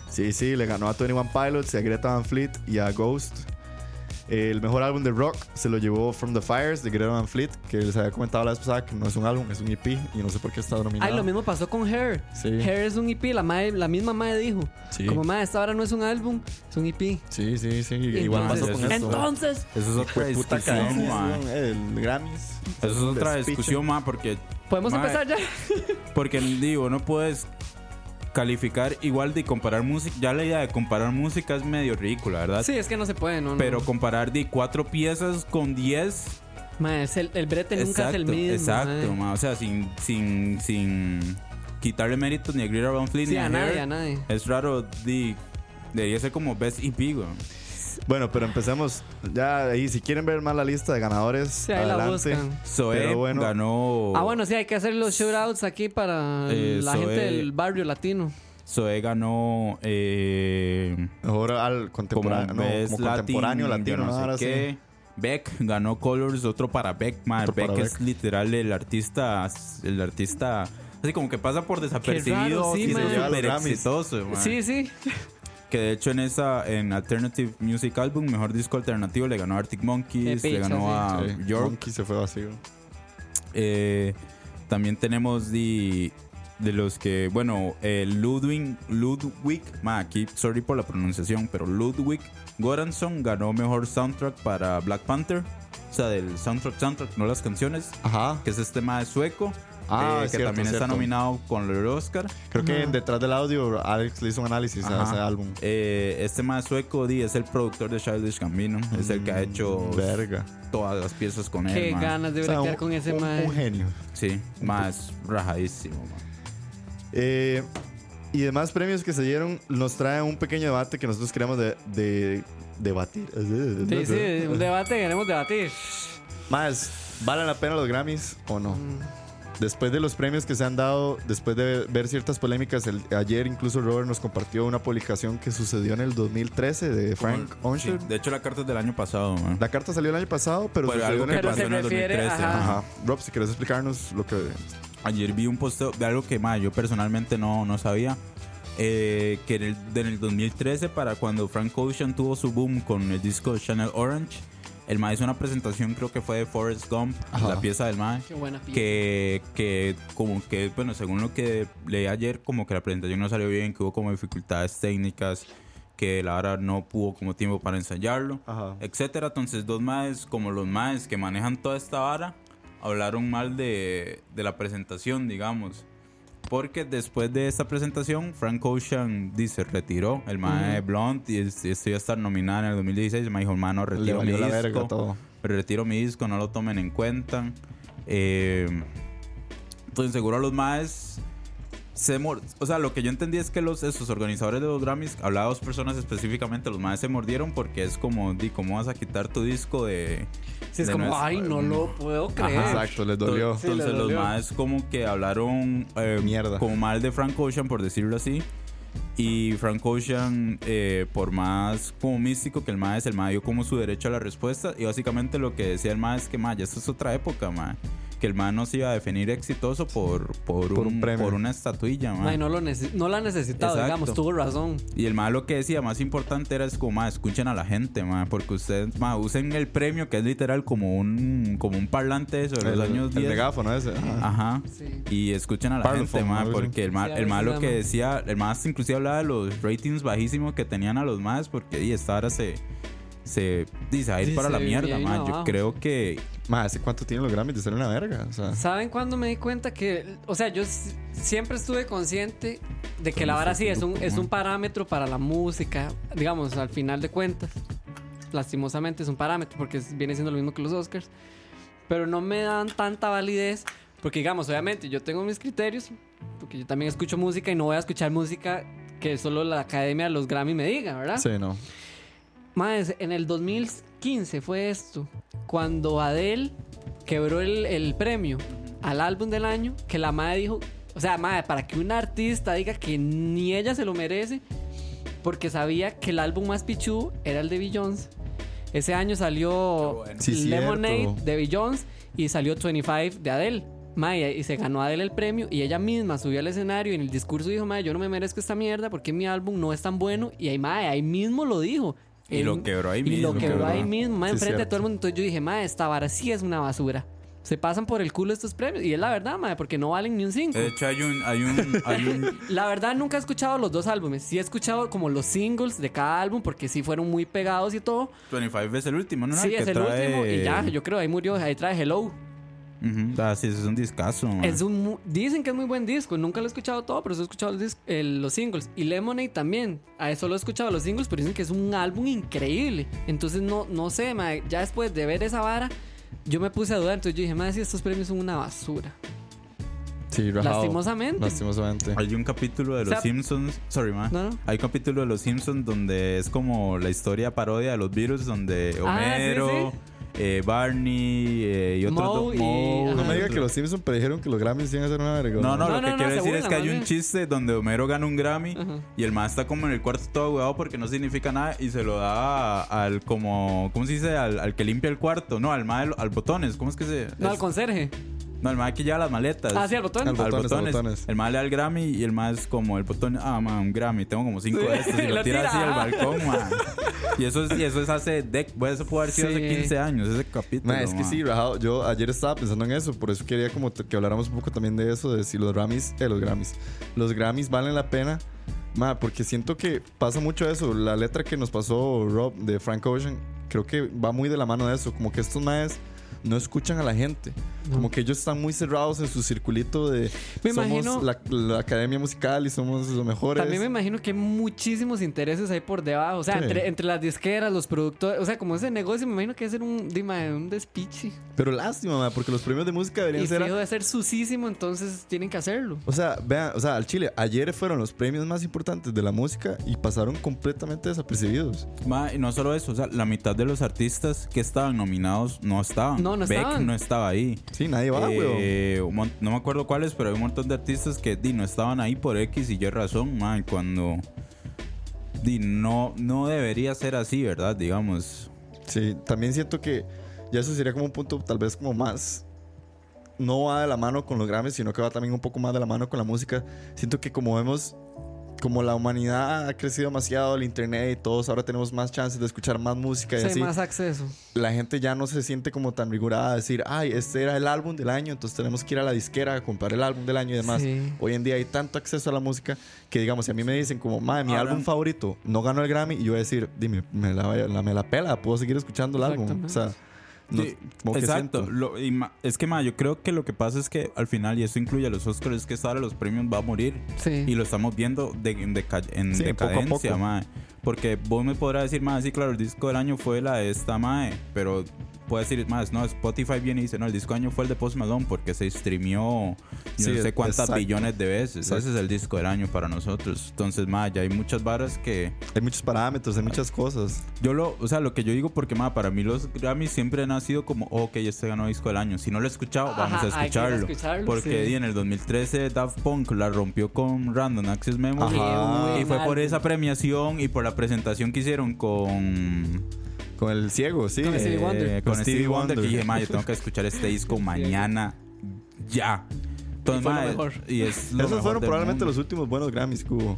[SPEAKER 5] Sí, sí, le ganó a 21 Pilots, y a Greta Van Fleet y a Ghost. El mejor álbum de rock se lo llevó From the Fires de Greta Van Fleet, que les había comentado la vez pasada que no es un álbum, es un EP y no sé por qué está nominado.
[SPEAKER 4] Ay, Ah, lo mismo pasó con Hair.
[SPEAKER 5] Sí.
[SPEAKER 4] Hair es un EP, la, mae- la misma madre dijo.
[SPEAKER 5] Sí.
[SPEAKER 4] Como madre, esta hora no es un álbum, es un EP.
[SPEAKER 5] Sí, sí, sí. Igual pasó
[SPEAKER 4] entonces,
[SPEAKER 5] con esto.
[SPEAKER 4] entonces,
[SPEAKER 6] Esa es otra
[SPEAKER 5] Pues puta
[SPEAKER 6] discusión, Pues ma.
[SPEAKER 5] el Grammys.
[SPEAKER 6] Esa es otra discusión, ma, porque...
[SPEAKER 4] podemos
[SPEAKER 6] ma,
[SPEAKER 4] empezar ya.
[SPEAKER 6] Porque, digo, no puedes calificar igual de comparar música. Ya la idea de comparar música es medio ridícula, ¿verdad?
[SPEAKER 4] Sí, es que no se puede, no. no.
[SPEAKER 6] Pero comparar de cuatro piezas con diez...
[SPEAKER 4] Mae, es el, el brete nunca es el mismo. ¿eh?
[SPEAKER 6] Exacto,
[SPEAKER 4] mae.
[SPEAKER 6] ma. O sea, sin, sin, sin quitarle méritos ni a Greta Van Fleet
[SPEAKER 4] Sí,
[SPEAKER 6] ni a,
[SPEAKER 4] a nadie,
[SPEAKER 6] Hair.
[SPEAKER 4] a nadie.
[SPEAKER 6] Es raro, de, debería ser como Best EP, güey.
[SPEAKER 5] Bueno, pero empecemos ya ahí. Si quieren ver más la lista de ganadores,
[SPEAKER 4] Sí, ahí la
[SPEAKER 5] adelante.
[SPEAKER 4] buscan.
[SPEAKER 6] Zoé
[SPEAKER 5] Pero bueno.
[SPEAKER 6] ganó...
[SPEAKER 4] Ah, bueno, sí, hay que hacer los shoutouts aquí para
[SPEAKER 6] Eh,
[SPEAKER 4] la
[SPEAKER 6] Zoe-
[SPEAKER 4] gente del barrio latino.
[SPEAKER 6] Zoé ganó... Eh,
[SPEAKER 5] Mejor al
[SPEAKER 6] como
[SPEAKER 5] contemporáneo, no,
[SPEAKER 6] Best
[SPEAKER 5] como contemporáneo
[SPEAKER 6] Latin,
[SPEAKER 5] latino,
[SPEAKER 6] yo no sé
[SPEAKER 5] ahora sí.
[SPEAKER 6] qué. Beck ganó Colors, otro para Beck, ma.
[SPEAKER 5] Otro
[SPEAKER 6] Beck
[SPEAKER 5] para
[SPEAKER 6] es
[SPEAKER 5] Beck.
[SPEAKER 6] literal el artista, el artista, así como que pasa por desapercibido,
[SPEAKER 4] raro, sí,
[SPEAKER 6] y es
[SPEAKER 4] ma.
[SPEAKER 5] Lleva los
[SPEAKER 6] súper
[SPEAKER 5] Grammys.
[SPEAKER 6] exitoso, ma.
[SPEAKER 4] Sí, sí.
[SPEAKER 6] Que de hecho en esa, en Alternative Music Album, mejor disco alternativo, le ganó a Arctic Monkeys,
[SPEAKER 4] Qué
[SPEAKER 6] le
[SPEAKER 4] picha,
[SPEAKER 6] ganó a
[SPEAKER 5] Sí,
[SPEAKER 6] York.
[SPEAKER 5] Ah, Monkey se fue vacío.
[SPEAKER 6] Eh, también tenemos de, de los que, bueno, eh, Ludwig, Ludwig, ma, aquí, sorry por la pronunciación, pero Ludwig Goranson ganó mejor soundtrack para Black Panther. O sea, del soundtrack, soundtrack, no las canciones,
[SPEAKER 5] Ajá.
[SPEAKER 6] que es este tema de sueco.
[SPEAKER 5] Ah,
[SPEAKER 6] eh, que
[SPEAKER 5] es cierto,
[SPEAKER 6] también
[SPEAKER 5] es
[SPEAKER 6] está
[SPEAKER 5] cierto.
[SPEAKER 6] nominado con el Oscar.
[SPEAKER 5] Creo que detrás del audio Alex le hizo un análisis a
[SPEAKER 6] Ajá.
[SPEAKER 5] ese álbum.
[SPEAKER 6] Eh, este más sueco di, es el productor de Childish Gambino. Es el que ha hecho
[SPEAKER 5] Mm, Verga.
[SPEAKER 6] todas las piezas con
[SPEAKER 4] Qué
[SPEAKER 6] él. Eh, ma.
[SPEAKER 4] ganas de
[SPEAKER 5] O sea,
[SPEAKER 4] bretear
[SPEAKER 5] un,
[SPEAKER 4] con ese
[SPEAKER 5] un-
[SPEAKER 4] mae.
[SPEAKER 5] un genio.
[SPEAKER 6] Sí, más rajadísimo. ma.
[SPEAKER 5] Eh, y demás premios que se dieron nos trae un pequeño debate que nosotros queremos de, de- debatir.
[SPEAKER 4] Sí, sí, un debate, queremos debatir.
[SPEAKER 5] Más, ¿valen la pena los Grammys o no? Después de los premios que se han dado, después de ver ciertas polémicas, el- ayer incluso Robert nos compartió una publicación que sucedió en el 2013 de Frank Onsher.
[SPEAKER 6] Sí, de hecho, la carta es del año pasado. ma.
[SPEAKER 5] La carta salió el año pasado, pero,
[SPEAKER 6] Pero
[SPEAKER 5] sucedió
[SPEAKER 6] algo
[SPEAKER 5] en
[SPEAKER 6] que
[SPEAKER 5] el
[SPEAKER 4] Pero
[SPEAKER 6] pasó
[SPEAKER 4] se
[SPEAKER 6] en el
[SPEAKER 4] refiere,
[SPEAKER 6] 2013.
[SPEAKER 4] ajá.
[SPEAKER 5] Ajá. Rob, si quieres explicarnos lo que...
[SPEAKER 6] Ayer vi un posteo de algo que ma, yo personalmente no, no sabía. eh, que en el, en el 2013, para cuando Frank Ocean tuvo su boom con el disco Channel Orange, el MAE hizo una presentación, creo que fue de Forrest Gump,
[SPEAKER 5] Ajá.
[SPEAKER 6] la pieza del MAE.
[SPEAKER 4] Qué buena pieza.
[SPEAKER 6] que, que como que, bueno, según lo que leí ayer, como que la presentación no salió bien, que hubo como dificultades técnicas, que la hora no pudo como tiempo para ensayarlo,
[SPEAKER 5] Ajá.
[SPEAKER 6] etcétera. Entonces, dos maes, como los maes que manejan toda esta vara, hablaron mal de, de la presentación, digamos. Porque después de esta presentación, Frank Ocean dice, retiró el mae Blunt y es- esto iba a estar nominada en el 2016. Me dijo, hermano,
[SPEAKER 5] Le
[SPEAKER 6] retiro mi
[SPEAKER 5] valió la verga
[SPEAKER 6] disco
[SPEAKER 5] todo.
[SPEAKER 6] retiro mi disco, no lo tomen en cuenta. Eh, entonces, seguro a los más. Se mor- o sea, lo que yo entendí es que los, esos organizadores de los Grammys, hablaba dos personas específicamente, los más se mordieron porque es como, di, ¿cómo vas a quitar tu disco de.
[SPEAKER 4] Sí, es
[SPEAKER 6] de
[SPEAKER 4] como,
[SPEAKER 6] nuestra-
[SPEAKER 4] ay, no lo puedo
[SPEAKER 6] Ajá.
[SPEAKER 4] creer.
[SPEAKER 5] Exacto, les dolió.
[SPEAKER 4] Sí, le
[SPEAKER 6] Entonces los
[SPEAKER 4] dolió.
[SPEAKER 6] más como que hablaron eh,
[SPEAKER 5] Mierda.
[SPEAKER 6] como mal de Frank Ocean, por decirlo así. Y Frank Ocean, eh, por más como místico que el MAE es, el MAE dio como su derecho a la respuesta. Y básicamente lo que decía el MAE es que, MAE, ya esto es otra época, MAE. Que el MAE no se iba a definir exitoso por, por,
[SPEAKER 5] Por un
[SPEAKER 6] un,
[SPEAKER 5] premio.
[SPEAKER 6] por una estatuilla, MAE.
[SPEAKER 4] Ay, no, lo nece- no la ha necesitado,
[SPEAKER 6] Exacto.
[SPEAKER 4] digamos, tuvo razón.
[SPEAKER 6] Y el MAE lo que decía más importante era es como, MAE, escuchen a la gente, MAE. Porque ustedes, MAE, usen el premio que es literal como un, como un parlante de eso, de
[SPEAKER 5] El,
[SPEAKER 6] los años
[SPEAKER 5] el
[SPEAKER 6] 10.
[SPEAKER 5] megáfono ese. Ajá.
[SPEAKER 6] Ajá.
[SPEAKER 4] Sí.
[SPEAKER 6] Y escuchen a la
[SPEAKER 5] Parlophone,
[SPEAKER 6] gente, ma,
[SPEAKER 5] ¿no?
[SPEAKER 6] porque el ma,
[SPEAKER 4] Sí, a
[SPEAKER 6] el ma
[SPEAKER 4] veces
[SPEAKER 6] lo
[SPEAKER 4] la
[SPEAKER 6] que
[SPEAKER 4] ma-
[SPEAKER 6] decía, el más inclusive hablaba de los ratings bajísimos que tenían a los más, porque y esta ahora se se dice a ir
[SPEAKER 4] Sí,
[SPEAKER 6] para
[SPEAKER 4] se
[SPEAKER 6] la mierda,
[SPEAKER 4] viene
[SPEAKER 6] ma. Yo
[SPEAKER 4] abajo.
[SPEAKER 6] creo que
[SPEAKER 5] Más, ¿hace cuánto tienen los Grammys de ser una verga? O sea,
[SPEAKER 4] ¿Saben cuándo me di cuenta que, o sea, yo s- siempre estuve consciente de que la vara sí es un, es un parámetro para la música, digamos, al final de cuentas. Lastimosamente es un parámetro porque es- viene siendo lo mismo que los Oscars. Pero no me dan tanta validez porque, digamos, obviamente yo tengo mis criterios, porque yo también escucho música y no voy a escuchar música que solo la Academia de los Grammy me diga, ¿verdad?
[SPEAKER 5] Sí, no.
[SPEAKER 4] Más, en el 2015 fue esto, cuando Adele quebró el, el premio al álbum del año, que la madre dijo, o sea, madre, para que una artista diga que ni ella se lo merece, porque sabía que el álbum más pichu era el de Beyoncé. Ese año salió
[SPEAKER 6] Qué bueno.
[SPEAKER 5] Sí, cierto.
[SPEAKER 4] Lemonade de Beyoncé y salió 25 de Adele. Mae, y se ganó Adele el premio y ella misma subió al escenario y en el discurso dijo, mae, yo no me merezco esta mierda porque mi álbum no es tan bueno. Y ahí, mae, ahí mismo lo dijo.
[SPEAKER 6] Y
[SPEAKER 4] Él-
[SPEAKER 6] lo quebró ahí
[SPEAKER 4] Y lo
[SPEAKER 6] mismo,
[SPEAKER 4] quebró
[SPEAKER 6] ¿verdad?
[SPEAKER 4] ahí mismo, mae,
[SPEAKER 5] Ah, Sí,
[SPEAKER 4] enfrente de
[SPEAKER 5] cierto.
[SPEAKER 4] todo el mundo. Entonces yo dije, mae, esta vara sí es una basura. Se pasan por el culo estos premios. Y es la verdad, mae, porque no valen ni un 5.
[SPEAKER 6] De hecho, hay un. Hay un, hay
[SPEAKER 4] *laughs*
[SPEAKER 6] un
[SPEAKER 4] La verdad nunca he escuchado los dos álbumes. Sí he escuchado como los singles de cada álbum porque sí fueron muy pegados y todo.
[SPEAKER 6] 25 es el último, ¿no?
[SPEAKER 4] sí,
[SPEAKER 6] que
[SPEAKER 4] es el
[SPEAKER 6] trae-
[SPEAKER 4] último y ya, yo creo ahí murió, ahí trae Hello.
[SPEAKER 6] Ujú, Ah, sí, eso es un discazo. man.
[SPEAKER 4] Es un mu- dicen que es muy buen disco, nunca lo he escuchado todo, pero sí he escuchado el dis- el- los singles. Y Lemonade también, a eso lo he escuchado los singles, pero dicen que es un álbum increíble. Entonces no, no sé, mae, ya después de ver esa vara, yo me puse a dudar, entonces yo dije, madre, si estos premios son una basura.
[SPEAKER 5] Sí, rajado.
[SPEAKER 4] Lastimosamente.
[SPEAKER 5] Lastimosamente.
[SPEAKER 6] Hay un capítulo de Los
[SPEAKER 4] sea,
[SPEAKER 6] Simpsons. Sorry, ma.
[SPEAKER 4] No, no.
[SPEAKER 6] Hay un capítulo de Los Simpsons donde es como la historia parodia de los virus, donde
[SPEAKER 4] Ah, sí,
[SPEAKER 6] Homero,
[SPEAKER 4] sí.
[SPEAKER 6] eh, Barney eh, y otros
[SPEAKER 4] Moe
[SPEAKER 6] dos.
[SPEAKER 4] y-
[SPEAKER 6] Moe.
[SPEAKER 4] ajá.
[SPEAKER 5] No me diga que los Simpsons predijeron que los Grammys iban a ser una verga.
[SPEAKER 6] No, no,
[SPEAKER 4] No,
[SPEAKER 6] lo
[SPEAKER 4] no,
[SPEAKER 6] que
[SPEAKER 4] no,
[SPEAKER 6] quiero
[SPEAKER 4] se
[SPEAKER 6] decir es
[SPEAKER 4] burlan,
[SPEAKER 6] que
[SPEAKER 4] más
[SPEAKER 6] hay un
[SPEAKER 4] bien.
[SPEAKER 6] chiste donde Homero gana un Grammy
[SPEAKER 4] Ajá.
[SPEAKER 6] y el más está como en el cuarto todo huevado porque no significa nada y se lo da a- al como, ¿cómo se dice? Al, al que limpia el cuarto, no, al ma de lo- al botones, ¿cómo es que se?
[SPEAKER 4] No,
[SPEAKER 6] es-
[SPEAKER 4] al conserje.
[SPEAKER 6] no, al ma que lleva las maletas.
[SPEAKER 4] Ah, sí, al botón.
[SPEAKER 5] Al
[SPEAKER 6] Al
[SPEAKER 5] Botones, al
[SPEAKER 6] botones.
[SPEAKER 5] botones.
[SPEAKER 6] El mal le da el Grammy y el más es como el botón, ah, man, un Grammy, tengo como cinco
[SPEAKER 4] Sí, *laughs*
[SPEAKER 6] de estos y
[SPEAKER 4] lo
[SPEAKER 6] lo tira,
[SPEAKER 4] tira.
[SPEAKER 6] así al
[SPEAKER 4] *laughs*
[SPEAKER 6] balcón, man. Y eso, es, y eso es hace, dec- bueno, eso puede haber sido hace
[SPEAKER 4] Sí.
[SPEAKER 6] 15 años, ese capítulo.
[SPEAKER 5] Ma, es que
[SPEAKER 6] man.
[SPEAKER 5] sí, rajado. Yo ayer estaba pensando en eso, por eso quería como te- que habláramos un poco también de eso, de si los Grammys, eh, los Grammys, los Grammys valen la pena. Ma, porque siento que pasa mucho eso. La letra que nos pasó Rob de Frank Ocean, creo que va muy de la mano de eso. Como que estos maes no escuchan a la gente. Como que ellos están muy cerrados en su circulito de
[SPEAKER 4] Me
[SPEAKER 5] somos
[SPEAKER 4] imagino-
[SPEAKER 5] la, la academia musical y somos los mejores.
[SPEAKER 4] También me imagino que hay muchísimos intereses ahí por debajo. O sea,
[SPEAKER 5] Sí.
[SPEAKER 4] entre, entre las disqueras, los productores. O sea, como ese negocio, me imagino que es un, de, mae, un despiche.
[SPEAKER 5] Pero lástima, ma, porque los premios de música
[SPEAKER 4] Y
[SPEAKER 5] deberían ser a-
[SPEAKER 4] fijo de ser sucísimo, entonces tienen que hacerlo.
[SPEAKER 5] O sea, vean, o sea, al Chile, ayer fueron los premios más importantes de la música y pasaron completamente desapercibidos.
[SPEAKER 6] Ma, y no solo eso, o sea, la mitad de los artistas que estaban nominados no estaban.
[SPEAKER 4] No, no
[SPEAKER 6] Beck
[SPEAKER 4] estaban.
[SPEAKER 6] no estaba ahí.
[SPEAKER 5] Sí, nadie va, weón.
[SPEAKER 6] Eh, un mon- no me acuerdo cuáles, pero hay un montón de artistas que di, no estaban ahí por X y yo razón, man, cuando di, no, no debería ser así, ¿verdad? Digamos.
[SPEAKER 5] Sí, también siento que ya eso sería como un punto tal vez como más... No va de la mano con los Grammys, sino que va también un poco más de la mano con la música. Siento que como vemos, como la humanidad ha crecido demasiado, el internet y todos ahora tenemos más chances de escuchar más música
[SPEAKER 4] O
[SPEAKER 5] y
[SPEAKER 4] sea, hay
[SPEAKER 5] así.
[SPEAKER 4] más acceso.
[SPEAKER 5] la gente ya no se siente como tan rigurada a decir, ay, este era el álbum del año, entonces tenemos que ir a la disquera a comprar el álbum del año y demás.
[SPEAKER 4] Sí.
[SPEAKER 5] Hoy en día hay tanto acceso a la música que, digamos, si a mí me dicen como, madre, mi
[SPEAKER 6] Ahora-
[SPEAKER 5] álbum favorito no ganó el Grammy, y yo voy a decir, dime, me la, la- me la pela, puedo seguir escuchando el álbum. O sea, no-
[SPEAKER 6] Sí,
[SPEAKER 5] como que
[SPEAKER 6] Exacto.
[SPEAKER 5] siento.
[SPEAKER 6] Lo- y ma- es que, ma, yo creo que lo que pasa es que al final, y esto incluye a los Oscars, es que esta hora los premios va a morir.
[SPEAKER 4] Sí.
[SPEAKER 6] Y lo estamos viendo de, en, deca- en
[SPEAKER 5] Sí, poco a
[SPEAKER 6] decadencia,
[SPEAKER 5] poco.
[SPEAKER 6] mae. Porque vos me podrás decir, mae, sí, claro, el disco del año fue la de esta, mae. Pero puedes decir, más, no, Spotify viene y dice, no, el disco del año fue el de Post Malone porque se streamió
[SPEAKER 5] Sí,
[SPEAKER 6] no sé cuántas
[SPEAKER 5] exacto.
[SPEAKER 6] billones de veces.
[SPEAKER 5] Exacto.
[SPEAKER 6] Ese es el disco del año para nosotros. Entonces, mae, ya hay muchas varas que...
[SPEAKER 5] Hay muchos parámetros, hay muchas cosas.
[SPEAKER 6] Yo lo, o sea, lo que yo digo, porque ma, para mí los Grammys siempre han sido como, ok, este ganó disco del año. Si no lo he escuchado,
[SPEAKER 4] Ajá,
[SPEAKER 6] vamos a
[SPEAKER 4] hay que ir a
[SPEAKER 6] escucharlo.
[SPEAKER 4] escucharlo,
[SPEAKER 6] porque
[SPEAKER 4] sí.
[SPEAKER 6] di, en el 2013 Daft Punk la rompió con Random Access Memory.
[SPEAKER 5] Ajá.
[SPEAKER 4] Qué
[SPEAKER 6] Y fue
[SPEAKER 4] mal.
[SPEAKER 6] por esa premiación y por la presentación que hicieron con,
[SPEAKER 5] Con el ciego, sí.
[SPEAKER 4] Con el Stevie
[SPEAKER 6] eh,
[SPEAKER 4] Wonder.
[SPEAKER 6] con
[SPEAKER 5] Con
[SPEAKER 6] Stevie
[SPEAKER 5] Stevie
[SPEAKER 6] Wonder, que
[SPEAKER 5] Wonder.
[SPEAKER 6] dije, ma, yo tengo que escuchar
[SPEAKER 4] *laughs*
[SPEAKER 6] este disco mañana ya. Entonces,
[SPEAKER 4] Y fue lo
[SPEAKER 6] ma,
[SPEAKER 4] mejor.
[SPEAKER 6] y es lo
[SPEAKER 5] Esos
[SPEAKER 6] mejor
[SPEAKER 5] fueron
[SPEAKER 6] del
[SPEAKER 5] probablemente
[SPEAKER 6] mundo.
[SPEAKER 5] los últimos buenos Grammys que hubo.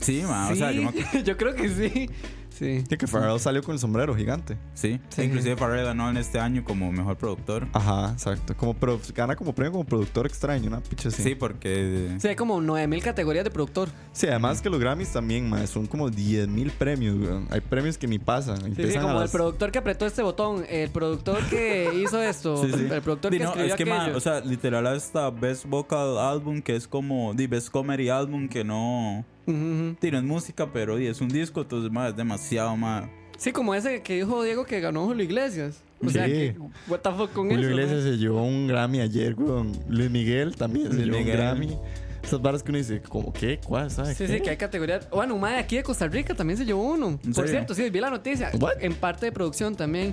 [SPEAKER 6] Sí, ma, Ah, o sea, yo me acu-
[SPEAKER 4] Sí, *laughs* yo creo que sí. Sí.
[SPEAKER 5] Sí, que Pharrell salió con el sombrero gigante.
[SPEAKER 6] Sí,
[SPEAKER 4] Sí.
[SPEAKER 6] inclusive Pharrell ganó en este año como mejor productor.
[SPEAKER 5] Ajá, exacto. Como pro- gana como premio como productor extraño, una picha así.
[SPEAKER 6] Sí, porque...
[SPEAKER 4] Sí, hay como 9000 categorías de productor.
[SPEAKER 5] Sí, además que los Grammys también, ma, son como 10.000 mil premios, weón. Hay premios que ni pasan.
[SPEAKER 4] Sí,
[SPEAKER 5] Empiezan
[SPEAKER 4] sí,
[SPEAKER 5] a
[SPEAKER 4] como el
[SPEAKER 5] las-
[SPEAKER 4] productor que apretó este botón, el productor
[SPEAKER 6] *laughs*
[SPEAKER 4] que hizo esto,
[SPEAKER 6] Sí, sí.
[SPEAKER 4] el productor
[SPEAKER 6] Di,
[SPEAKER 4] que
[SPEAKER 6] no,
[SPEAKER 4] escribió
[SPEAKER 6] es que, ma,
[SPEAKER 4] aquello.
[SPEAKER 6] o sea, literal hasta Best Vocal Album, que es como the Best Comedy Album, que no...
[SPEAKER 4] Ujú, ujú.
[SPEAKER 6] di, no es música, pero di, es un disco, entonces, ma, es demasiado, ma.
[SPEAKER 4] Sí, como ese que dijo Diego que ganó Julio Iglesias. O sea,
[SPEAKER 5] Sí.
[SPEAKER 4] que, what the fuck con
[SPEAKER 5] Julio
[SPEAKER 4] eso,
[SPEAKER 5] Iglesias se llevó un Grammy ayer, weón. Luis Miguel también se
[SPEAKER 6] Luis
[SPEAKER 5] llevó
[SPEAKER 6] Miguel.
[SPEAKER 5] un Grammy.
[SPEAKER 7] Esas varas que uno dice, como qué? ¿Cuál? ¿Sabes?
[SPEAKER 4] Sí, sí,
[SPEAKER 5] *laughs*
[SPEAKER 4] que hay categorías. Bueno, un mae aquí de Costa Rica también se llevó uno.
[SPEAKER 6] ¿En
[SPEAKER 4] Por
[SPEAKER 6] serio?
[SPEAKER 4] cierto, sí, vi la noticia.
[SPEAKER 7] What?
[SPEAKER 4] En parte de producción también.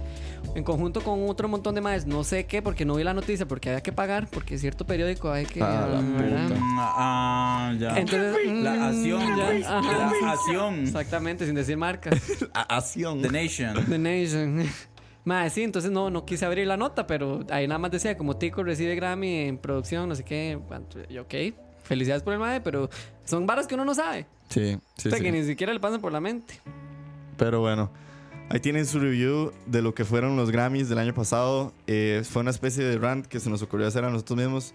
[SPEAKER 4] En conjunto con otro montón de maes. No sé qué, porque no vi la noticia, porque había que pagar, porque cierto periódico hay que.
[SPEAKER 7] Ah, la
[SPEAKER 4] ¿verdad?
[SPEAKER 7] puta.
[SPEAKER 6] Mm, Ah, ya.
[SPEAKER 4] Entonces, mm,
[SPEAKER 6] la acción,
[SPEAKER 4] ya, ajá.
[SPEAKER 6] la acción,
[SPEAKER 4] Exactamente, sin decir marcas.
[SPEAKER 7] acción.
[SPEAKER 6] The Nation.
[SPEAKER 4] The Nation. *laughs* Mae, sí, entonces no, no quise abrir la nota, pero ahí nada más decía como Tico recibe Grammy en producción, no sé qué. Y ok, felicidades por el mae, pero son varas que uno no sabe.
[SPEAKER 7] Sí, sí,
[SPEAKER 4] o sea, que
[SPEAKER 7] sí.
[SPEAKER 4] ni siquiera le pasan por la mente.
[SPEAKER 5] Pero bueno, ahí tienen su review de lo que fueron los Grammys del año pasado. Eh, fue una especie de rant que se nos ocurrió hacer a nosotros mismos.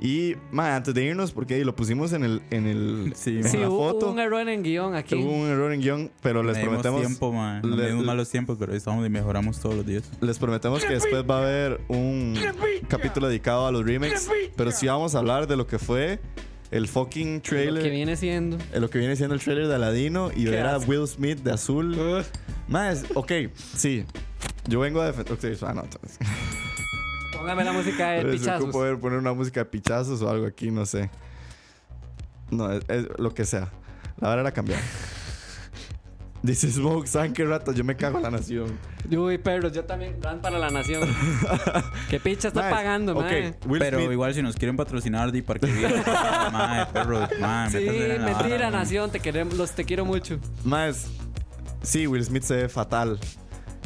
[SPEAKER 5] Y, ma, antes de irnos, porque lo pusimos en el en el
[SPEAKER 6] Sí,
[SPEAKER 4] *laughs*
[SPEAKER 5] en
[SPEAKER 4] Sí,
[SPEAKER 5] la
[SPEAKER 4] hubo
[SPEAKER 5] foto.
[SPEAKER 4] un error en guión aquí.
[SPEAKER 5] Hubo un error en guión, pero les
[SPEAKER 6] Le dimos
[SPEAKER 5] prometemos
[SPEAKER 6] tiempo, man.
[SPEAKER 5] le-
[SPEAKER 6] Le dimos malos tiempos, pero ahí estamos y mejoramos todos los días.
[SPEAKER 5] les prometemos que después va a haber un capítulo dedicado a los remakes, pero sí vamos a hablar de lo que fue el fucking
[SPEAKER 4] Lo que
[SPEAKER 5] trailer
[SPEAKER 4] viene siendo.
[SPEAKER 5] eh, lo que viene siendo el trailer de Aladino y ver a
[SPEAKER 4] asco.
[SPEAKER 5] Will Smith de azul. Más, ok, sí. Yo vengo a defender. Ok, ah, no, entonces.
[SPEAKER 4] Póngame la música
[SPEAKER 5] *laughs*
[SPEAKER 4] de
[SPEAKER 5] Pero si
[SPEAKER 4] pichazos.
[SPEAKER 5] ocupo poder poner una música de pichazos o algo aquí, no sé. No, es, es lo que sea. La hora
[SPEAKER 4] *laughs*
[SPEAKER 5] era cambiar. Dice Smoke, ¿saben qué rato? Yo me cago en la nación.
[SPEAKER 4] Uy, perros, yo también. Ran para la
[SPEAKER 5] *laughs*
[SPEAKER 4] nación. ¿Qué picha está
[SPEAKER 5] Mae,
[SPEAKER 4] pagando,
[SPEAKER 5] ok,
[SPEAKER 4] mae?
[SPEAKER 5] Will
[SPEAKER 6] pero
[SPEAKER 5] Smith-
[SPEAKER 6] igual si nos quieren patrocinar, di para que *laughs* digan, madre, perro, madre,
[SPEAKER 4] Sí,
[SPEAKER 6] métanse en la vara,
[SPEAKER 4] mentira,
[SPEAKER 6] man.
[SPEAKER 4] nación. Te queremos, los te quiero mucho.
[SPEAKER 5] Más, sí, Will Smith se ve fatal.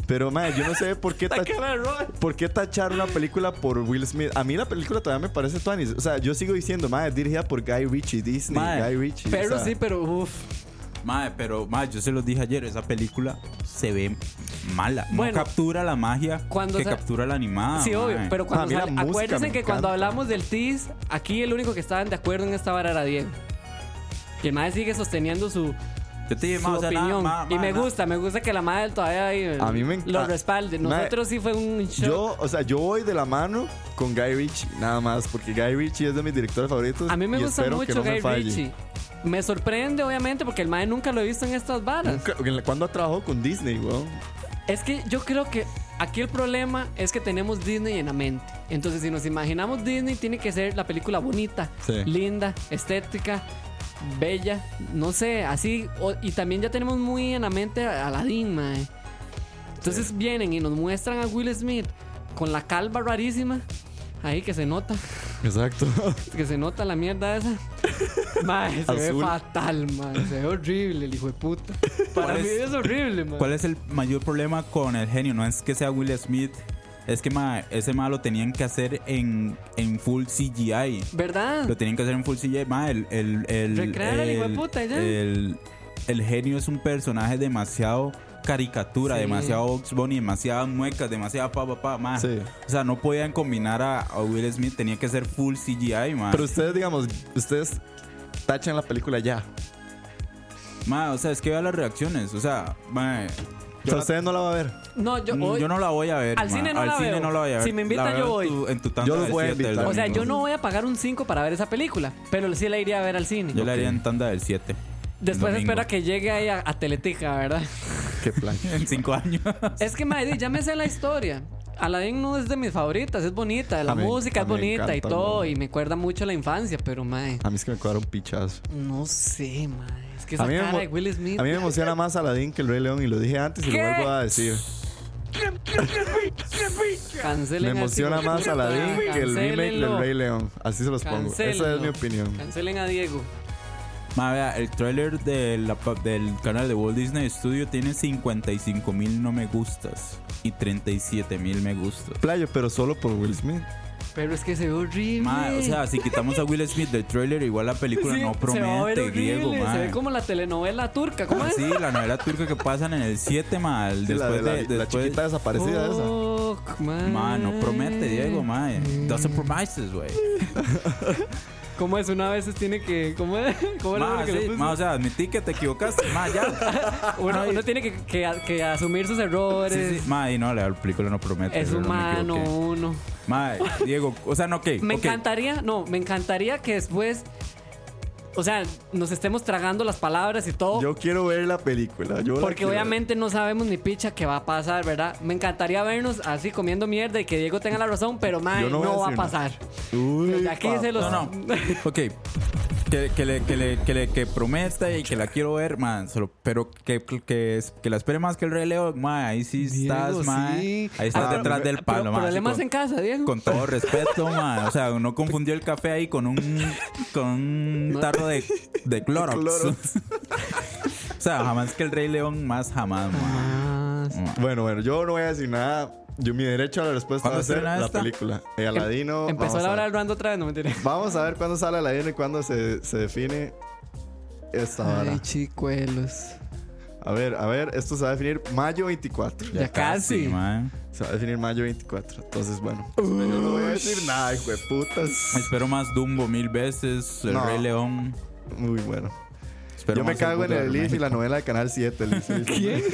[SPEAKER 5] Pero, madre, yo
[SPEAKER 4] *laughs*
[SPEAKER 5] no sé por qué,
[SPEAKER 4] La
[SPEAKER 5] tach-
[SPEAKER 4] cara de Ron.
[SPEAKER 5] por qué tachar una película por Will Smith. A mí la película todavía me parece tuanis. O sea, yo sigo diciendo, madre, es dirigida por Guy Ritchie, Disney,
[SPEAKER 6] Mae,
[SPEAKER 5] Guy Ritchie. o
[SPEAKER 4] Perros
[SPEAKER 5] sea,
[SPEAKER 4] sí, pero uff.
[SPEAKER 6] Madre, pero madre, yo se los dije ayer, esa película se ve mala.
[SPEAKER 4] Bueno.
[SPEAKER 6] no captura la magia
[SPEAKER 4] Cuando
[SPEAKER 6] que
[SPEAKER 4] sa-
[SPEAKER 6] captura la animada.
[SPEAKER 4] Sí,
[SPEAKER 6] mae.
[SPEAKER 4] obvio. Pero
[SPEAKER 5] Ah, a
[SPEAKER 4] cuando
[SPEAKER 5] mí la
[SPEAKER 4] sale-
[SPEAKER 5] música
[SPEAKER 4] acuérdense
[SPEAKER 5] me
[SPEAKER 4] que cuando
[SPEAKER 5] encanta.
[SPEAKER 4] hablamos del TIS, aquí el único que estaban de acuerdo en esta vara era Diego. Y el madre sigue sosteniendo su,
[SPEAKER 6] Yo te dije,
[SPEAKER 4] su
[SPEAKER 6] mae, o sea, nada,
[SPEAKER 4] opinión.
[SPEAKER 6] mae,
[SPEAKER 4] y
[SPEAKER 6] mae,
[SPEAKER 4] me
[SPEAKER 6] nada.
[SPEAKER 4] gusta, me gusta que la madre todavía ahí, eh,
[SPEAKER 5] A mí me enc-
[SPEAKER 4] lo
[SPEAKER 5] ah,
[SPEAKER 4] respalde.
[SPEAKER 5] mae,
[SPEAKER 4] Nosotros sí fue un show.
[SPEAKER 5] Yo, o sea, yo voy de la mano con Guy Ritchie, nada más, porque Guy Ritchie es de mis directores favoritos.
[SPEAKER 4] A mí me
[SPEAKER 5] y
[SPEAKER 4] gusta
[SPEAKER 5] espero que
[SPEAKER 4] mucho
[SPEAKER 5] no me
[SPEAKER 4] Guy
[SPEAKER 5] falle.
[SPEAKER 4] Ritchie. Me sorprende, obviamente, porque el mae nunca lo he visto en estas varas.
[SPEAKER 5] Nunca- ¿Cuándo trabajó con Disney, weón?
[SPEAKER 4] Es que yo creo que aquí el problema es que tenemos Disney en la mente. Entonces, si nos imaginamos Disney, tiene que ser la película bonita,
[SPEAKER 5] Sí.
[SPEAKER 4] linda, estética, bella, no sé, así. O- y también ya tenemos muy en la mente a Aladdin, mae. Entonces vienen y nos muestran a Will Smith con la calva rarísima. Ahí que se nota, *laughs*
[SPEAKER 5] Exacto.
[SPEAKER 4] que se nota la mierda
[SPEAKER 5] *laughs*
[SPEAKER 4] esa. Mae, se ve
[SPEAKER 5] Azul.
[SPEAKER 4] fatal, mae. Se ve horrible el hijo de
[SPEAKER 5] *laughs*
[SPEAKER 4] puta. Para
[SPEAKER 6] ¿Cuál
[SPEAKER 4] mí
[SPEAKER 6] es-
[SPEAKER 4] es horrible, mae.
[SPEAKER 6] ¿Cuál es el mayor problema con el genio? No es que sea Will Smith, es que mae, ese mae lo tenían que hacer en, en full CGI.
[SPEAKER 4] ¿Verdad?
[SPEAKER 6] Lo tenían que hacer en full CGI. mae, el, el, el,
[SPEAKER 4] Recrear al hijueputa, ya.
[SPEAKER 6] el- el genio es un personaje demasiado caricatura,
[SPEAKER 4] Sí.
[SPEAKER 6] demasiado Ox Bunny, demasiadas muecas, demasiada pa pa pa. mae.
[SPEAKER 5] Sí.
[SPEAKER 6] O sea, no podían combinar a, a Will Smith, tenía que ser full CGI,
[SPEAKER 5] *laughs*
[SPEAKER 6] mae.
[SPEAKER 5] Pero ustedes, digamos, ustedes tachan la película ya.
[SPEAKER 6] Mae, o sea, es que vea las reacciones. O sea, mae,
[SPEAKER 5] O sea, ustedes no la van a ver.
[SPEAKER 4] No, yo,
[SPEAKER 6] mm,
[SPEAKER 4] hoy-
[SPEAKER 6] yo no la voy a ver.
[SPEAKER 4] Al
[SPEAKER 6] mae.
[SPEAKER 4] cine no
[SPEAKER 6] Al
[SPEAKER 4] la
[SPEAKER 6] cine
[SPEAKER 4] veo.
[SPEAKER 6] no la voy a ver.
[SPEAKER 4] Si me invitan,
[SPEAKER 6] La veo
[SPEAKER 4] yo voy.
[SPEAKER 6] en tu- en tu tanda
[SPEAKER 5] Yo los
[SPEAKER 6] del
[SPEAKER 5] voy a
[SPEAKER 6] siete del
[SPEAKER 5] invitar.
[SPEAKER 4] O sea,
[SPEAKER 6] domingo.
[SPEAKER 4] yo no voy a pagar un 5 para ver esa película, pero sí la iría a ver al cine.
[SPEAKER 6] Yo la haría en tanda del 7.
[SPEAKER 4] Después
[SPEAKER 6] domingo.
[SPEAKER 4] espero a que llegue ahí a, a Teletica, ¿verdad?
[SPEAKER 5] Qué *laughs* plan.
[SPEAKER 6] *laughs* En 5 años.
[SPEAKER 4] es que, madre, ya me sé la historia. Aladdin no es de mis favoritas, es bonita, la
[SPEAKER 5] A mí-
[SPEAKER 4] música
[SPEAKER 5] a
[SPEAKER 4] es
[SPEAKER 5] mí me
[SPEAKER 4] bonita y
[SPEAKER 5] encanta,
[SPEAKER 4] todo,
[SPEAKER 5] güey.
[SPEAKER 4] y me acuerda mucho la infancia, pero, madre,
[SPEAKER 5] A mí es que me cuadra un pichazo.
[SPEAKER 4] no sé, madre. Es que esa
[SPEAKER 5] A mí, me,
[SPEAKER 4] cara de
[SPEAKER 5] emo-
[SPEAKER 4] Will Smith.
[SPEAKER 5] a mí me emociona más Aladdin que el Rey León y lo dije antes y
[SPEAKER 4] ¿Qué?
[SPEAKER 5] lo vuelvo a decir. Me
[SPEAKER 4] cancelen a ese
[SPEAKER 5] emociona
[SPEAKER 4] hijo de
[SPEAKER 5] más
[SPEAKER 4] puta,
[SPEAKER 5] Aladdin que el remake del
[SPEAKER 4] cancelenlo,
[SPEAKER 5] Rey León. Así se los pongo. Esa es mi
[SPEAKER 4] cancelenlo,
[SPEAKER 5] opinión.
[SPEAKER 4] Cancelen a Diego.
[SPEAKER 6] Ma, vea, el trailer de la pa- del canal de Walt Disney Studio tiene 55 mil no me gustas y 37 mil me gustas.
[SPEAKER 5] Playo, pero solo por Will Smith.
[SPEAKER 4] Pero es que se ve horrible.
[SPEAKER 6] Ma, o sea, si quitamos a Will Smith del trailer, igual la película
[SPEAKER 4] Sí, se va a
[SPEAKER 6] no
[SPEAKER 4] ver
[SPEAKER 6] promete,
[SPEAKER 4] horrible,
[SPEAKER 6] griego, ma.
[SPEAKER 4] Se ve como la telenovela turca,
[SPEAKER 6] *laughs*
[SPEAKER 4] ¿cómo es?
[SPEAKER 6] Sí, la novela turca que pasan en el 7, ma. el
[SPEAKER 5] Sí, la,
[SPEAKER 6] después
[SPEAKER 5] de la,
[SPEAKER 6] de.
[SPEAKER 5] la
[SPEAKER 6] después-
[SPEAKER 5] chiquita desaparecida
[SPEAKER 4] Oh.
[SPEAKER 5] esa.
[SPEAKER 4] Fuck, man.
[SPEAKER 6] Ma, no promete, Diego, ma.
[SPEAKER 4] Mm.
[SPEAKER 6] Doesn't promises, güey.
[SPEAKER 4] ¿Cómo es? Una vez tiene que. ¿Cómo es? *laughs* ¿Cómo era
[SPEAKER 6] Ma,
[SPEAKER 4] lo que
[SPEAKER 6] sí,
[SPEAKER 4] le puse?
[SPEAKER 6] ma, o sea, admití que te equivocaste,
[SPEAKER 4] *laughs*
[SPEAKER 6] ma, ya.
[SPEAKER 4] uno,
[SPEAKER 6] ay.
[SPEAKER 4] uno tiene que, que, que asumir sus errores.
[SPEAKER 6] Sí, sí. Ma, y no, la película no promete.
[SPEAKER 4] Es
[SPEAKER 6] yo no me
[SPEAKER 4] humano
[SPEAKER 6] equivoqué.
[SPEAKER 4] uno.
[SPEAKER 6] Ma, Diego, o sea, no, ok.
[SPEAKER 4] Me
[SPEAKER 6] ok.
[SPEAKER 4] encantaría, no, me encantaría que después. O sea, nos estemos tragando las palabras y todo.
[SPEAKER 5] Yo quiero ver la película. yo la
[SPEAKER 4] porque
[SPEAKER 5] quiero ver.
[SPEAKER 4] obviamente no sabemos ni picha qué va a pasar, ¿verdad? Me encantaría vernos así comiendo mierda y que Diego tenga la razón, pero man,
[SPEAKER 5] Yo no
[SPEAKER 4] no,
[SPEAKER 5] voy a
[SPEAKER 4] va a
[SPEAKER 5] decir
[SPEAKER 4] pasar.
[SPEAKER 5] nada.
[SPEAKER 4] *laughs*
[SPEAKER 5] Uy,
[SPEAKER 4] Desde aquí
[SPEAKER 5] papá.
[SPEAKER 4] se los.
[SPEAKER 6] No, no. Ok. que, que le, que, le, que, le, que prometa y que la quiero ver, man, solo- pero que, que, que la espere más que el Rey León, man, ahí sí estás,
[SPEAKER 4] Diego,
[SPEAKER 6] man.
[SPEAKER 4] sí.
[SPEAKER 6] Ahí estás
[SPEAKER 4] Ah,
[SPEAKER 6] detrás del
[SPEAKER 4] pero
[SPEAKER 6] palo, man. así
[SPEAKER 4] problemas
[SPEAKER 6] con-
[SPEAKER 4] en casa, Diego.
[SPEAKER 6] Con todo respeto, man. O sea, no confundió el café ahí con un, con un tarro de,
[SPEAKER 4] *laughs*
[SPEAKER 6] de Clorox. *laughs* o sea, jamás que el Rey León, más jamás, man.
[SPEAKER 4] Ah, sí.
[SPEAKER 5] Bueno, bueno, yo no voy a decir nada. Yo mi derecho a la respuesta
[SPEAKER 6] ¿Cuándo
[SPEAKER 5] va a ser
[SPEAKER 6] estrena
[SPEAKER 5] la
[SPEAKER 6] esta?
[SPEAKER 5] película. Eh, Aladino.
[SPEAKER 4] Empezó
[SPEAKER 5] vamos
[SPEAKER 4] la hora
[SPEAKER 5] a
[SPEAKER 4] del
[SPEAKER 5] ver.
[SPEAKER 4] rando otra vez, no me *laughs* tiré.
[SPEAKER 5] Vamos a ver cuándo sale Aladino y cuándo se, se define esta hora.
[SPEAKER 4] Ay, chicuelos.
[SPEAKER 5] A ver, a ver, esto se va a definir mayo 24.
[SPEAKER 4] Ya casi.
[SPEAKER 6] man.
[SPEAKER 5] Se va a definir mayo 24. Entonces, bueno. pues, Yo no voy a decir nada, hijo de putas.
[SPEAKER 6] Espero más Dumbo mil veces, el
[SPEAKER 5] No.
[SPEAKER 6] Rey León.
[SPEAKER 5] Muy bueno.
[SPEAKER 6] Espero
[SPEAKER 5] Yo me
[SPEAKER 6] más
[SPEAKER 5] cago en
[SPEAKER 6] Buda de
[SPEAKER 5] el Leaf y la
[SPEAKER 6] México.
[SPEAKER 5] novela de Canal 7. Liz.
[SPEAKER 4] ¿Quién?
[SPEAKER 5] *laughs*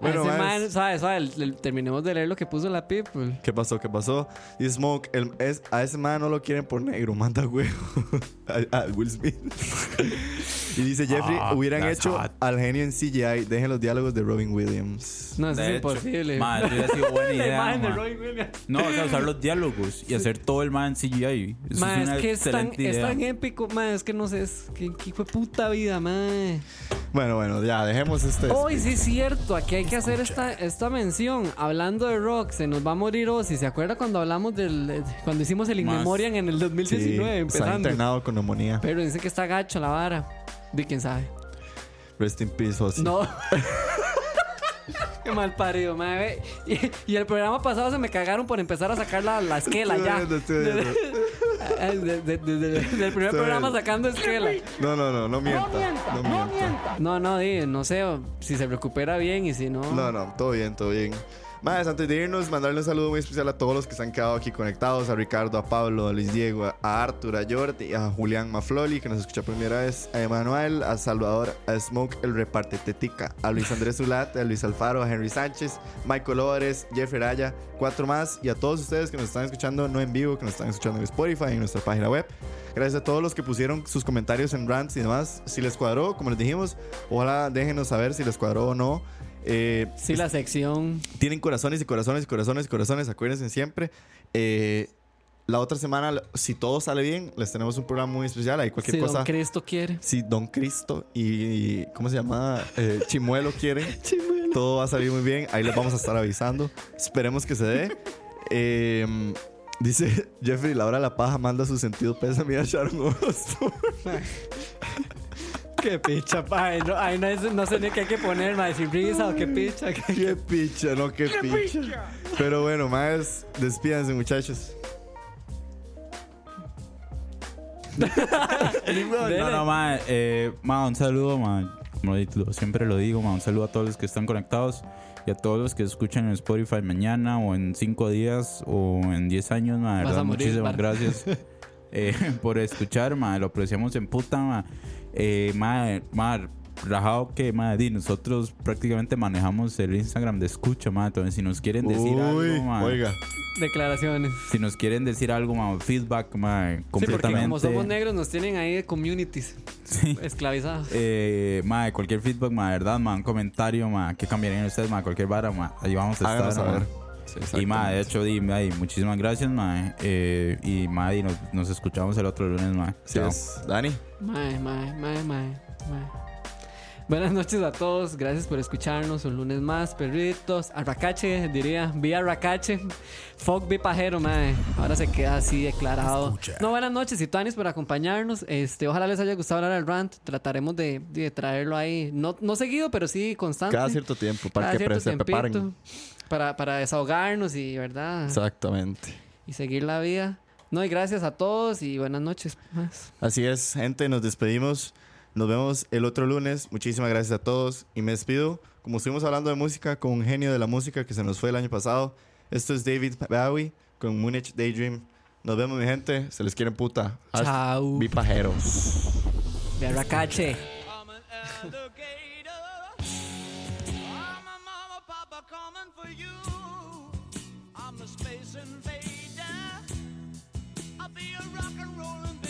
[SPEAKER 5] Bueno,
[SPEAKER 4] Ese
[SPEAKER 5] más.
[SPEAKER 4] man, sabe, sabe, el- el- terminemos de leer lo que puso la people.
[SPEAKER 5] ¿Qué pasó? ¿Qué pasó? Y Smoke, el- es- a ese man no lo quieren por negro, manda huevo. *laughs* A, a Will Smith. *laughs* y dice Jeffrey,
[SPEAKER 6] Ah,
[SPEAKER 5] hubieran
[SPEAKER 6] that's
[SPEAKER 5] hecho
[SPEAKER 6] hot.
[SPEAKER 5] al genio en CGI. Dejen los diálogos de Robin Williams.
[SPEAKER 4] No, eso
[SPEAKER 6] De
[SPEAKER 4] es
[SPEAKER 6] hecho,
[SPEAKER 4] imposible.
[SPEAKER 6] man, hubiera
[SPEAKER 4] *laughs*
[SPEAKER 6] sido buena
[SPEAKER 4] La
[SPEAKER 6] idea,
[SPEAKER 4] imagen de
[SPEAKER 6] man.
[SPEAKER 4] Robin Williams.
[SPEAKER 6] No, o sea, usar los diálogos y hacer todo el man en CGI. Eso
[SPEAKER 4] Ma, es,
[SPEAKER 6] una
[SPEAKER 4] que es tan,
[SPEAKER 6] excelente
[SPEAKER 4] es
[SPEAKER 6] idea.
[SPEAKER 4] tan épico, ma, es que no sé, es que, que hijo de puta vida, ma.
[SPEAKER 5] Bueno, bueno, ya, dejemos este.
[SPEAKER 4] Hoy sí es cierto, aquí hay que hacer esta, esta mención. Hablando de rock, se nos va a morir Ozzy. ¿Se acuerda cuando hablamos del. cuando hicimos el In
[SPEAKER 6] Más.
[SPEAKER 4] Memoriam en el
[SPEAKER 5] Sí,
[SPEAKER 4] 2019?
[SPEAKER 5] está
[SPEAKER 4] empezando.
[SPEAKER 5] internado con neumonía.
[SPEAKER 4] Pero dicen que está gacho la vara. De quién sabe.
[SPEAKER 5] Rest in peace,
[SPEAKER 4] *laughs*
[SPEAKER 5] Ozzy.
[SPEAKER 4] No. Qué mal parido, madre. Y, y el programa pasado se me cagaron por empezar a sacar la, la esquela
[SPEAKER 5] Estoy
[SPEAKER 4] ya.
[SPEAKER 5] viendo, estoy
[SPEAKER 4] De-
[SPEAKER 5] viendo.
[SPEAKER 4] de- de- de- de- del primer
[SPEAKER 5] Estoy
[SPEAKER 4] programa
[SPEAKER 5] viendo.
[SPEAKER 4] sacando esquela.
[SPEAKER 5] *laughs* No, no, no, no mienta. No mienta, no mienta.
[SPEAKER 4] No, no, di, no sé o- si se recupera bien y si no.
[SPEAKER 5] No, no, todo bien, todo bien. Más, antes de irnos, mandarle un saludo muy especial a todos los que se han quedado aquí conectados: a Ricardo, a Pablo, a Luis Diego, a Artur, a Jordi, a Julián Mafloli, que nos escucha por primera vez, a Emanuel, a Salvador, a Smoke, el reparte tetica, a Luis Andrés Zulat, a Luis Alfaro, a Henry Sánchez, Michael López, Jeffrey Raya, cuatro más, y a todos ustedes que nos están escuchando no en vivo, que nos están escuchando en Spotify, en nuestra página web. Gracias a todos los que pusieron sus comentarios en rants y demás. Si les cuadró, como les dijimos, ojalá déjenos saber si les cuadró o no. Eh,
[SPEAKER 4] Sí, la sección.
[SPEAKER 5] tienen corazones y corazones y corazones y corazones, acuérdense siempre. Eh, la otra semana, si todo sale bien, les tenemos un programa muy especial. Hay cualquier
[SPEAKER 4] Si
[SPEAKER 5] cosa.
[SPEAKER 4] Don Cristo quiere.
[SPEAKER 5] si Don Cristo y, y- ¿cómo se llama? Eh, Chimuelo
[SPEAKER 4] *laughs*
[SPEAKER 5] quieren. Todo va a salir muy bien. Ahí les vamos a estar avisando. Esperemos que se dé. Eh, dice *laughs* Jeffrey, la hora de la paja manda su sentido pésame a Sharon Osbourne.
[SPEAKER 4] Qué picha, ay, no, ay, no, es- no sé ni qué hay que poner, madre. Si risa o qué picha. qué-
[SPEAKER 5] *laughs* qué picha, no qué, picha. Pero bueno, más despídanse muchachos.
[SPEAKER 6] No, no, ma, eh, ma, un saludo, ma, como di- lo- siempre lo digo, ma, un saludo a todos los que están conectados y a todos los que escuchan en Spotify mañana o en 5 días o en 10 años, ma,
[SPEAKER 4] Vas
[SPEAKER 6] de verdad,
[SPEAKER 4] a morir, Bar.
[SPEAKER 6] muchísimas gracias
[SPEAKER 4] *laughs*
[SPEAKER 6] eh, por escuchar, ma, lo apreciamos en puta, ma, eh, ma, ma, rajado que, ma, di, nosotros prácticamente manejamos el Instagram de escucha, ma, entonces si nos quieren decir
[SPEAKER 5] Uy,
[SPEAKER 6] algo, ma,
[SPEAKER 5] oiga.
[SPEAKER 4] Declaraciones.
[SPEAKER 6] si nos quieren decir algo, ma, feedback, ma,
[SPEAKER 4] Sí, porque
[SPEAKER 6] completamente.
[SPEAKER 4] como somos negros nos tienen ahí de communities
[SPEAKER 6] Sí.
[SPEAKER 4] esclavizados.
[SPEAKER 6] Eh, mae, cualquier feedback, mae, verdad, mae, un comentario, mae, que cambiarían ustedes, mae, cualquier vara, mae, ahí vamos a
[SPEAKER 5] Háganos
[SPEAKER 6] estar, mae.
[SPEAKER 5] saber.
[SPEAKER 6] Y mae, de hecho, di, mae, muchísimas gracias, mae, eh, y mae, di, nos, nos escuchamos el otro lunes, mae.
[SPEAKER 5] Así
[SPEAKER 6] Chao.
[SPEAKER 5] es. Dani.
[SPEAKER 4] Mae, mae, mae, mae, mae. Buenas noches a todos, gracias por escucharnos un lunes más, perritos, arracache, diría, vía arracache, fuck be pajero, mae, ahora se queda así declarado. No, buenas noches y tuanis por acompañarnos, este, ojalá les haya gustado hablar al rant, trataremos de, de traerlo ahí, no, no seguido, pero sí constante.
[SPEAKER 5] Cada cierto tiempo, para
[SPEAKER 4] Cada
[SPEAKER 5] que
[SPEAKER 4] cierto
[SPEAKER 5] pre- se preparen.
[SPEAKER 4] tiempito, Para, para desahogarnos y, ¿verdad?
[SPEAKER 5] Exactamente.
[SPEAKER 4] y seguir la vida. No, y gracias a todos y buenas noches pues. más.
[SPEAKER 5] Así es, gente, nos despedimos. Nos vemos el otro lunes. Muchísimas gracias a todos. Y me despido, como estuvimos hablando de música, con un genio de la música que se nos fue el año pasado. Esto es David Bowie con Munich Daydream. Nos vemos, mi gente. Se les quiere puta. Hasta-
[SPEAKER 4] Chao.
[SPEAKER 5] Vi pajeros.
[SPEAKER 4] De Arracache.
[SPEAKER 1] I'm an alligator. I'm a mama, papa coming for you. I'm a space invader. I'll be a rock and rollin' oh, Oh,